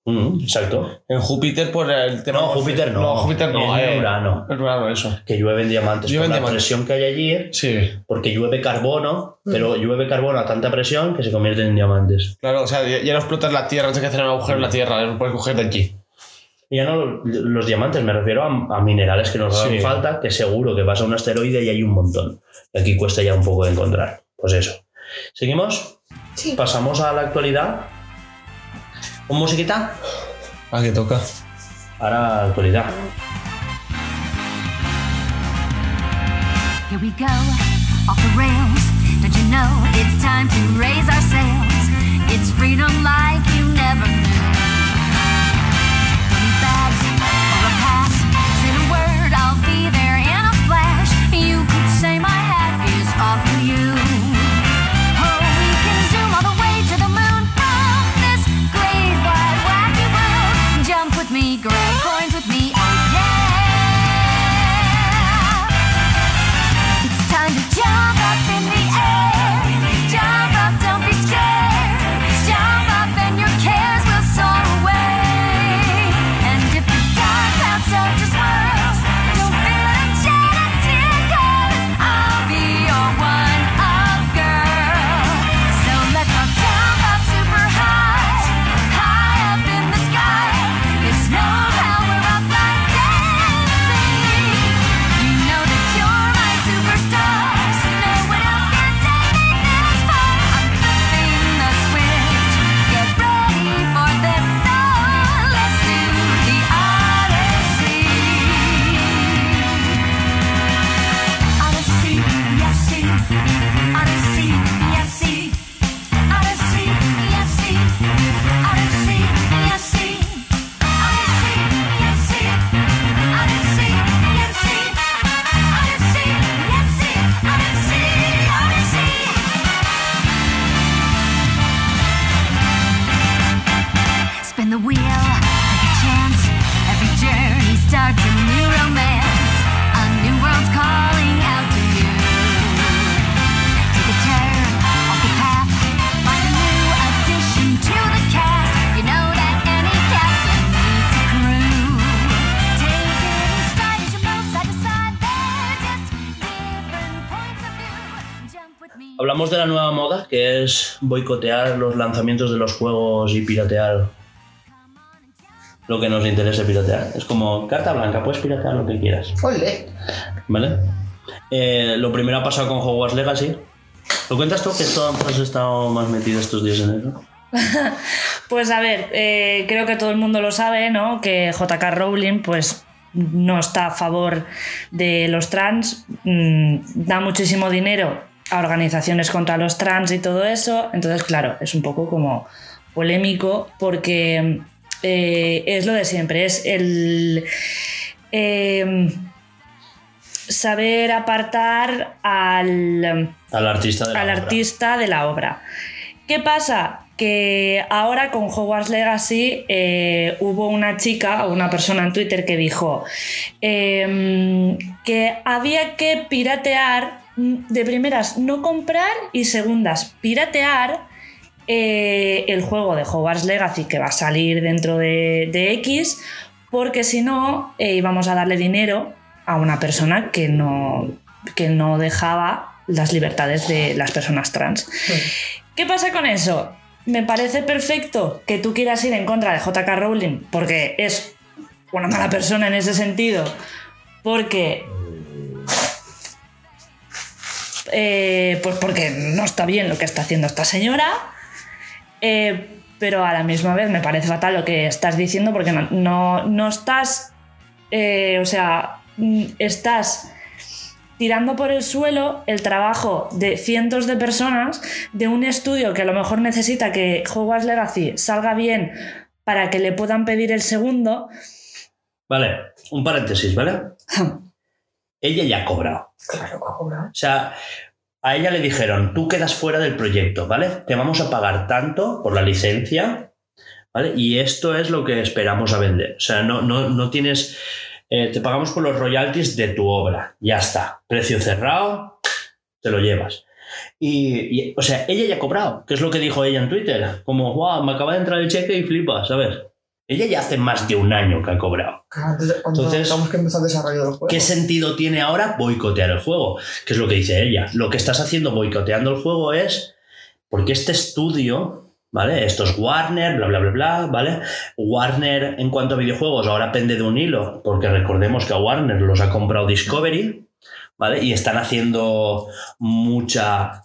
S1: Mm, exacto
S4: En Júpiter, pues el tema.
S1: no Júpiter no,
S4: No, Júpiter no.
S1: Es
S4: eh,
S1: Urano
S4: Es Urano, eso.
S1: que llueven diamantes por
S4: Llueven
S1: la
S4: diamantes.
S1: presión que hay allí
S4: Sí.
S1: porque llueve carbono
S3: Mm.
S1: pero llueve carbono a tanta presión que se convierten en diamantes
S4: Claro, o sea, ya, ya no explotas la Tierra, no tienes que hacer un agujero en la Tierra, lo puedes coger de aquí.
S1: y ya no los diamantes me refiero a, a minerales que nos hagan
S4: Sí.
S1: falta que seguro que pasa un asteroide y hay un montón Y aquí cuesta ya un poco de encontrar pues eso seguimos
S3: Sí.
S1: Pasamos a la actualidad. ¿Con musiquita?
S4: Ah, que toca.
S1: Ahora actualidad.
S5: Here we go, off the rails. Don't you know it's time to raise our sails? It's freedom like you never knew. Don't need bags or a pass. Say the word, I'll be there in a flash. You could say my hat is off to you. Oh, we can zoom all the way to the moon from this great wide wacky world. Jump with me, grab coins with me, oh yeah. It's time to jump up in the air. Jump up, don't be scared. Jump up and your cares will soar away. And if the dark clouds start to swirl, don't feel a jet of tears. I'll be your one-up girl. So let's all jump up super high, high up in the sky. There's no power up like dancing. You know that you're my superstar. No one else can take me this far. I'm flipping the switch. Get ready for the sun. Let's do the Odyssey. Odyssey, yes, see. Odyssey, yes, see. Odyssey, yes, see. Odyssey, yes, see. Odyssey, yes, see. Odyssey, yes, see. Odyssey, yes, see. Odyssey, Odyssey. Spin the wheel, take a chance. Every journey starts a new romance. A new world's calling out to you. Take a turn off the path. Find a new addition to the cast. You know that any captain needs a crew. Take it in stride as you move side to side. They're just different points of view. Jump with me.
S1: Hablamos de la nueva moda, que es boicotear los lanzamientos de los juegos y piratear lo que nos interese piratear. Es como carta blanca, puedes piratear lo que quieras.
S3: Ole.
S1: ¿Vale? Eh, lo primero ha pasado con Hogwarts Legacy. ¿Lo cuentas tú que esto has estado más metido estos días en eso?
S2: Pues a ver, eh, creo que todo el mundo lo sabe, ¿no? Que JK Rowling, pues no está a favor de los trans, mm, da muchísimo dinero a organizaciones contra los trans y todo eso, entonces claro, es un poco como polémico porque eh, es lo de siempre, es el... eh, saber apartar al
S1: Al artista de la
S2: al
S1: obra.
S2: artista de la obra. ¿Qué pasa? Que ahora con Hogwarts Legacy eh, hubo una chica o una persona en Twitter que dijo em, que había que piratear, mm, de primeras no comprar y segundas piratear eh, el juego de Hogwarts Legacy que va a salir dentro de, de X, porque si no eh, íbamos a darle dinero a una persona que no, que no dejaba las libertades de las personas trans. ¿Qué pasa con eso? Me parece perfecto que tú quieras ir en contra de JK Rowling porque es una mala persona en ese sentido, porque. eh, pues porque no está bien lo que está haciendo esta señora, eh, pero a la misma vez me parece fatal lo que estás diciendo porque no, no, no estás. eh, o sea, mm, estás tirando por el suelo el trabajo de cientos de personas de un estudio que a lo mejor necesita que Hogwarts Legacy salga bien para que le puedan pedir el segundo.
S1: Vale, un paréntesis, ¿vale? Ella ya ha cobrado.
S3: Claro, cobra.
S1: O sea, a ella le dijeron, tú quedas fuera del proyecto, ¿vale? Te vamos a pagar tanto por la licencia, ¿vale? Y esto es lo que esperamos a vender. O sea, no, no, no tienes... eh, te pagamos por los royalties de tu obra. Ya está. Precio cerrado, te lo llevas. Y, y, o sea, ella ya ha cobrado, que es lo que dijo ella en Twitter. Como, guau, me acaba de entrar el cheque y flipa, ¿sabes? Ella ya hace más de un año que ha cobrado.
S3: Claro, entonces, cuando
S1: Entonces-
S3: tengamos que empezar a desarrollar el juego.
S1: ¿Qué sentido tiene ahora boicotear el juego? Que es lo que dice ella. Lo que estás haciendo boicoteando el juego es porque este estudio, ¿vale? Esto es Warner, bla, bla, bla, bla, ¿vale? Warner en cuanto a videojuegos ahora pende de un hilo, porque recordemos que a Warner los ha comprado Discovery, ¿vale? Y están haciendo mucha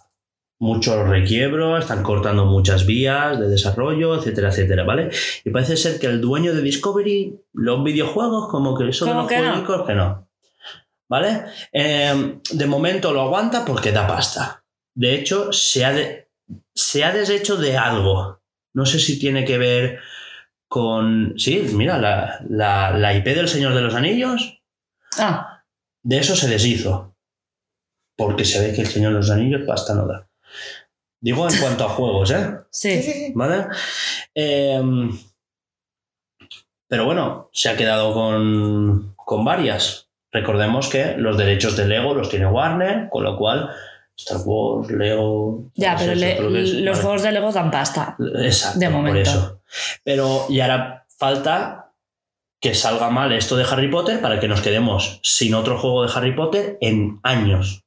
S1: mucho requiebro, están cortando muchas vías de desarrollo, etcétera, etcétera, ¿vale? Y parece ser que el dueño de Discovery, los videojuegos, como que eso de
S2: Como
S1: los
S2: que no.
S1: juegos, que no. ¿Vale? Eh, de momento lo aguanta porque da pasta. De hecho, se ha, de- se ha deshecho de algo. No sé si tiene que ver con. Sí, mira, la, la, la IP del Señor de los Anillos,
S2: Ah,
S1: de eso se deshizo. Porque se ve que el Señor de los Anillos pasta no da. Digo en cuanto a juegos, ¿eh?
S3: Sí,
S2: sí.
S3: sí, sí.
S1: ¿Vale? Em, pero bueno, se ha quedado con, con varias. Recordemos que los derechos de Lego los tiene Warner, con lo cual Star Wars, Lego.
S2: Ya,
S1: no sé,
S2: pero le-
S1: creo que es-
S2: los
S1: vale.
S2: juegos de Lego dan pasta.
S1: Exacto,
S2: de
S1: por
S2: momento.
S1: eso. Pero y hará falta que salga mal esto de Harry Potter para que nos quedemos sin otro juego de Harry Potter en años,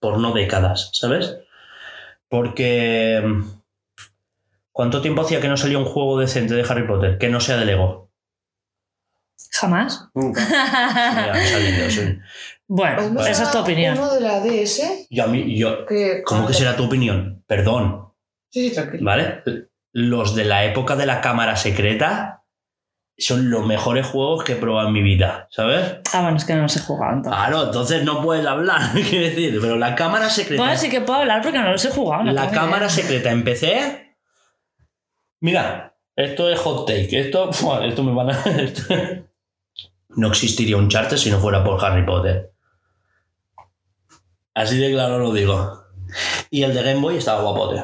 S1: por no décadas, ¿sabes? Porque mm, ¿cuánto tiempo hacía que no salía un juego decente de Harry Potter que no sea de Lego?
S2: Jamás.
S4: Nunca.
S1: Ya, han salido, sí.
S2: bueno,
S3: Además,
S2: pues esa es tu opinión.
S3: Uno de la DS
S1: Yo a mí, yo,
S3: que...
S1: ¿cómo que será tu opinión? Perdón,
S3: Sí, sí, tranquilo.
S1: ¿vale? Los de la época de la cámara secreta son los mejores juegos que he probado en mi vida, ¿sabes?
S2: Ah, bueno, es que no se juega entonces.
S1: Claro, entonces no puedes hablar, quiero decir, pero la cámara secreta.
S2: Pues sí que puedo hablar porque no los he jugado. no
S1: Ah, la
S2: tengo
S1: cámara
S2: idea.
S1: secreta en PC. Mira, esto es hot take. Esto, buah, esto me van a. esto- No existiría un charter si no fuera por Harry Potter. Así de claro lo digo. Y el de Game Boy estaba guapote.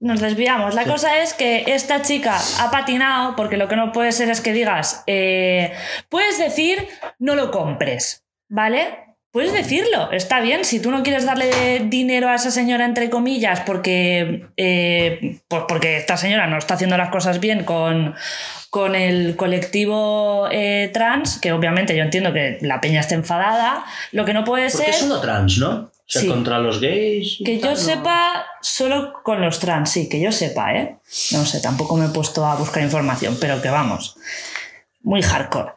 S2: Nos desviamos. La
S1: Sí.
S2: cosa es que esta chica ha patinado porque lo que no puede ser es que digas, eh, puedes decir, no lo compres, ¿vale? Puedes decirlo, está bien. Si tú no quieres darle dinero a esa señora, entre comillas, porque, eh, pues porque esta señora no está haciendo las cosas bien con, con el colectivo eh, trans, que obviamente yo entiendo que la peña está enfadada, lo que no puede
S1: Porque
S2: ser...
S1: es uno trans, ¿no? O sea,
S2: Sí.
S1: contra los gays. y
S2: Que yo
S1: tal, ¿no?
S2: sepa, solo con los trans, sí, que yo sepa, ¿eh? No sé, tampoco me he puesto a buscar información, pero que vamos, muy hardcore.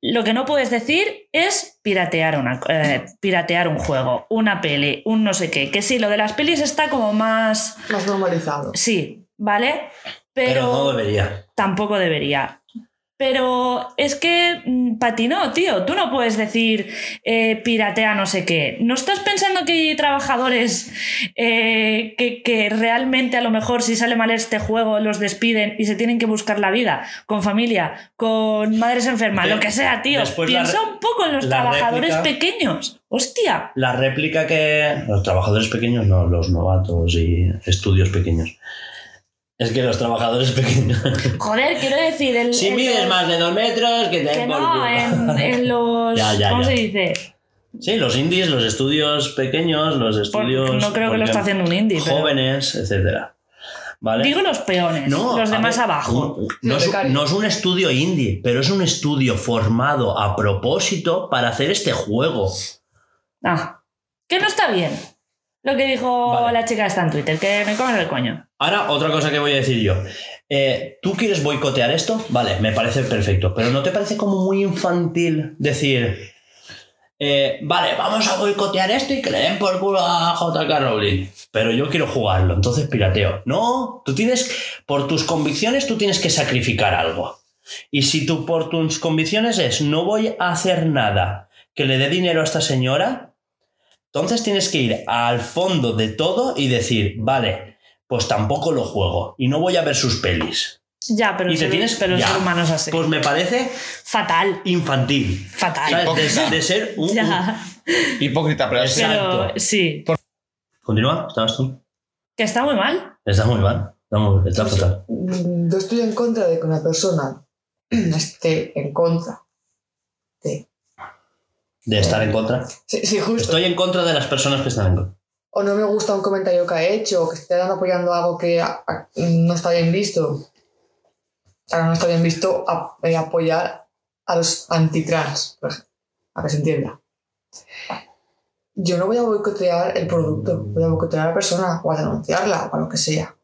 S2: Lo que no puedes decir es piratear, una, eh, piratear un juego, una peli, un no sé qué. Que sí, lo de las pelis está como más...
S3: Más normalizado.
S2: Sí, ¿vale?
S1: Pero no debería.
S2: tampoco debería. Pero es que mm, patinó, tío. Tú no puedes decir eh, piratea no sé qué. ¿No estás pensando que hay trabajadores eh, que, que realmente a lo mejor si sale mal este juego los despiden y se tienen que buscar la vida con familia, con madres enfermas,
S1: De-
S2: lo que sea, tío?
S1: después la
S2: Piensa
S1: re-
S2: un poco en los
S1: la
S2: trabajadores
S1: réplica-
S2: pequeños. Hostia.
S1: La réplica que. Los trabajadores pequeños, no, los novatos y estudios pequeños. Es que los trabajadores pequeños.
S2: Joder, quiero decir... El,
S1: si
S2: el-
S1: mides más de dos metros, que te
S2: Que
S1: den por culo.
S2: no, en, en los...
S1: Ya, ya,
S2: ¿Cómo
S1: ya.
S2: se dice?
S1: Sí, los indies, los estudios pequeños, los
S2: Por-
S1: estudios.
S2: no creo que
S1: porque
S2: lo está haciendo un indie. pero-
S1: Jóvenes, etcétera. ¿Vale?
S2: Digo los peones, los
S1: a
S2: de más
S1: ver,
S2: abajo.
S1: un- no,
S3: Los
S1: es,
S3: becarios.
S1: no es un estudio indie, pero es un estudio formado a propósito para hacer este juego.
S2: Ah, que no está bien. Lo que dijo
S1: Vale.
S2: la chica está en Twitter, que me comen el coño.
S1: Ahora, otra cosa que voy a decir yo. eh, ¿tú quieres boicotear esto? Vale, me parece perfecto. Pero ¿no te parece como muy infantil decir, eh, vale, vamos a boicotear esto y que le den por culo a JK Rowling? Pero yo quiero jugarlo, entonces pirateo. No, tú tienes, por tus convicciones, tú tienes que sacrificar algo. Y si tú por tus convicciones es, no voy a hacer nada que le dé dinero a esta señora, entonces tienes que ir al fondo de todo y decir, vale, pues tampoco lo juego y no voy a ver sus pelis.
S2: Ya, pero,
S1: y
S2: el
S1: te
S2: ser,
S1: tienes
S2: pero el
S1: ya.
S2: ser humano es así.
S1: Pues me parece
S2: fatal,
S1: infantil.
S2: fatal.
S1: ¿sabes? De-
S4: hipócrita.
S1: De, ser un... un-
S2: Ya,
S4: Hipócrita, pero
S1: Es-
S4: es
S2: pero
S1: uh, Exacto.
S2: sí.
S1: Continúa, estabas tú.
S2: Que está muy mal.
S1: Está muy mal. Está, muy- está fatal.
S3: Mm, Yo estoy en contra de que una persona esté en contra.
S1: De estar en contra.
S3: Sí, sí, justo.
S1: Estoy en contra de las personas que están en contra.
S3: O no me gusta un comentario que ha hecho, o que esté dando apoyando algo que a- a- no está bien visto. Ahora no está bien visto a- eh, apoyar a los antitrans, por ejemplo, a que se entienda. Yo no voy a boicotear el producto, voy a boicotear a la persona, o a denunciarla, o a lo que sea.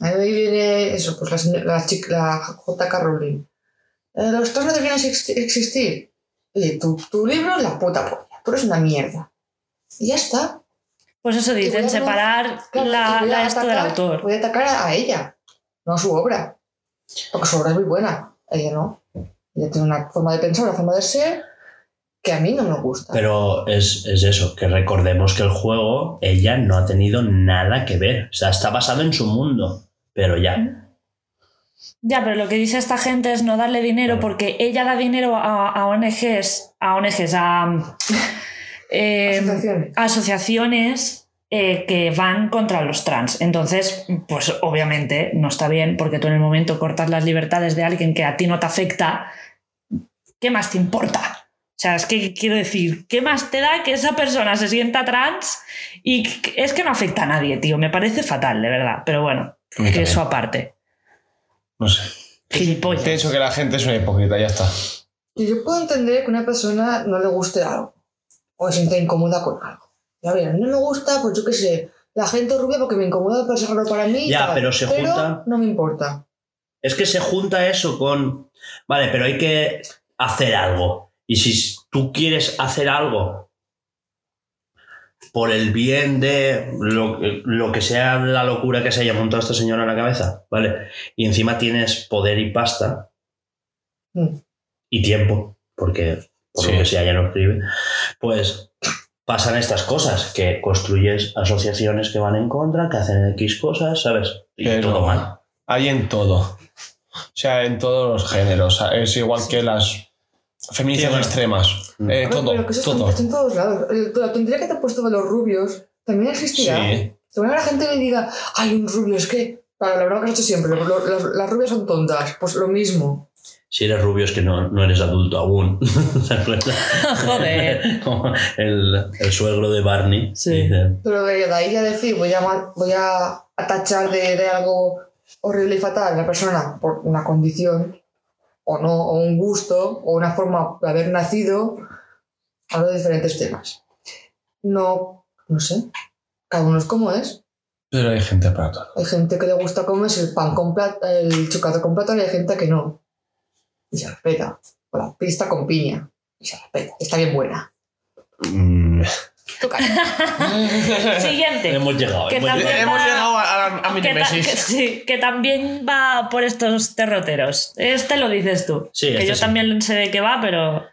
S3: Ahí me viene eso, pues la, señora- la, chica- la JK Rowling. Eh, los trans no deberían ex- existir. Oye, tu, tu libro es la puta polla, tú eres una mierda. Y ya está.
S2: Pues eso
S3: voy
S2: dicen,
S3: a-
S2: separar
S3: Claro, y pues.
S2: la,
S3: voy a
S2: la esto del
S3: atacar-
S2: autor.
S3: Voy a atacar a ella, no a su obra. Porque su obra es muy buena. Ella no. Ella tiene una forma de pensar, una forma de ser que a mí no me gusta.
S1: Pero es, es eso, que recordemos que el juego, ella no ha tenido nada que ver. O sea, está basado en su mundo. Pero ya.
S2: Ya, pero lo que dice esta gente es no darle dinero porque ella da dinero a, a ONGs, a ONGs, a em, eh,
S3: Asociaciones.
S2: asociaciones eh, que van contra los trans. Entonces, pues obviamente no está bien porque tú en el momento cortas las libertades de alguien que a ti no te afecta, ¿qué más te importa? O sea, es que quiero decir, ¿qué más te da que esa persona se sienta trans? Y que- es que no afecta a nadie, tío. Me parece fatal, de verdad. Pero bueno, que eso aparte.
S4: No sé.
S2: Gilipollas.
S4: Pienso que la gente es una hipócrita, ya está.
S3: Y yo puedo entender que una persona no le guste algo o se sienta incómoda con algo. Y a ver, no me gusta, pues yo qué sé, la gente rubia porque me incomoda, pero es raro para mí. y
S1: Ya, pero se junta-
S3: No me importa.
S1: Es que se junta eso con. Vale, pero hay que hacer algo. Y si tú quieres hacer algo por el bien de lo, lo que sea la locura que se haya montado esta señora en la cabeza, ¿vale? Y encima tienes poder y pasta
S3: Mm.
S1: y tiempo, porque por
S4: Sí.
S1: lo que sea ya no escribe, pues pasan estas cosas, que construyes asociaciones que van en contra, que hacen X cosas, ¿sabes? Y
S4: Pero-
S1: todo mal.
S4: Hay en todo. O sea, en todos los géneros. Es igual que las feministas
S1: Sí, bueno.
S4: extremas.
S1: Mm.
S4: Eh,
S3: A ver,
S4: todo,
S3: pero que eso está-
S4: todo.
S3: está en todos lados. El- La tontería que te he puesto de los rubios también existirá.
S4: Sí.
S3: Seguro la gente le diga, hay un rubio, es que. Claro, la verdad que has hecho siempre, lo- lo- las, las rubias son tontas, pues lo mismo.
S1: si eres rubio es que no, no eres adulto aún. ¿Te acuerdas?
S2: Joder.
S1: Como el, el suegro de Barney.
S2: Sí.
S1: Dice,
S3: Pero de de ahí a decir, voy a, ma- voy a tachar de, de algo horrible y fatal a una persona por una condición, o no, o un gusto, o una forma de haber nacido, hablo de diferentes temas. No, no sé, cada uno es como es.
S4: Pero hay gente para todo.
S3: Hay gente que le gusta comerse el pan con plata, el chocolate con plátano y hay gente que no. Y se la peta. O la pista con piña. Y se la peta. Está bien buena.
S4: Mm.
S3: Toca.
S2: Siguiente.
S1: Hemos llegado.
S2: ¿Qué
S1: hemos
S2: tal?
S1: llegado".
S4: Eh, Hemos llegado a, a, a mi
S2: Que, ta- que-
S4: némesis.
S2: sí, que también va por estos terroteros. Este lo dices tú.
S1: Sí,
S2: que
S1: este
S2: yo
S1: sí.
S2: también sé de qué va, pero.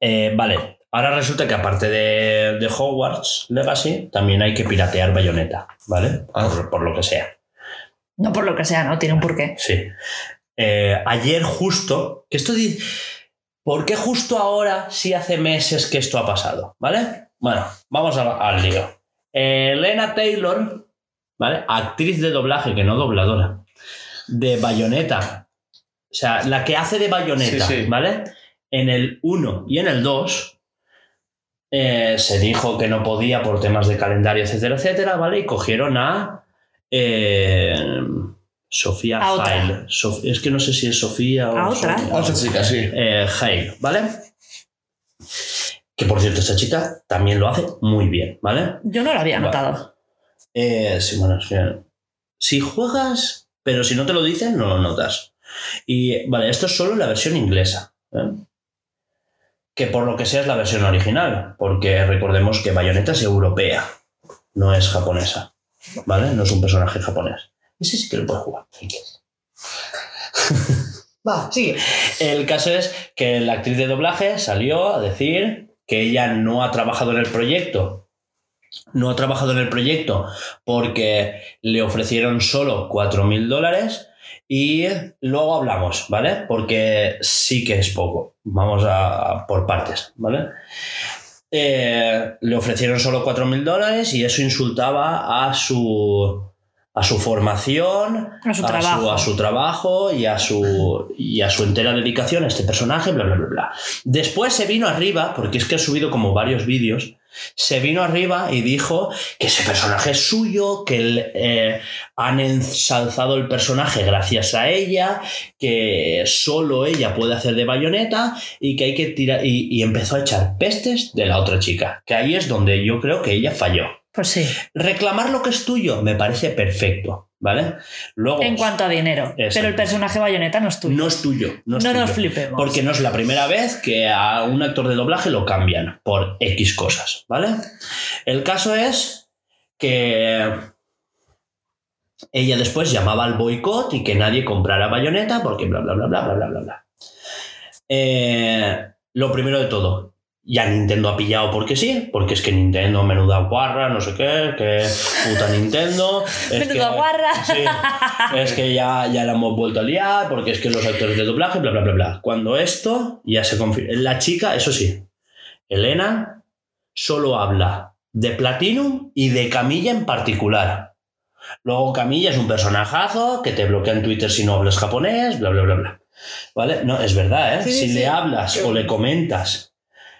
S1: Eh, vale. Ahora resulta que aparte de, de Hogwarts Legacy, también hay que piratear Bayonetta, ¿vale?
S4: Ah.
S1: Por, por lo que sea.
S2: No por lo que sea, ¿no? Tiene un porqué.
S1: Sí. Eh, ayer justo, que esto dice, ¿por qué justo ahora si hace meses que esto ha pasado? ¿Vale? Bueno, vamos al, al lío. Eh, Elena Taylor, ¿vale? Actriz de doblaje, que no dobladora, de Bayonetta. O sea, la que hace de Bayonetta,
S4: Sí, sí.
S1: ¿vale? En el 1 y en el 2 eh, se dijo que no podía por temas de calendario, etcétera, etcétera, ¿vale? Y cogieron a eh, Sofía
S2: A otra.
S1: Hale. Sof- es que no sé si es Sofía o
S2: A otra.
S1: Sofía.
S4: Otra chica, sí.
S1: Eh, Hale, ¿vale? Que por cierto, esta chica también lo hace muy bien, ¿vale?
S2: Yo no lo había
S1: Vale.
S2: notado.
S1: Eh, sí, bueno, es que Si juegas, pero si no te lo dicen, no lo notas. Y vale, esto es solo en la versión inglesa. ¿eh? Que por lo que sea es la versión original, porque recordemos que Bayonetta es europea, no es japonesa. ¿Vale? No es un personaje japonés. Ese sí que lo puede jugar. si quieres.
S3: Va, sigue.
S1: El caso es que la actriz de doblaje salió a decir que ella no ha trabajado en el proyecto. No ha trabajado en el proyecto porque le ofrecieron solo 4.000 dólares y luego hablamos, ¿vale? Porque sí que es poco. Vamos a, a por partes, ¿vale? Eh, le ofrecieron solo 4.000 dólares y eso insultaba a su, a su formación,
S2: A su trabajo.
S1: a su trabajo y a su, y a su entera dedicación a este personaje, bla, bla, bla, bla. Después se vino arriba, porque es que he subido como varios vídeos, se vino arriba y dijo que ese personaje es suyo, que el, eh, han ensalzado el personaje gracias a ella, que solo ella puede hacer de bayoneta y que hay que tirar. Y, y empezó a echar pestes de la otra chica, que ahí es donde yo creo que ella falló.
S2: Pues sí.
S1: Reclamar lo que es tuyo me parece perfecto, ¿vale? Luego,
S2: En cuanto a dinero. Pero el personaje bayoneta no es tuyo.
S1: Oh, no es tuyo. No, es
S2: No nos
S1: tuyo.
S2: flipemos.
S1: Porque no es la primera vez que a un actor de doblaje lo cambian por X cosas, ¿vale? El caso es que ella después llamaba al boicot y que nadie comprara bayoneta porque bla, bla, bla, bla, bla, bla, bla, bla. Eh, lo primero de todo, ya Nintendo ha pillado porque sí, porque es que Nintendo, menuda guarra, no sé qué, que puta Nintendo. es
S2: Menuda
S1: que-
S2: guarra.
S1: Sí, es que ya, ya la hemos vuelto a liar, porque es que los actores de doblaje, bla, bla, bla, bla. Cuando esto ya se confirma. La chica, eso sí, Elena solo habla de Platinum y de Camilla en particular. Luego Camilla es un personajazo que te bloquea en Twitter si no hablas japonés, bla, bla, bla, bla. ¿Vale? No, es verdad, ¿eh?
S3: Sí,
S1: si
S3: sí.
S1: le hablas o le comentas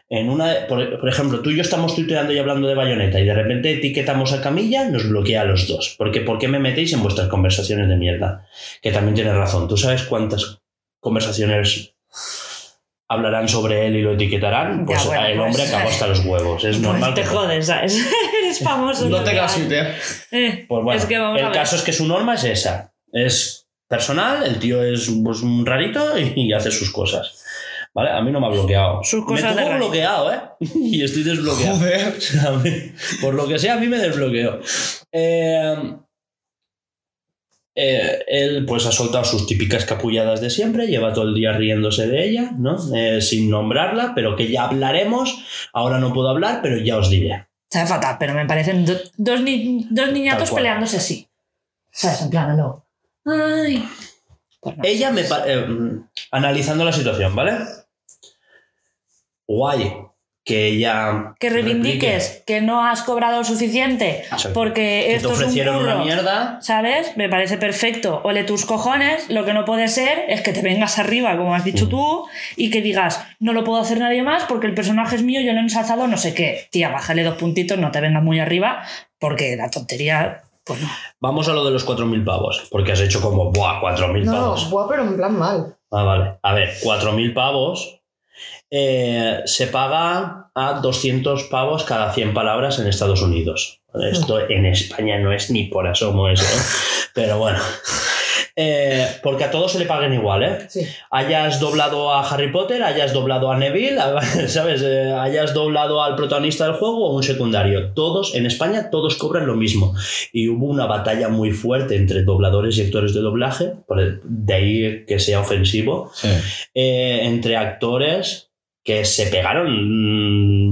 S1: en una... de- Por, por ejemplo, tú y yo estamos tuiteando y hablando de Bayonetta y de repente etiquetamos a Camilla, nos bloquea a los dos. Porque ¿por qué me metéis en vuestras conversaciones de mierda? Que también tienes razón. ¿Tú sabes cuántas conversaciones hablarán sobre él y lo etiquetarán?
S2: Ya,
S1: Pues
S2: bueno,
S1: el hombre
S2: pues-
S1: acabó hasta los huevos. Es
S2: Pues
S1: normal
S2: te
S1: que-
S2: jodes, ¿sabes? Eres famoso.
S4: No tengas idea.
S2: Eh,
S1: Pues bueno,
S2: es que vamos
S1: el
S2: a ver.
S1: caso es que su norma es esa. Es personal, el tío es pues, un rarito y, hace sus cosas. ¿Vale? A mí no me ha bloqueado.
S2: Sus
S1: me
S2: cosas de
S1: tuvo
S2: rarito.
S1: bloqueado, ¿eh? y estoy desbloqueado.
S4: Joder.
S1: A mí- por lo que sea, a mí me desbloqueó. Eh, eh, él pues ha soltado sus típicas capulladas de siempre, lleva todo el día riéndose de ella, ¿no? Eh, sin nombrarla, pero que ya hablaremos. Ahora no puedo hablar, pero ya os diré.
S2: Sabe fatal, pero me parecen do- dos, ni- dos
S1: Tal
S2: niñatos
S1: cual.
S2: peleándose así. ¿Sabes? En plan, no. Ay. Pues no.
S1: Ella me... pa- eh, analizando la situación, ¿vale? Guay. Que ella...
S2: que reivindiques
S1: replique.
S2: que no has cobrado suficiente
S1: Exacto.
S2: porque
S1: Que te
S2: esto es un
S1: ofrecieron una
S2: curro,
S1: mierda.
S2: ¿Sabes? Me parece perfecto. Ole tus cojones. Lo que no puede ser es que te vengas arriba, como has dicho
S1: Mm.
S2: tú, y que digas, no lo puedo hacer nadie más porque el personaje es mío, yo lo he ensalzado, no sé qué. Tía, bájale dos puntitos, no te vengas muy arriba, porque la tontería, pues no.
S1: Vamos a lo de los 4.000 pavos. Porque has hecho como... ¡Buah! 4.000
S3: No,
S1: pavos.
S3: no, guau, pero en plan mal.
S1: Ah, vale. A ver, 4.000 pavos eh, se paga a 200 pavos cada 100 palabras en Estados Unidos. Esto
S2: Mm.
S1: en España no es ni por asomo eso, ¿eh? pero bueno. Eh, porque a todos se le paguen igual, ¿eh?
S3: Sí.
S1: hayas doblado a Harry Potter, hayas doblado a Neville, ¿sabes? Eh, hayas doblado al protagonista del juego o un secundario. Todos, en España, todos cobran lo mismo. Y hubo una batalla muy fuerte entre dobladores y actores de doblaje, por el- de ahí que sea ofensivo, eh, entre actores que se pegaron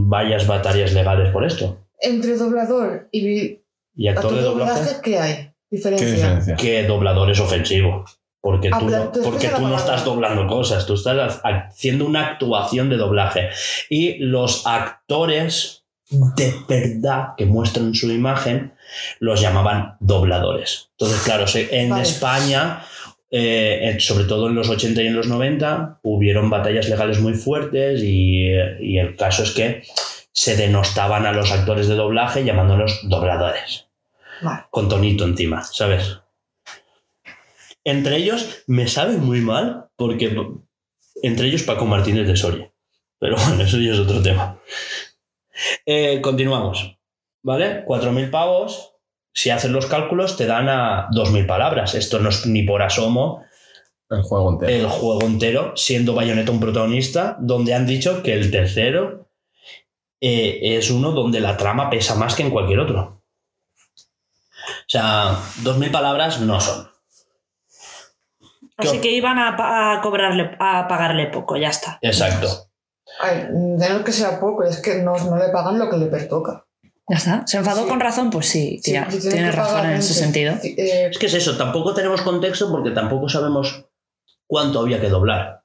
S1: mm, varias batallas legales por esto.
S3: Entre doblador y vi-
S1: Y actor
S3: actor
S1: de doblaje
S3: doblaje, ¿qué hay?
S4: ¿Qué
S3: Diferencia.
S4: diferencia?
S1: que doblador es ofensivo. Porque
S3: Ah,
S1: tú,
S3: pero
S1: no,
S3: tú
S1: porque
S3: expresas la
S1: tú no
S3: palabra.
S1: estás doblando cosas, tú estás haciendo una actuación de doblaje. Y los actores de verdad que muestran su imagen los llamaban dobladores. Entonces, claro, se- en
S3: Vale.
S1: España, eh, en- sobre todo en los 80 y en los 90, hubieron batallas legales muy fuertes y, eh, y el caso es que se denostaban a los actores de doblaje llamándolos dobladores
S3: Vale.
S1: con tonito encima, ¿sabes? Entre ellos me sabe muy mal porque entre ellos Paco Martínez de Soria. Pero bueno, eso ya es otro tema. Eh, continuamos. ¿Vale? 4.000 pavos Si haces los cálculos, te dan a 2.000 palabras. Esto no es ni por asomo
S4: El juego entero.
S1: el juego entero, siendo Bayonetta un protagonista, donde han dicho que el tercero eh, es uno donde la trama pesa más que en cualquier otro. O sea, 2.000 palabras no son.
S2: Así
S1: Yo-
S2: que iban a, pa- a cobrarle, a pagarle poco, ya está.
S1: Exacto.
S3: Ay, de lo que sea poco, es que no, no le pagan lo que le pertoca.
S2: Ya está. ¿Se enfadó
S3: Sí.
S2: con razón? Pues sí,
S3: Sí,
S2: tía.
S3: que tienen
S2: tienes
S3: que
S2: razón
S3: pagar
S2: en ese
S3: entre-
S2: sentido.
S3: eh,
S1: Es que es eso, tampoco tenemos contexto porque tampoco sabemos cuánto había que doblar.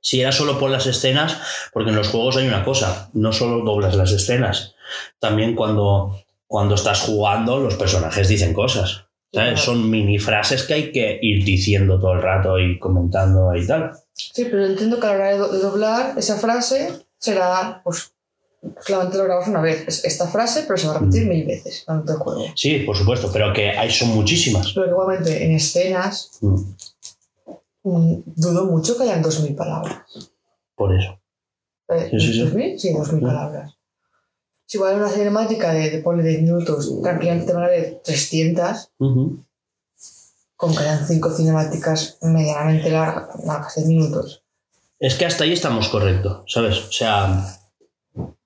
S1: Si era solo por las escenas, porque en los juegos hay una cosa, no solo doblas las escenas, también cuando, cuando estás jugando los personajes dicen cosas. ¿sabes?
S3: Claro.
S1: Son mini frases que hay que ir diciendo todo el rato y comentando y tal.
S3: sí, pero entiendo que a la hora de, do- de doblar esa frase será, pues, solamente lo grabas una vez. Es esta frase, pero se va a repetir
S1: Mm.
S3: mil veces durante el juego.
S1: Sí, por supuesto, pero que hay, son muchísimas.
S3: Pero que igualmente en escenas
S1: Mm,
S3: mm, dudo mucho que hayan 2.000 palabras.
S1: Por eso.
S3: Eh,
S1: Sí, sí, sí.
S3: ¿2.000? Sí, 2.000
S1: Mm.
S3: palabras. Si igual una cinemática de, de ponle 10 minutos, tranquilamente te van a ver 300,
S1: Ujú.
S3: con que hayan 5 cinemáticas medianamente largas, largas 10 minutos.
S1: Es que hasta ahí estamos correctos, ¿sabes? O sea,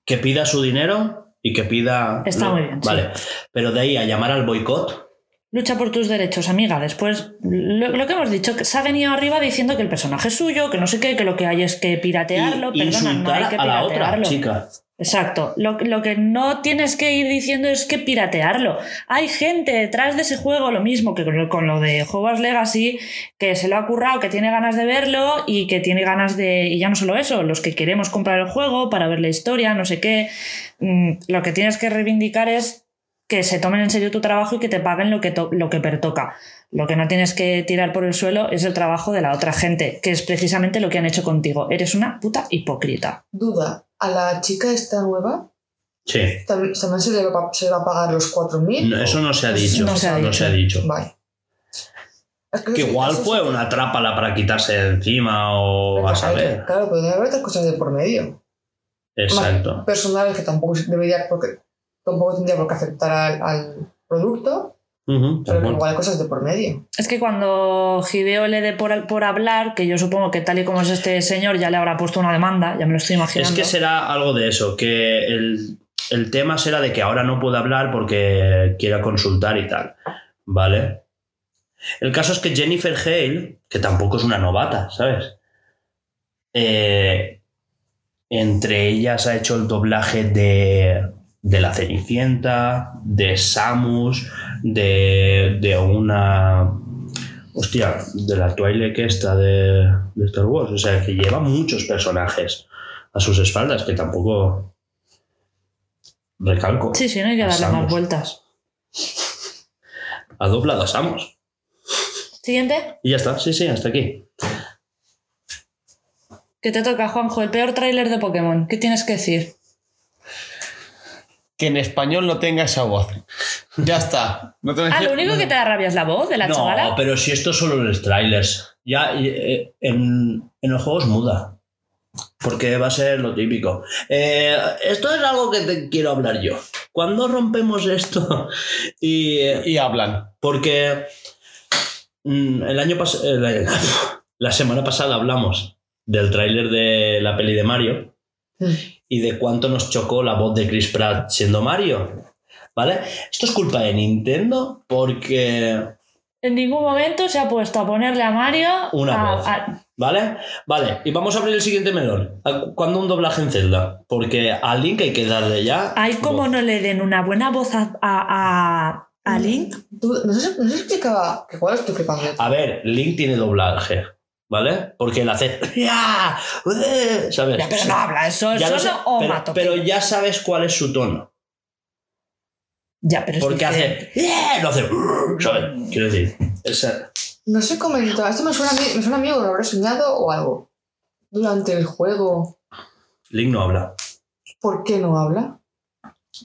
S1: que pida su dinero y que pida...
S2: Está
S1: lo-
S2: muy bien, sí.
S1: Vale, pero de ahí a llamar al boicot,
S2: Lucha por tus derechos, amiga. Después, lo, lo que hemos dicho, que se ha venido arriba diciendo que el personaje es suyo, que no sé qué, que lo que hay es que piratearlo.
S1: y
S2: Perdona, no hay
S1: insultar
S2: que
S1: a la
S2: piratearlo.
S1: otra chica.
S2: Exacto. Lo, lo que no tienes que ir diciendo es que piratearlo. Hay gente detrás de ese juego, lo mismo que con lo, con lo de Hogwarts Legacy, que se lo ha currado, que tiene ganas de verlo y que tiene ganas de. Y ya no solo eso, los que queremos comprar el juego para ver la historia, no sé qué. Mm, lo que tienes que reivindicar es que se tomen en serio tu trabajo y que te paguen lo que, to- lo que pertoca. Lo que no tienes que tirar por el suelo es el trabajo de la otra gente, que es precisamente lo que han hecho contigo. Eres una puta hipócrita.
S3: Duda, a la chica esta nueva
S1: Sí,
S3: también, también se, le va, a- se le va a pagar los 4.000.
S1: No, eso no se ha dicho.
S2: No se ha dicho.
S1: dicho.
S3: Vale. Es
S1: Que
S3: eso-
S1: igual
S3: eso
S1: fue
S3: sí que-
S1: una trápala para quitarse de encima o a saber.
S3: Claro, pero debe haber otras cosas de por medio.
S1: Exacto.
S3: Personales que tampoco se- debería, porque tampoco tendría por qué afectar al, al producto,
S1: Ujú, de
S3: pero que
S1: acuerdo.
S3: igual hay cosas de por medio.
S2: Es que cuando Hideo le dé por, por hablar, que yo supongo que tal y como es este señor ya le habrá puesto una demanda, ya me lo estoy
S1: Es
S2: imaginando.
S1: que será algo de eso, que el, el tema será de que ahora no puede hablar porque quiera consultar y tal. ¿Vale? El caso es que Jennifer Hale, que tampoco es una novata, ¿sabes? Eh, entre ellas ha hecho el doblaje de, de La Cenicienta, de Samus, de, de una. Hostia, de la Twilight que esta de, de Star Wars. O sea, que lleva muchos personajes a sus espaldas, que tampoco recalco.
S2: Sí, sí, no hay que darle
S1: Pasamos.
S2: más vueltas.
S1: Ha doblado a Samus.
S2: Siguiente,
S1: Y ya está, sí, sí, hasta aquí.
S2: que te toca, Juanjo, el peor tráiler de Pokémon. ¿Qué tienes que decir?
S4: Que en español no tenga esa voz. Ya está. No te voy a
S2: Ah,
S4: decir-
S2: lo único que te da rabia es la voz de la
S1: no,
S2: chavala.
S1: pero si esto solo en los trailers. Ya eh, en, en los juegos muda. Porque va a ser lo típico. Eh, esto es algo que te quiero hablar yo. ¿Cuándo rompemos esto? y eh,
S4: Y hablan.
S1: porque mm, el año pasado, la, la semana pasada hablamos del tráiler de la peli de Mario
S3: Mm.
S1: y de cuánto nos chocó la voz de Chris Pratt siendo Mario. ¿Vale? Esto es culpa de Nintendo porque
S2: En ningún momento se ha puesto a ponerle a Mario
S1: Una
S2: a-
S1: voz.
S2: a-
S1: ¿Vale? Vale, y vamos a abrir el siguiente melón. ¿A- ¿Cuándo un doblaje en Zelda? Porque a Link hay que darle ya.
S2: Ay, como
S1: voz.
S2: no le den una buena voz a, a, a- a Link.
S3: Tú- no sé, no se explicaba que igual estoy flipando. yo.
S1: A ver, Link tiene doblaje, ¿vale? Porque él hace. ¡Ya! ¡Ueh! ¿Sabes?
S2: Ya, pero no habla, eso es
S1: Ya lo
S2: solo
S1: sé, pero,
S2: onomatopeya.
S1: pero ya sabes cuál es su tono.
S2: Ya, pero es
S1: Porque
S2: diferente.
S1: hace. "Yeah", No hace. "Brrr", ¿Sabes? Quiero decir. esa-
S3: No se comentó, esto me suena, a mí- me suena amigo, lo habré soñado o algo. Durante el juego,
S1: Link no habla.
S3: ¿por qué no habla?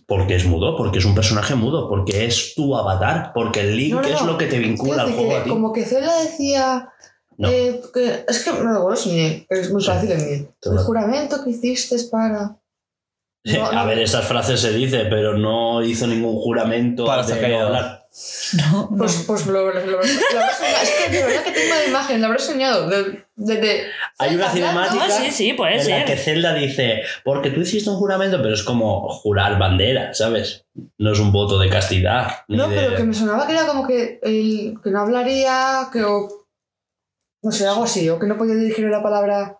S1: Porque es mudo, porque es un personaje mudo, porque es tu avatar, porque el Link
S3: No, no,
S1: es
S3: no.
S1: lo que te vincula
S3: Quiero
S1: al
S3: decir
S1: juego
S3: que
S1: a ti.
S3: como que Zelda decía.
S1: No.
S3: eh, que- es que no lo soñé, es muy
S1: Sí.
S3: fácil en mí.
S1: Todo.
S3: El juramento que hiciste es para. No,
S1: Eh, A
S3: no.
S1: ver, esas frases se dice, pero no hizo ningún juramento
S4: Para
S1: de
S4: estar
S1: no
S4: callado.
S1: hablar.
S2: No, no.
S3: Pues, pues lo, lo- lo- lo habré soñado. Es que de verdad que tengo la imagen, lo habré soñado. De, de- de-
S1: Hay una
S3: hablando.
S1: cinemática
S2: No, Ah, sí, sí,
S4: Eh,
S2: puede
S1: en la
S2: ser.
S1: que Zelda dice, porque tú hiciste un juramento, pero es como jurar bandera, ¿sabes? No es un voto de castidad. ni
S3: No,
S1: de-
S3: pero que me sonaba que era como que, el, que no hablaría, que o, no sé, algo así, o que no podía dirigir la palabra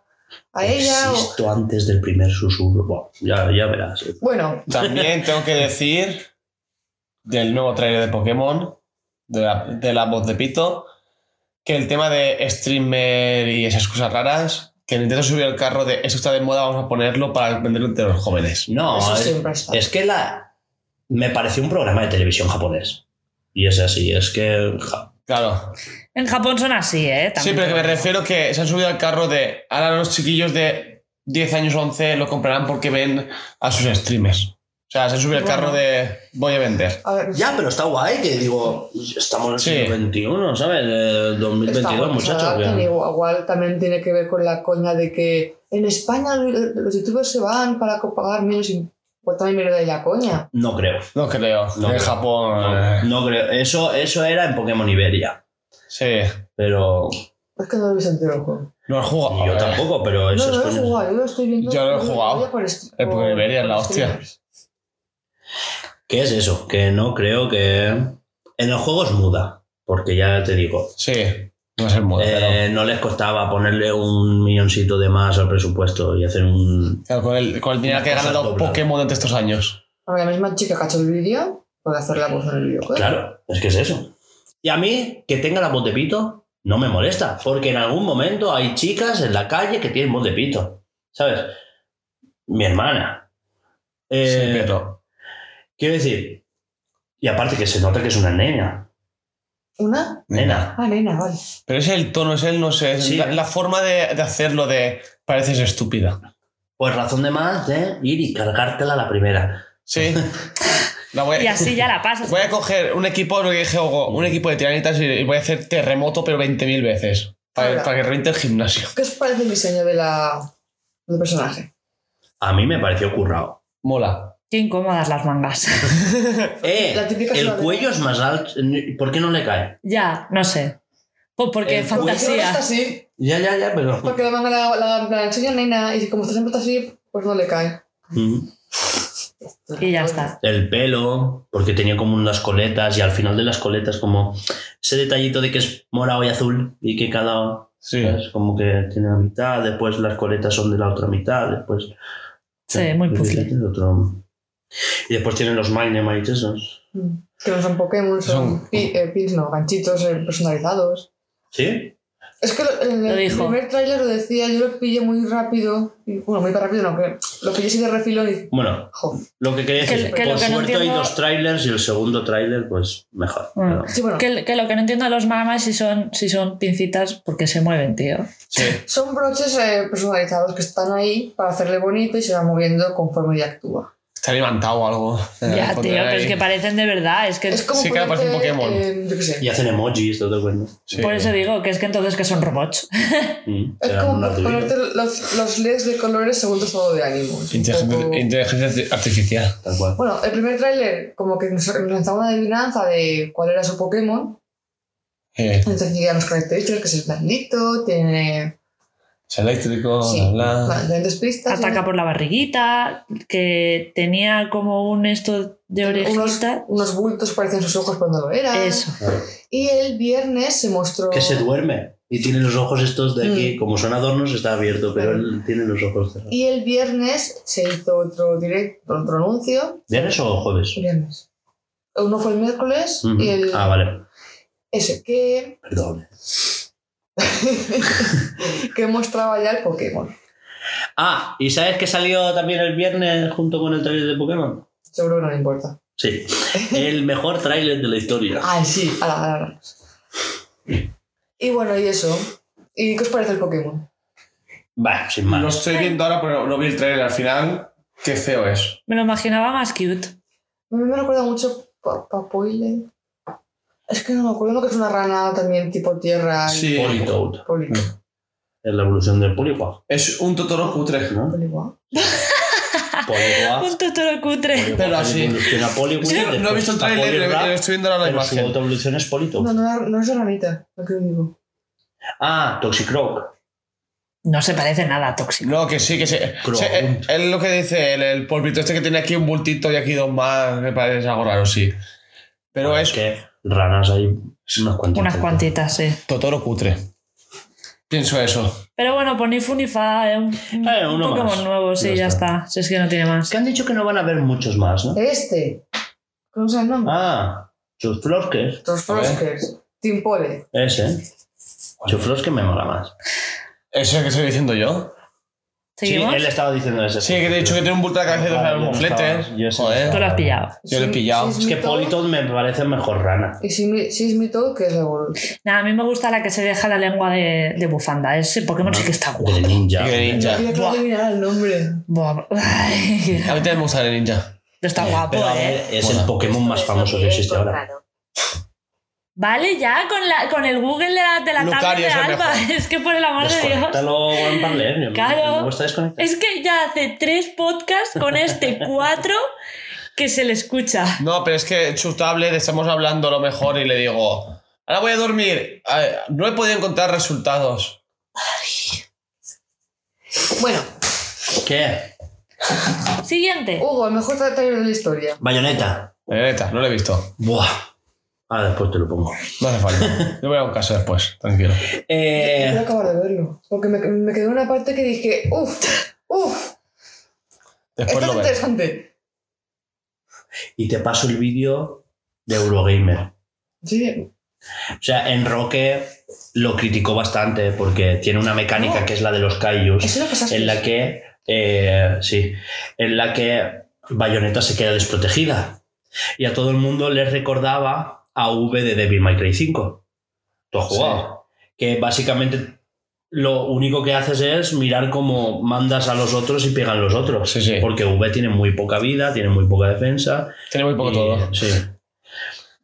S3: a ella. o-
S1: Existo antes del primer susurro. Bueno, ya, ya verás.
S3: bueno,
S4: También tengo que decir del nuevo trailer de Pokémon, de la, de la voz de Pito, que el tema de streamer y esas cosas raras, que Nintendo subió el carro de esto está de moda, vamos a ponerlo para venderlo entre los jóvenes.
S1: No,
S3: eso
S1: es,
S3: siempre está.
S1: es que la me pareció un programa de televisión japonés. Y es así, es que ja,
S4: Claro.
S2: En Japón son así, ¿eh?
S4: Sí,
S2: También.
S4: pero que me refiero que se han subido al carro de ahora los chiquillos de 10 años o 11 lo comprarán porque ven a sus streamers. O sea, se han subido al carro de voy a vender.
S3: A ver,
S1: Ya, pero está guay que digo, estamos en el
S4: Sí.
S1: siglo XXI, ¿sabes? Eh, 2022,
S3: está bueno, o sea,
S1: muchachos. que-
S3: también Igual, igual también tiene que ver con la coña de que en España los los youtubers se van para co- pagar menos impuestos. También mierda de la coña.
S1: No creo.
S4: No creo.
S1: No
S4: en
S1: creo.
S4: Japón.
S1: No,
S4: eh,
S1: no creo. Eso, eso era en Pokémon Iberia.
S4: Sí.
S1: Pero.
S3: Es que no lo he visto entero. el juego.
S4: No has jugado.
S1: Yo tampoco, pero
S3: No,
S1: eso
S3: no lo
S1: es
S3: he jugado, yo lo estoy viendo.
S4: Yo lo he
S3: por-
S4: jugado.
S3: por est-
S4: Eh, porque
S3: por-
S4: Iberia es la
S3: por
S4: hostia.
S3: streamers.
S1: ¿Qué es eso? Que no creo que. En el juego es muda. Porque ya te digo,
S4: Sí. No es el modo.
S1: eh, no les costaba ponerle un milloncito de más al presupuesto y hacer un.
S4: Claro, con el, con el dinero que ha
S1: Cosas
S4: ganado
S1: dobladas.
S4: Pokémon durante estos años.
S3: A ver, la misma chica que ha hecho el vídeo puede hacer la voz en el vídeo.
S1: Claro, es que es eso. Y a mí, que tenga la voz de pito, no me molesta, porque en algún momento hay chicas en la calle que tienen voz de pito, ¿sabes? Mi hermana. Eh,
S4: sí, pero.
S1: Quiero decir, y aparte que se nota que es una nena.
S3: ¿Una?
S1: Nena.
S3: Ah, nena, vale.
S4: Pero es el tono, es el, no sé. es
S1: Sí.
S4: La, la forma de, de hacerlo de pareces estúpida.
S1: Pues razón de más de ir y cargártela la primera.
S4: Sí. La voy a-
S2: Y así ya la pasas.
S4: Voy a coger un equipo, lo que dije, Hugo, un equipo de tiranitas y y voy a hacer terremoto, pero 20.000 veces. Para,
S3: Ahora.
S4: para que reviente el gimnasio.
S3: ¿Qué os parece el diseño de la, del personaje?
S1: A mí me pareció currado.
S4: Mola.
S2: Qué incómodas las mangas.
S1: Eh,
S3: La típica
S1: el
S3: sudadera.
S1: cuello es más alto. ¿Por qué no le cae?
S2: ya, no sé. Pues porque
S1: El
S3: Porque
S2: fantasía.
S3: está así,
S1: Ya, ya, ya, pero.
S3: porque la manga la, la, la enseña nena y como está siempre así, pues no le cae.
S1: Mm.
S2: Y ya está.
S1: el pelo, porque tenía como unas coletas y al final de las coletas como ese detallito de que es morado y azul y que cada
S4: Sí.
S1: ¿sabes? como que tiene la mitad, después las coletas son de la otra mitad, después
S2: Sí, muy puzzle.
S1: el otro. Y después tienen los Magnemite esos.
S3: Mm. Que no son Pokémon, son,
S4: Son-
S3: pi- eh, pins, no, ganchitos eh, personalizados.
S1: ¿Sí?
S3: Es que lo- en
S2: Lo
S3: el
S2: dijo.
S3: primer tráiler lo decía, yo lo pillé muy rápido. y- Bueno, muy rápido no, que lo pillé así de refilón y...
S1: Bueno,
S3: Jo.
S1: lo que quería
S2: Que-
S1: decir,
S2: que lo
S1: por
S2: que no
S1: suerte hay
S2: entiendo-
S1: dos trailers y el segundo trailer pues mejor.
S2: Mm.
S1: pero-
S3: Sí, bueno,
S2: Que, que lo que no entiendo de los mamas si son, si son pincitas porque se mueven, tío.
S4: Sí.
S3: son broches eh, personalizados que están ahí para hacerle bonito y se va moviendo conforme ella actúa.
S4: Está levantado o algo.
S2: ya,
S4: Encontrar
S2: tío, pero
S4: ahí.
S2: es que parecen de verdad. Es que
S3: Es como
S4: Sí, que parece un
S3: ponerte,
S4: Pokémon.
S3: eh, yo qué sé.
S1: Y hacen emojis, todo bueno.
S4: Sí.
S2: por eso digo que es que entonces que son robots.
S1: Mm,
S3: Es
S1: serán
S3: como
S1: unas
S3: ponerte
S1: durillas,
S3: los, los LEDs de colores según tu estado de ánimo. Es un poco-
S4: Inteligencia, inteligencia artificial.
S1: tal cual.
S3: Bueno, el primer tráiler como que nos nos lanzaba una adivinanza de cuál era su Pokémon.
S4: Eh,
S3: Entonces decían las características, que es blandito, tiene
S4: es eléctrico,
S3: sí,
S4: bla,
S3: bueno,
S4: bla.
S3: diferentes pistas.
S2: Ataca
S3: y-
S2: por la barriguita, que tenía como un esto de
S3: unos,
S2: orejita.
S3: unos bultos que parecían sus ojos cuando lo
S4: Ah.
S3: eran.
S2: Eso.
S3: Y el viernes se mostró...
S1: Que se duerme y tiene los ojos estos de aquí, como son adornos, está abierto, pero él tiene los ojos cerrados.
S3: y el viernes se hizo otro directo, otro anuncio.
S1: ¿Viernes o jueves?
S3: Viernes. Uno fue el miércoles
S1: Ujú.
S3: y el...
S1: Ah, vale,
S3: Ese que...
S1: perdón.
S3: que mostraba ya el Pokémon.
S1: Ah, ¿y sabes que salió también el viernes junto con el trailer de Pokémon?
S3: Seguro que no le importa.
S1: Sí, el mejor trailer de la historia.
S3: Ah, sí. Ala, ala, ala. Y bueno, y eso. ¿Y qué os parece el Pokémon?
S1: Va, sin
S4: Lo
S1: más.
S4: estoy viendo ahora, pero no vi el trailer al final. Qué feo es.
S2: Me lo imaginaba más cute.
S3: Me, me recuerda mucho a Papoile. Es que no me acuerdo, ¿no? que es una rana también tipo tierra. y-
S4: Sí.
S1: Politoed,
S3: Polito.
S1: es la evolución del Poliwag, Mm.
S4: Es un Totoro cutre.
S1: ¿no?
S3: Poliwag.
S1: Polygraph.
S2: Un totoro cutre.
S4: Pero así.
S1: Evoluciona Polywheel,
S4: Sí, no he visto el
S1: después está
S4: tráiler,
S1: Polygraph,
S4: eh, estoy viendo ahora la
S1: pero Su
S4: imagen.
S1: autoevolución es Polito.
S3: No, no, no es ranita, lo que digo.
S1: Ah, Toxicroak.
S2: No se parece nada a Tóxico.
S4: No, que sí, que sí.
S1: Creo.
S4: Sí, eh, es lo que dice el, el polvito este que tiene aquí un bultito y aquí dos más. Me parece algo raro, sí. Pero
S1: Bueno,
S4: es
S1: que ranas hay unas cuantitas.
S2: Unas cuantitas, sí.
S4: Totoro cutre. Pienso eso.
S2: Pero bueno, por ni fu ni fa, eh, un, un
S1: Eh, uno
S2: Pokémon
S1: más.
S2: nuevo, sí,
S1: Ya
S2: ya,
S1: está.
S2: está. Si es que no tiene más.
S1: Que han dicho que no van a haber muchos más, ¿no?
S3: Este. ¿Cómo se llama?
S1: Ah, Chuflosques.
S3: Los
S4: a ver.
S3: Froskers. Timpole.
S1: Ese. Chuflosques me mola más.
S4: ¿Eso es que estoy diciendo yo?
S1: Sí,
S2: ¿Seguimos?
S1: él estaba diciendo ese.
S4: Sí, que te he dicho que tiene un bulto de cabeza y dos
S1: Vale, yo no
S4: mofletes.
S1: estaba- yo ese no
S2: Tú
S4: Joder.
S1: estaba.
S2: lo has pillado.
S4: Yo lo he pillado.
S1: Es que Politoed me parece mejor rana.
S3: Y Sismi- Sismitoad, que es la evolución.
S2: Nada, a mí me gusta la que se deja la lengua de, de bufanda. Ese Pokémon sí que está
S1: De
S2: guapo.
S1: ninja.
S4: Y de ninja.
S3: Yo quiero
S2: Buah.
S3: adivinar el nombre.
S2: Buah, ay,
S4: A mí también me gusta el ninja.
S2: está guapo,
S1: Pero a
S2: eh.
S1: ver, es
S4: Mola.
S1: el Pokémon más famoso que existe ahora.
S2: Vale, ya con, la, con el Google de la, de la
S4: Lucario
S2: tablet de
S4: es el
S2: Alba.
S4: mejor.
S2: Es que por el amor de Dios.
S1: Desconéctalo, Juan Parler. me-
S2: Claro.
S1: Me gusta desconectar.
S2: Es que ya hace tres podcasts con este cuatro que se le escucha.
S4: No, pero es que su tablet estamos hablando lo mejor y le digo, ahora voy a dormir. A ver, No he podido encontrar resultados.
S3: Bueno,
S1: ¿Qué?
S2: Siguiente.
S3: Hugo, el mejor trailer de la historia.
S1: Bayoneta.
S4: Bayoneta, Eh, no lo he visto.
S1: Buah. Ahora después te lo pongo.
S4: No hace falta. Yo voy a un caso después, tranquilo.
S3: Quiero
S1: Eh,
S3: acabar de verlo. Porque me, me quedó una parte que dije, uff, uff,
S4: Después
S3: esto es
S4: Pues lo ves.
S3: interesante.
S1: y te paso el vídeo de Eurogamer.
S3: Sí,
S1: O sea, Enroque lo criticó bastante porque tiene una mecánica
S3: No.
S1: que es la de los Kaijus.
S3: eso lo pasaste.
S1: en la que eh, sí, en la que Bayonetta se queda desprotegida y a todo el mundo les recordaba a V de Devil May Cry 5. Tú has jugado. Que básicamente lo único que haces es mirar cómo mandas a los otros y pegan los otros.
S4: Sí, sí.
S1: Porque V tiene muy poca vida, tiene muy poca defensa.
S4: Tiene muy poco
S1: y-
S4: todo.
S1: Sí.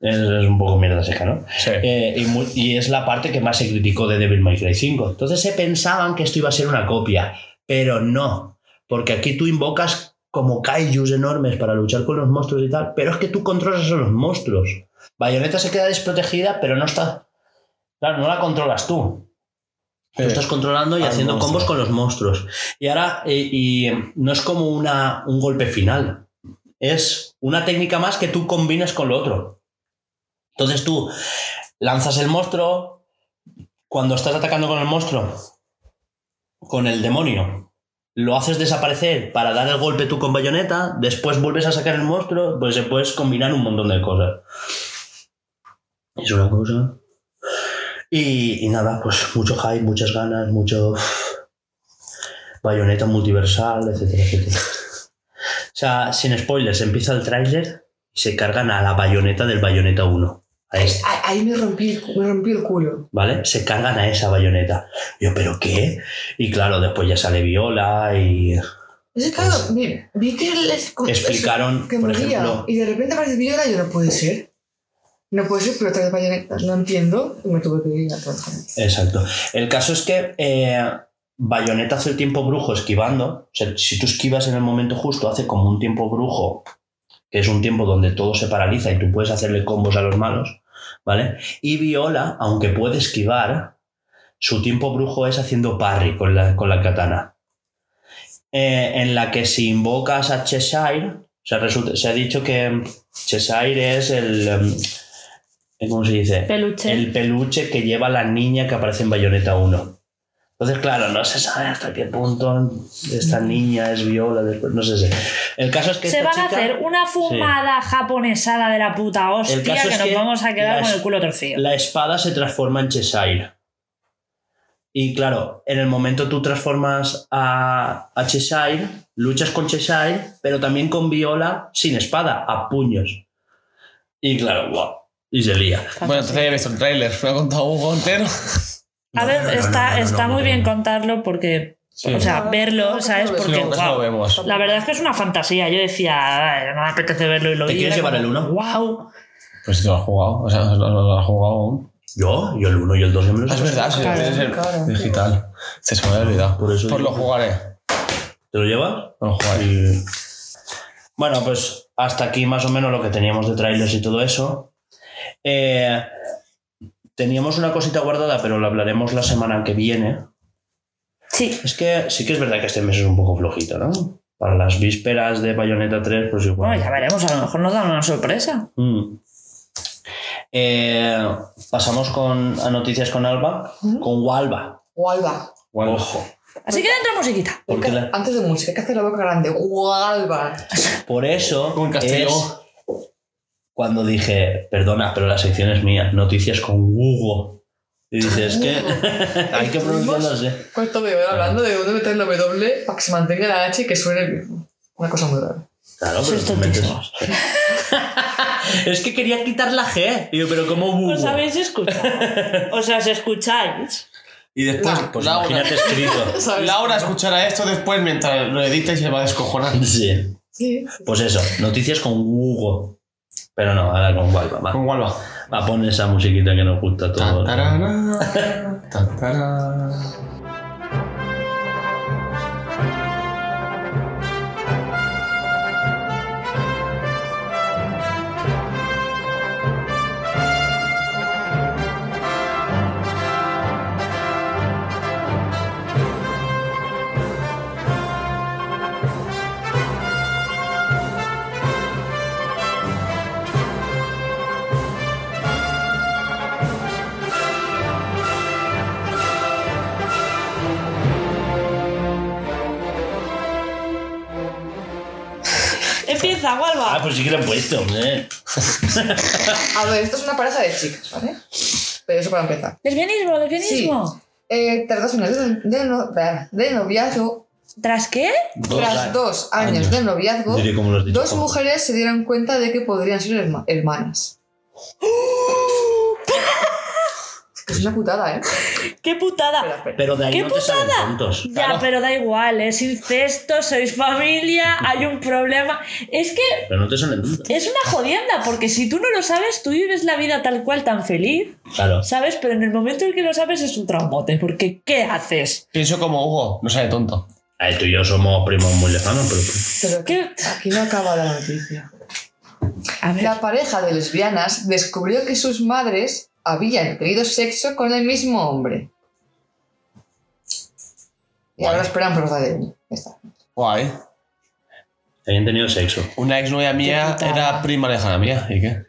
S1: Es, es un poco mierda seca, ¿no?
S4: Sí.
S1: Eh, y, mu- y es la parte que más se criticó de Devil May Cry 5. Entonces se pensaban que esto iba a ser una copia, pero no, porque aquí tú invocas como kaijus enormes para luchar con los monstruos y tal, pero es que tú controlas a los monstruos. Bayonetta se queda desprotegida, pero no está... Claro, no la controlas tú. Tú
S4: Sí.
S1: estás controlando y
S4: Al
S1: haciendo
S4: monstruo.
S1: combos con los monstruos. Y ahora, eh, y eh, no es como una, un golpe final. Es una técnica más que tú combinas con lo otro. Entonces tú lanzas el monstruo. Cuando estás atacando con el monstruo, con el demonio, lo haces desaparecer para dar el golpe tú con bayoneta. Después vuelves a sacar el monstruo. Pues se puedes combinar un montón de cosas. Es una cosa. Y, y nada, pues mucho hype, muchas ganas, mucho. Bayoneta multiversal, etcétera, etcétera. O sea, sin spoilers, empieza el tráiler y se cargan a la bayoneta del bayoneta 1. A esta,
S3: Ah, Ahí me rompí, el cu- me rompí el culo.
S1: ¿vale? Se cargan a esa bayoneta. Yo, ¿pero qué? Y claro, después ya sale Viola y
S3: Es que claro, vi, vi que les
S1: explicaron,
S3: que
S1: por
S3: moría.
S1: ejemplo.
S3: Y de repente aparece Viola y yo no puede ser. No puede ser, pero trae bayoneta. No entiendo. Y me tuve que ir a trabajar.
S1: Exacto. El caso es que eh, Bayonetta hace el tiempo brujo esquivando. O sea, si tú esquivas en el momento justo, hace como un tiempo brujo, que es un tiempo donde todo se paraliza y tú puedes hacerle combos a los malos, ¿vale? Y Viola, aunque puede esquivar, su tiempo brujo es haciendo parry con la, con la katana. Eh, en la que si invocas a Cheshire, o sea, resulta- se ha dicho que Cheshire es el... em, ¿Cómo se dice?
S2: Peluche.
S1: el peluche que lleva la niña que aparece en Bayonetta 1. Entonces, claro, no se sabe hasta qué punto esta niña es viola, después, no se sé. El caso es que.
S2: Mm. Se
S1: esta
S2: van a
S1: chica-
S2: hacer una fumada japonesada de la puta
S1: El
S2: hostia
S1: caso
S2: que
S1: es
S2: nos
S1: que
S2: vamos a quedar
S1: las-
S2: con el culo torcido.
S1: La espada se transforma en Cheshire. Y claro, en el momento tú transformas a, a Cheshire, luchas con Cheshire, pero también con Viola sin espada, a puños. Y claro, guau. Y se lía.
S4: Bueno, entonces ya he visto el tráiler. Me ha contado Hugo entero.
S2: a ver, está, está muy bien contarlo porque,
S4: Sí.
S2: o sea,
S3: No,
S1: Mm.
S3: no,
S2: verlo,
S3: no,
S2: ¿sabes?
S3: no, no,
S4: Sí,
S2: Porque,
S4: luego casi
S2: guau,
S4: lo vemos.
S2: la verdad es que es una fantasía. Yo decía, "Ay, no me apetece verlo y lo
S1: ¿Te
S2: vi,
S1: quieres
S2: era
S1: llevar
S2: como,
S1: el uno?
S2: ¡Guau!
S4: Pues si tú lo has jugado. O sea, no no lo has jugado aún.
S1: Yo, yo el 1 y el 2 me los
S4: Ah, es
S1: he
S4: verdad,
S1: pasado.
S4: sí,
S3: Claro,
S4: tienes el
S3: claro.
S4: digital. Se me había olvidado.
S1: Por eso
S4: Pues lo
S1: digo.
S4: jugaré.
S1: ¿Te lo llevas?
S4: Lo jugaré.
S1: Y- Bueno, pues hasta aquí más o menos lo que teníamos de trailers y todo eso. Eh, teníamos una cosita guardada, pero la hablaremos la semana que viene.
S2: Sí.
S1: Es que sí que es verdad que este mes es un poco flojito, ¿no? Para las vísperas de Bayonetta 3, pues igual.
S2: Bueno, ya veremos, a lo mejor nos dan una sorpresa.
S1: Mm. Eh, pasamos con, a noticias con Alba, con Walba.
S3: Gualba.
S1: Ojo.
S2: Así que dentro musiquita.
S1: Porque
S3: Hay que-
S1: la-
S3: Antes de música, hay que hacer la boca grande. Gualba.
S1: Por eso
S4: Con Castillo.
S1: es cuando dije, perdona, pero la sección es mía, noticias con Hugo. Y dices, que hay que ¿eh? pronunciarlo así.
S3: ¿Cuánto me voy ¿eh? hablando de dónde meter la W para que se mantenga la H y que suene una cosa muy rara?
S1: Claro, pero
S2: Sois
S1: tú metes-
S2: tontísimos.
S1: Es que quería quitar la G. Y yo, pero como Hugo.
S3: Pues
S2: Os habéis escuchado. O sea, si escucháis.
S4: Y después,
S1: Pues
S4: Laura,
S1: imagínate escrito.
S3: ¿Sabes?
S4: Laura escuchará esto después mientras lo edita y se va a descojonar.
S1: Sí.
S3: Sí.
S1: Pues eso, noticias con Hugo. Pero no, ahora con Walba. Va,
S4: Con Walva.
S1: va pon esa musiquita que nos gusta a todos.
S4: Tantarana, tantarana.
S2: Empieza,
S1: Ah,
S2: Walva.
S1: pues sí que lo he puesto, hombre.
S3: A ver, esto es una pareja de chicas, ¿vale? Pero eso para empezar.
S2: Lesbianismo, lesbianismo.
S3: Eh, tras dos años de, de no- de noviazgo,
S2: ¿Tras qué?
S1: Dos
S3: tras
S1: a-
S3: dos años,
S1: años.
S3: de noviazgo,
S1: Diré como lo has dicho,
S3: dos
S1: Juanjo.
S3: mujeres se dieron cuenta de que podrían ser herma- hermanas. Es que es una putada, ¿eh?
S2: ¡Qué putada!
S3: Espera, espera.
S1: Pero de ahí
S2: ¡Qué
S1: no te
S2: putada!
S1: salen tontos.
S2: Ya, pero da igual, es incesto, sois familia, hay un problema. Es que
S1: Pero no te salen tontos.
S2: es una jodienda, porque si tú no lo sabes, tú vives la vida tal cual tan feliz,
S1: Claro.
S2: ¿sabes? Pero en el momento en que lo sabes es un traumote, porque ¿qué haces?
S4: Pienso como Hugo, no sale tonto.
S1: Ay, tú y yo somos primos muy lejanos, pero.
S3: Pero que-
S2: ¿Qué?
S3: aquí no acaba la noticia.
S2: A ver,
S3: La pareja de lesbianas descubrió que sus madres habían tenido sexo con el mismo hombre. Y ahora esperan por de él. Ya está.
S4: Guay.
S1: Habían tenido sexo.
S4: Una ex novia mía
S2: putada.
S4: era prima lejana mía, ¿y qué?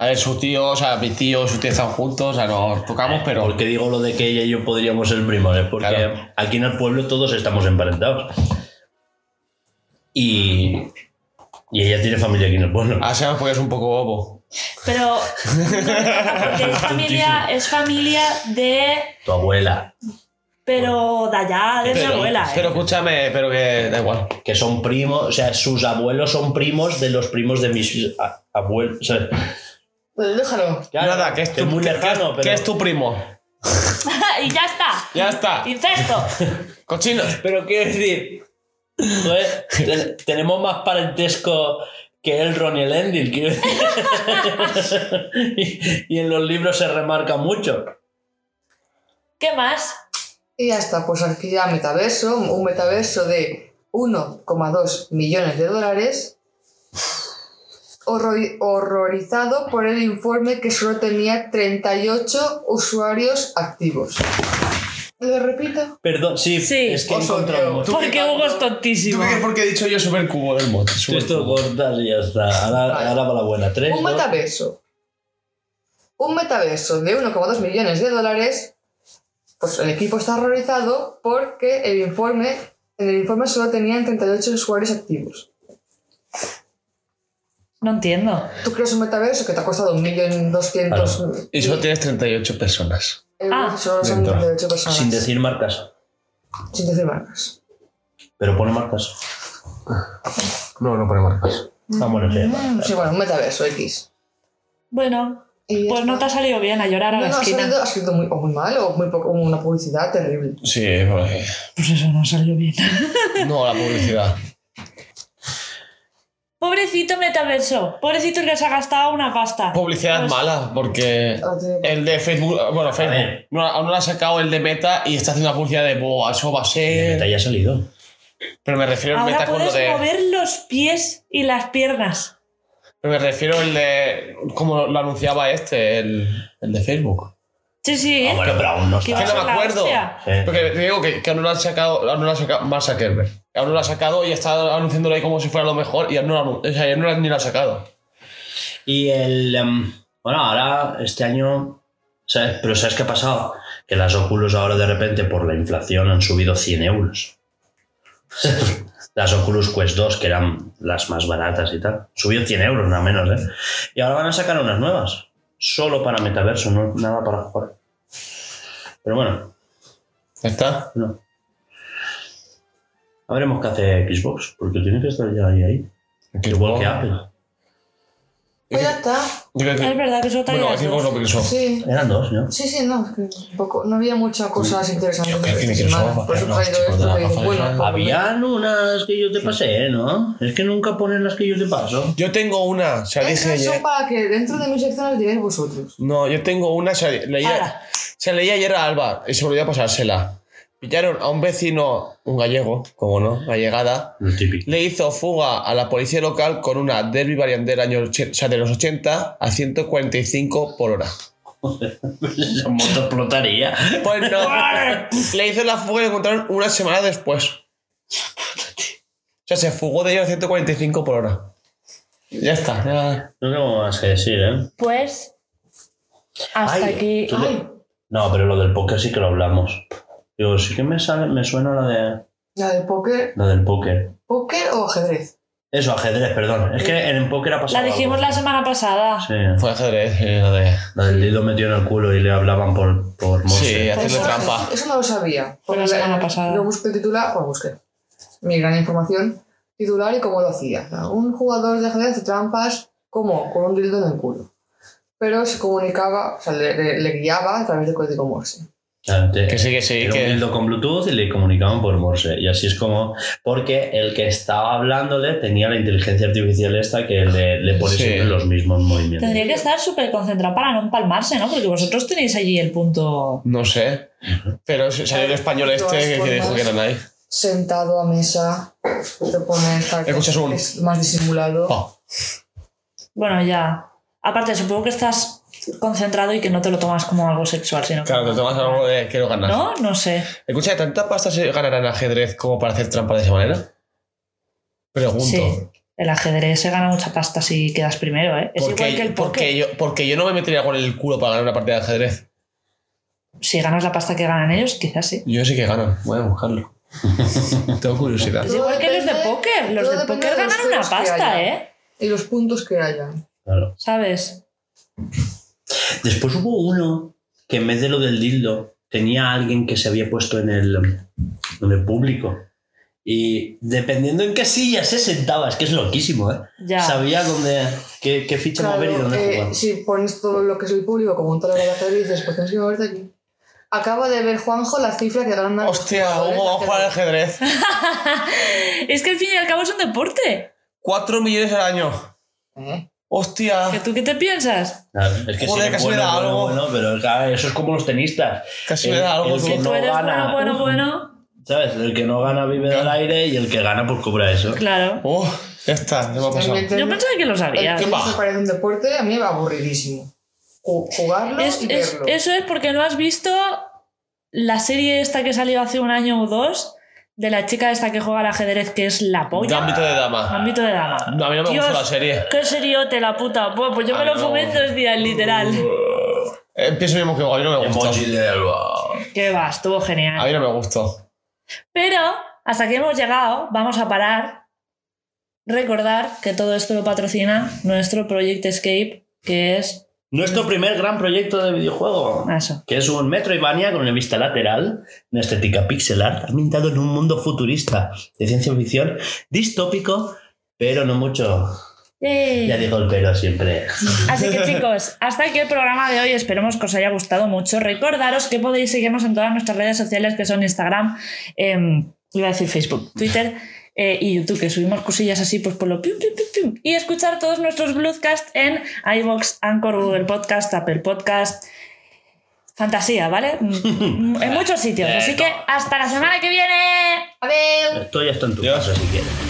S4: A ver, su tío, o sea, mi tío, su tía están juntos, o sea, nos tocamos, pero.
S1: ¿Por qué digo lo de que ella y yo podríamos ser primos? Es porque
S4: Claro.
S1: aquí en el pueblo todos estamos emparentados. Y. Y ella tiene familia aquí en el pueblo.
S4: Así es porque es un poco bobo.
S2: pero porque es familia, es familia de...
S1: Tu abuela.
S2: Pero de allá, de mi
S4: Pero,
S2: abuela, ¿eh?
S4: pero escúchame, pero que da igual.
S1: Que son primos. O sea, sus abuelos son primos de los primos de mis a- abuelos. o sea,
S3: Pues déjalo.
S1: claro,
S4: Nada, que es tu,
S1: muy
S4: que-
S1: lejano,
S4: que-
S1: pero.
S4: que es tu primo.
S2: y ya está.
S4: Ya está.
S2: Incesto.
S4: Cochino.
S1: Pero quiero decir, joder, te- tenemos más parentesco que el Ron y el Endil. quiero decir. y, y en los libros se remarca mucho.
S2: ¿Qué más?
S3: Y ya está, pues aquí ya metaverso, un metaverso de 1,2 millones de dólares, horrori- horrorizado por el informe que solo tenía 38 usuarios activos. Lo repito.
S1: Perdón, sí,
S2: Sí.
S1: es que he
S3: Os
S1: encontrado
S3: odio.
S1: mucho.
S2: Porque Hugo es tontísimo.
S4: porque he dicho yo super cubo del mod?
S1: Tú esto cortas y ya está. Ahora,
S3: Vale.
S1: ahora va la buena. Tres,
S3: Un
S1: dos-
S3: metaverso. Un metaverso de 1,2 millones de dólares, pues el equipo está horrorizado porque el informe, en el informe solo tenían 38 usuarios activos.
S2: No entiendo.
S3: Tú creas un metaverso que te ha costado 1.200.000
S1: Claro.
S4: Y solo tienes 38 personas.
S3: euros
S2: Ah.
S3: y solo son
S4: Dentro.
S3: 38 personas.
S1: sin decir marcas.
S3: Sin decir marcas.
S1: Pero pone marcas.
S4: No, no pone marcas.
S1: Ah, bueno, sí.
S3: Mm, Sí, bueno, un metaverso X.
S2: Bueno,
S3: Y ya
S2: pues no te
S3: está.
S2: ha salido bien a llorar a
S3: No,
S2: la
S3: no, ha
S2: esquina.
S3: salido, ha salido muy, o muy mal o muy poco, una publicidad terrible.
S4: Sí, porque-
S2: Pues eso no salió bien.
S4: No, la publicidad.
S2: Pobrecito metaverso. Pobrecito que se ha gastado una pasta.
S4: Publicidad
S2: Pues-
S4: mala, porque
S3: Ahora tiene-
S1: Eh,
S4: el de Facebook, bueno, Facebook,
S1: ver.
S2: Eh,
S4: no, aún no lo ha sacado el de Meta y está haciendo una publicidad de, boa, eso va a
S1: Meta
S4: ser.
S1: ya ha salido.
S4: Pero me refiero al
S2: Ahora
S4: meta con lo
S2: puedes
S4: de.
S2: mover los pies y las piernas.
S4: Pero me refiero al de. Como lo anunciaba este, el, el de Facebook.
S2: Sí, sí.
S1: Ah,
S2: ¿eh?
S1: bueno, pero aún no
S2: ¿Qué
S4: Que
S1: está. Eh,
S2: vas
S4: no
S2: a
S4: me
S2: la
S4: acuerdo.
S2: hostia?
S1: Sí.
S4: Porque te digo que, que aún no lo han sacado. Aún no lo ha sacado Mark Zuckerberg. Aún no lo ha sacado y está anunciándolo ahí como si fuera lo mejor. Y aún no lo, anun- o sea, y aún no lo- ni lo ha sacado.
S1: Y el. em, bueno, ahora, este año. ¿sabes? Pero ¿sabes qué ha pasado? Que las Oculus ahora de repente, por la inflación, han subido 100 euros. las Oculus Quest 2, que eran las más baratas y tal, subió 100 euros, nada menos, ¿eh? Y ahora van a sacar unas nuevas. Solo para metaverso, no nada para jugar. Pero bueno,
S4: Ya está.
S1: no. A veremos qué hace Xbox, porque tiene que estar ya ahí. ahí. Igual que Apple.
S3: Pues ya está.
S4: Yo creo que-
S2: Es verdad que solo traía
S4: Bueno,
S2: las
S4: aquí
S2: dos.
S4: vos lo pensó.
S3: Sí.
S1: Eran dos, ¿no?
S3: Sí, sí, no. un poco- no había muchas cosas interesantes.
S4: Yo creo que
S3: esta
S4: me quiero
S3: semana,
S4: sopa, ¿eh?
S3: Por eso
S4: no,
S3: ha ido
S4: chicos,
S3: esto.
S4: de
S3: que
S4: la
S3: digo,
S4: gafa de
S3: bueno,
S4: sol.
S1: Habían unas que yo te pasé, ¿no? Es que nunca ponen las que yo te paso.
S4: Yo tengo una. O sea, dije
S3: Esas
S4: ayer.
S3: son para que dentro de mi sección las digáis vosotros.
S4: No, yo tengo una, se leía,
S2: Ala.
S4: se leía ayer a Alba y se me olvidó pasársela. Pillaron a un vecino, un gallego, como no, gallegada,
S1: Lo típico.
S4: le hizo fuga a la policía local con una Derby Variant del año och- o sea, de los 80 a 145 por hora.
S1: Esa moto explotaría.
S4: Pues no, le hizo la fuga y lo encontraron una semana después. O sea, se fugó de ellos a 145 por hora. Ya está. ya.
S1: No tengo más que decir, ¿eh?
S2: Pues hasta
S1: Ay,
S2: aquí.
S1: tú
S2: Ay,
S1: le- No, pero lo del póker sí que lo hablamos. Digo, sí que me, sale, me suena la, de,
S3: La de póker.
S1: la del póker.
S3: ¿Póker o ajedrez?
S1: Eso, ajedrez, perdón. Es que en el póker ha pasado.
S2: la dijimos
S1: algo.
S2: la semana pasada.
S1: Sí,
S4: Fue ajedrez, eh, la de.
S1: la del dedo metido en el culo y le hablaban por, por
S4: Sí,
S1: Monster.
S4: haciendo
S3: Eso-
S4: trampa.
S3: Eso no lo sabía.
S2: Fue la
S3: Porque
S2: semana pasada.
S3: Lo busqué el titular, o busqué. Mi gran información, titular y cómo lo hacía. Un jugador de ajedrez hace trampas como con un dildo en el culo. Pero se comunicaba, o sea, le, le- le guiaba a través del código Morse.
S1: Ah, te-
S4: Que sí, que sí.
S1: Era un
S4: Que...
S1: dildo con Bluetooth y le comunicaban por Morse. Y así es como. Porque el que estaba hablándole tenía la inteligencia artificial esta que le, le pone
S4: Sí.
S1: siempre los mismos movimientos.
S2: Tendría que estar súper concentrado para no empalmarse, ¿no? Porque vosotros tenéis allí el punto.
S4: No sé. Pero s- salió el español
S3: De
S4: este
S3: todas
S4: que, que dijo
S3: formas.
S4: que eran ahí.
S3: Sentado a mesa, te pones tal
S4: Escuchas un-
S3: es más disimulado.
S4: Oh,
S2: Bueno, ya. Aparte, supongo que estás concentrado y que no te lo tomas como algo sexual, sino
S4: claro, te
S2: como-
S4: tomas algo de quiero ganar.
S2: No, no sé.
S4: Escucha, ¿tanta pasta se ganará en ajedrez como para hacer trampa de esa manera? Pregunto.
S2: Sí. El ajedrez se gana mucha pasta si quedas primero, ¿eh? Es
S4: Porque,
S2: igual que el
S4: porque,
S2: póker.
S4: yo, porque yo no me metería con el culo para ganar una partida de ajedrez.
S2: Si ganas la pasta que ganan ellos, quizás sí.
S4: Yo sí que gano. Voy a buscarlo. Tengo curiosidad.
S2: Es
S3: Todo
S2: igual que los de
S3: depende-
S2: póker. Los
S3: todo
S2: de
S3: depende
S2: póker
S3: de los
S2: ganan una
S3: tips que
S2: pasta,
S3: haya.
S2: ¿eh?
S3: Y los puntos que hayan.
S1: Claro.
S2: ¿Sabes?
S1: Después hubo uno que en vez de lo del dildo tenía alguien que se había puesto en el, en el público. Y dependiendo en qué silla se sentaba, es que es loquísimo, ¿eh?
S2: Ya.
S1: Sabía dónde, qué, qué ficha mover y
S3: Claro,
S1: dónde
S3: eh,
S1: jugar.
S3: si pones todo lo que es el público como un tablero de ajedrez, dices, pues tienes que moverte aquí. Acaba de ver Juanjo la cifra que ganan los
S4: Hostia,
S3: jugadores
S4: Hugo va a
S3: de
S4: jugar al
S3: ajedrez.
S4: ajedrez.
S2: Es que al fin y al cabo es un deporte.
S4: 4 millones al año.
S3: ¿Eh?
S2: ¿Que
S4: Hostia.
S2: ¿Tú qué te piensas?
S1: Claro, Es que
S4: Joder,
S1: sí,
S4: casi
S1: bueno,
S4: me da
S1: bueno,
S4: algo.
S1: bueno, pero claro, eso es como los tenistas.
S4: Casi
S1: el-
S4: me da algo.
S1: el
S4: tú.
S1: que
S2: Que
S1: no
S2: tú eres
S1: gana.
S2: bueno, bueno, bueno.
S1: ¿Sabes? El que no gana vive del aire y el que gana pues cobra eso.
S2: Claro.
S4: Oh, ya está. Se me ha pasado.
S3: Realmente
S2: Yo
S3: no-
S2: pensaba que lo sabías.
S3: el
S4: ¿Qué va?
S3: tenis me parece un deporte a mí me va aburridísimo. Ju- Jugarlo
S2: Es-
S3: y
S2: es-
S3: verlo.
S2: eso es porque no has visto la serie esta que salió hace un año o dos de la chica esta que juega al ajedrez, que es la polla.
S4: Gambito de dama.
S2: Ámbito de dama.
S4: No, a mí no me gustó
S2: Dios,
S4: la serie.
S2: Qué seriote la puta. Bueno, pues yo me
S4: Ah,
S2: lo
S4: no.
S2: fumé en dos días, literal.
S4: Eh, pienso mismo que Hugo, a mí no me gustó.
S1: Emoji de Alba.
S2: Qué va, estuvo
S4: A
S2: genial.
S4: mí no me gustó.
S2: Pero hasta que hemos llegado, vamos a parar. Recordar que todo esto lo patrocina nuestro Project Escape, que es
S1: Nuestro primer gran proyecto de videojuego.
S2: eso.
S1: que es un Metroidvania con una vista lateral, una estética pixel art, ambientado en un mundo futurista de ciencia ficción, distópico, pero no mucho.
S2: Yay.
S1: Ya digo el pero siempre.
S2: Así que chicos, hasta aquí el programa de hoy. Esperemos que os haya gustado mucho. Recordaros que podéis seguirnos en todas nuestras redes sociales, que son Instagram, em, iba a decir Facebook, Twitter eh, y YouTube, que subimos cosillas así, pues por lo pium, pium, pium, pium. Y escuchar todos nuestros broadcasts en iVoox, Anchor, Google Podcast, Apple Podcast. Fantasía, ¿vale? Mm, mm, En muchos sitios. Así que hasta la semana que viene.
S6: Adeu.
S1: Esto ya está en tu
S4: Dios.
S1: casa si quieres.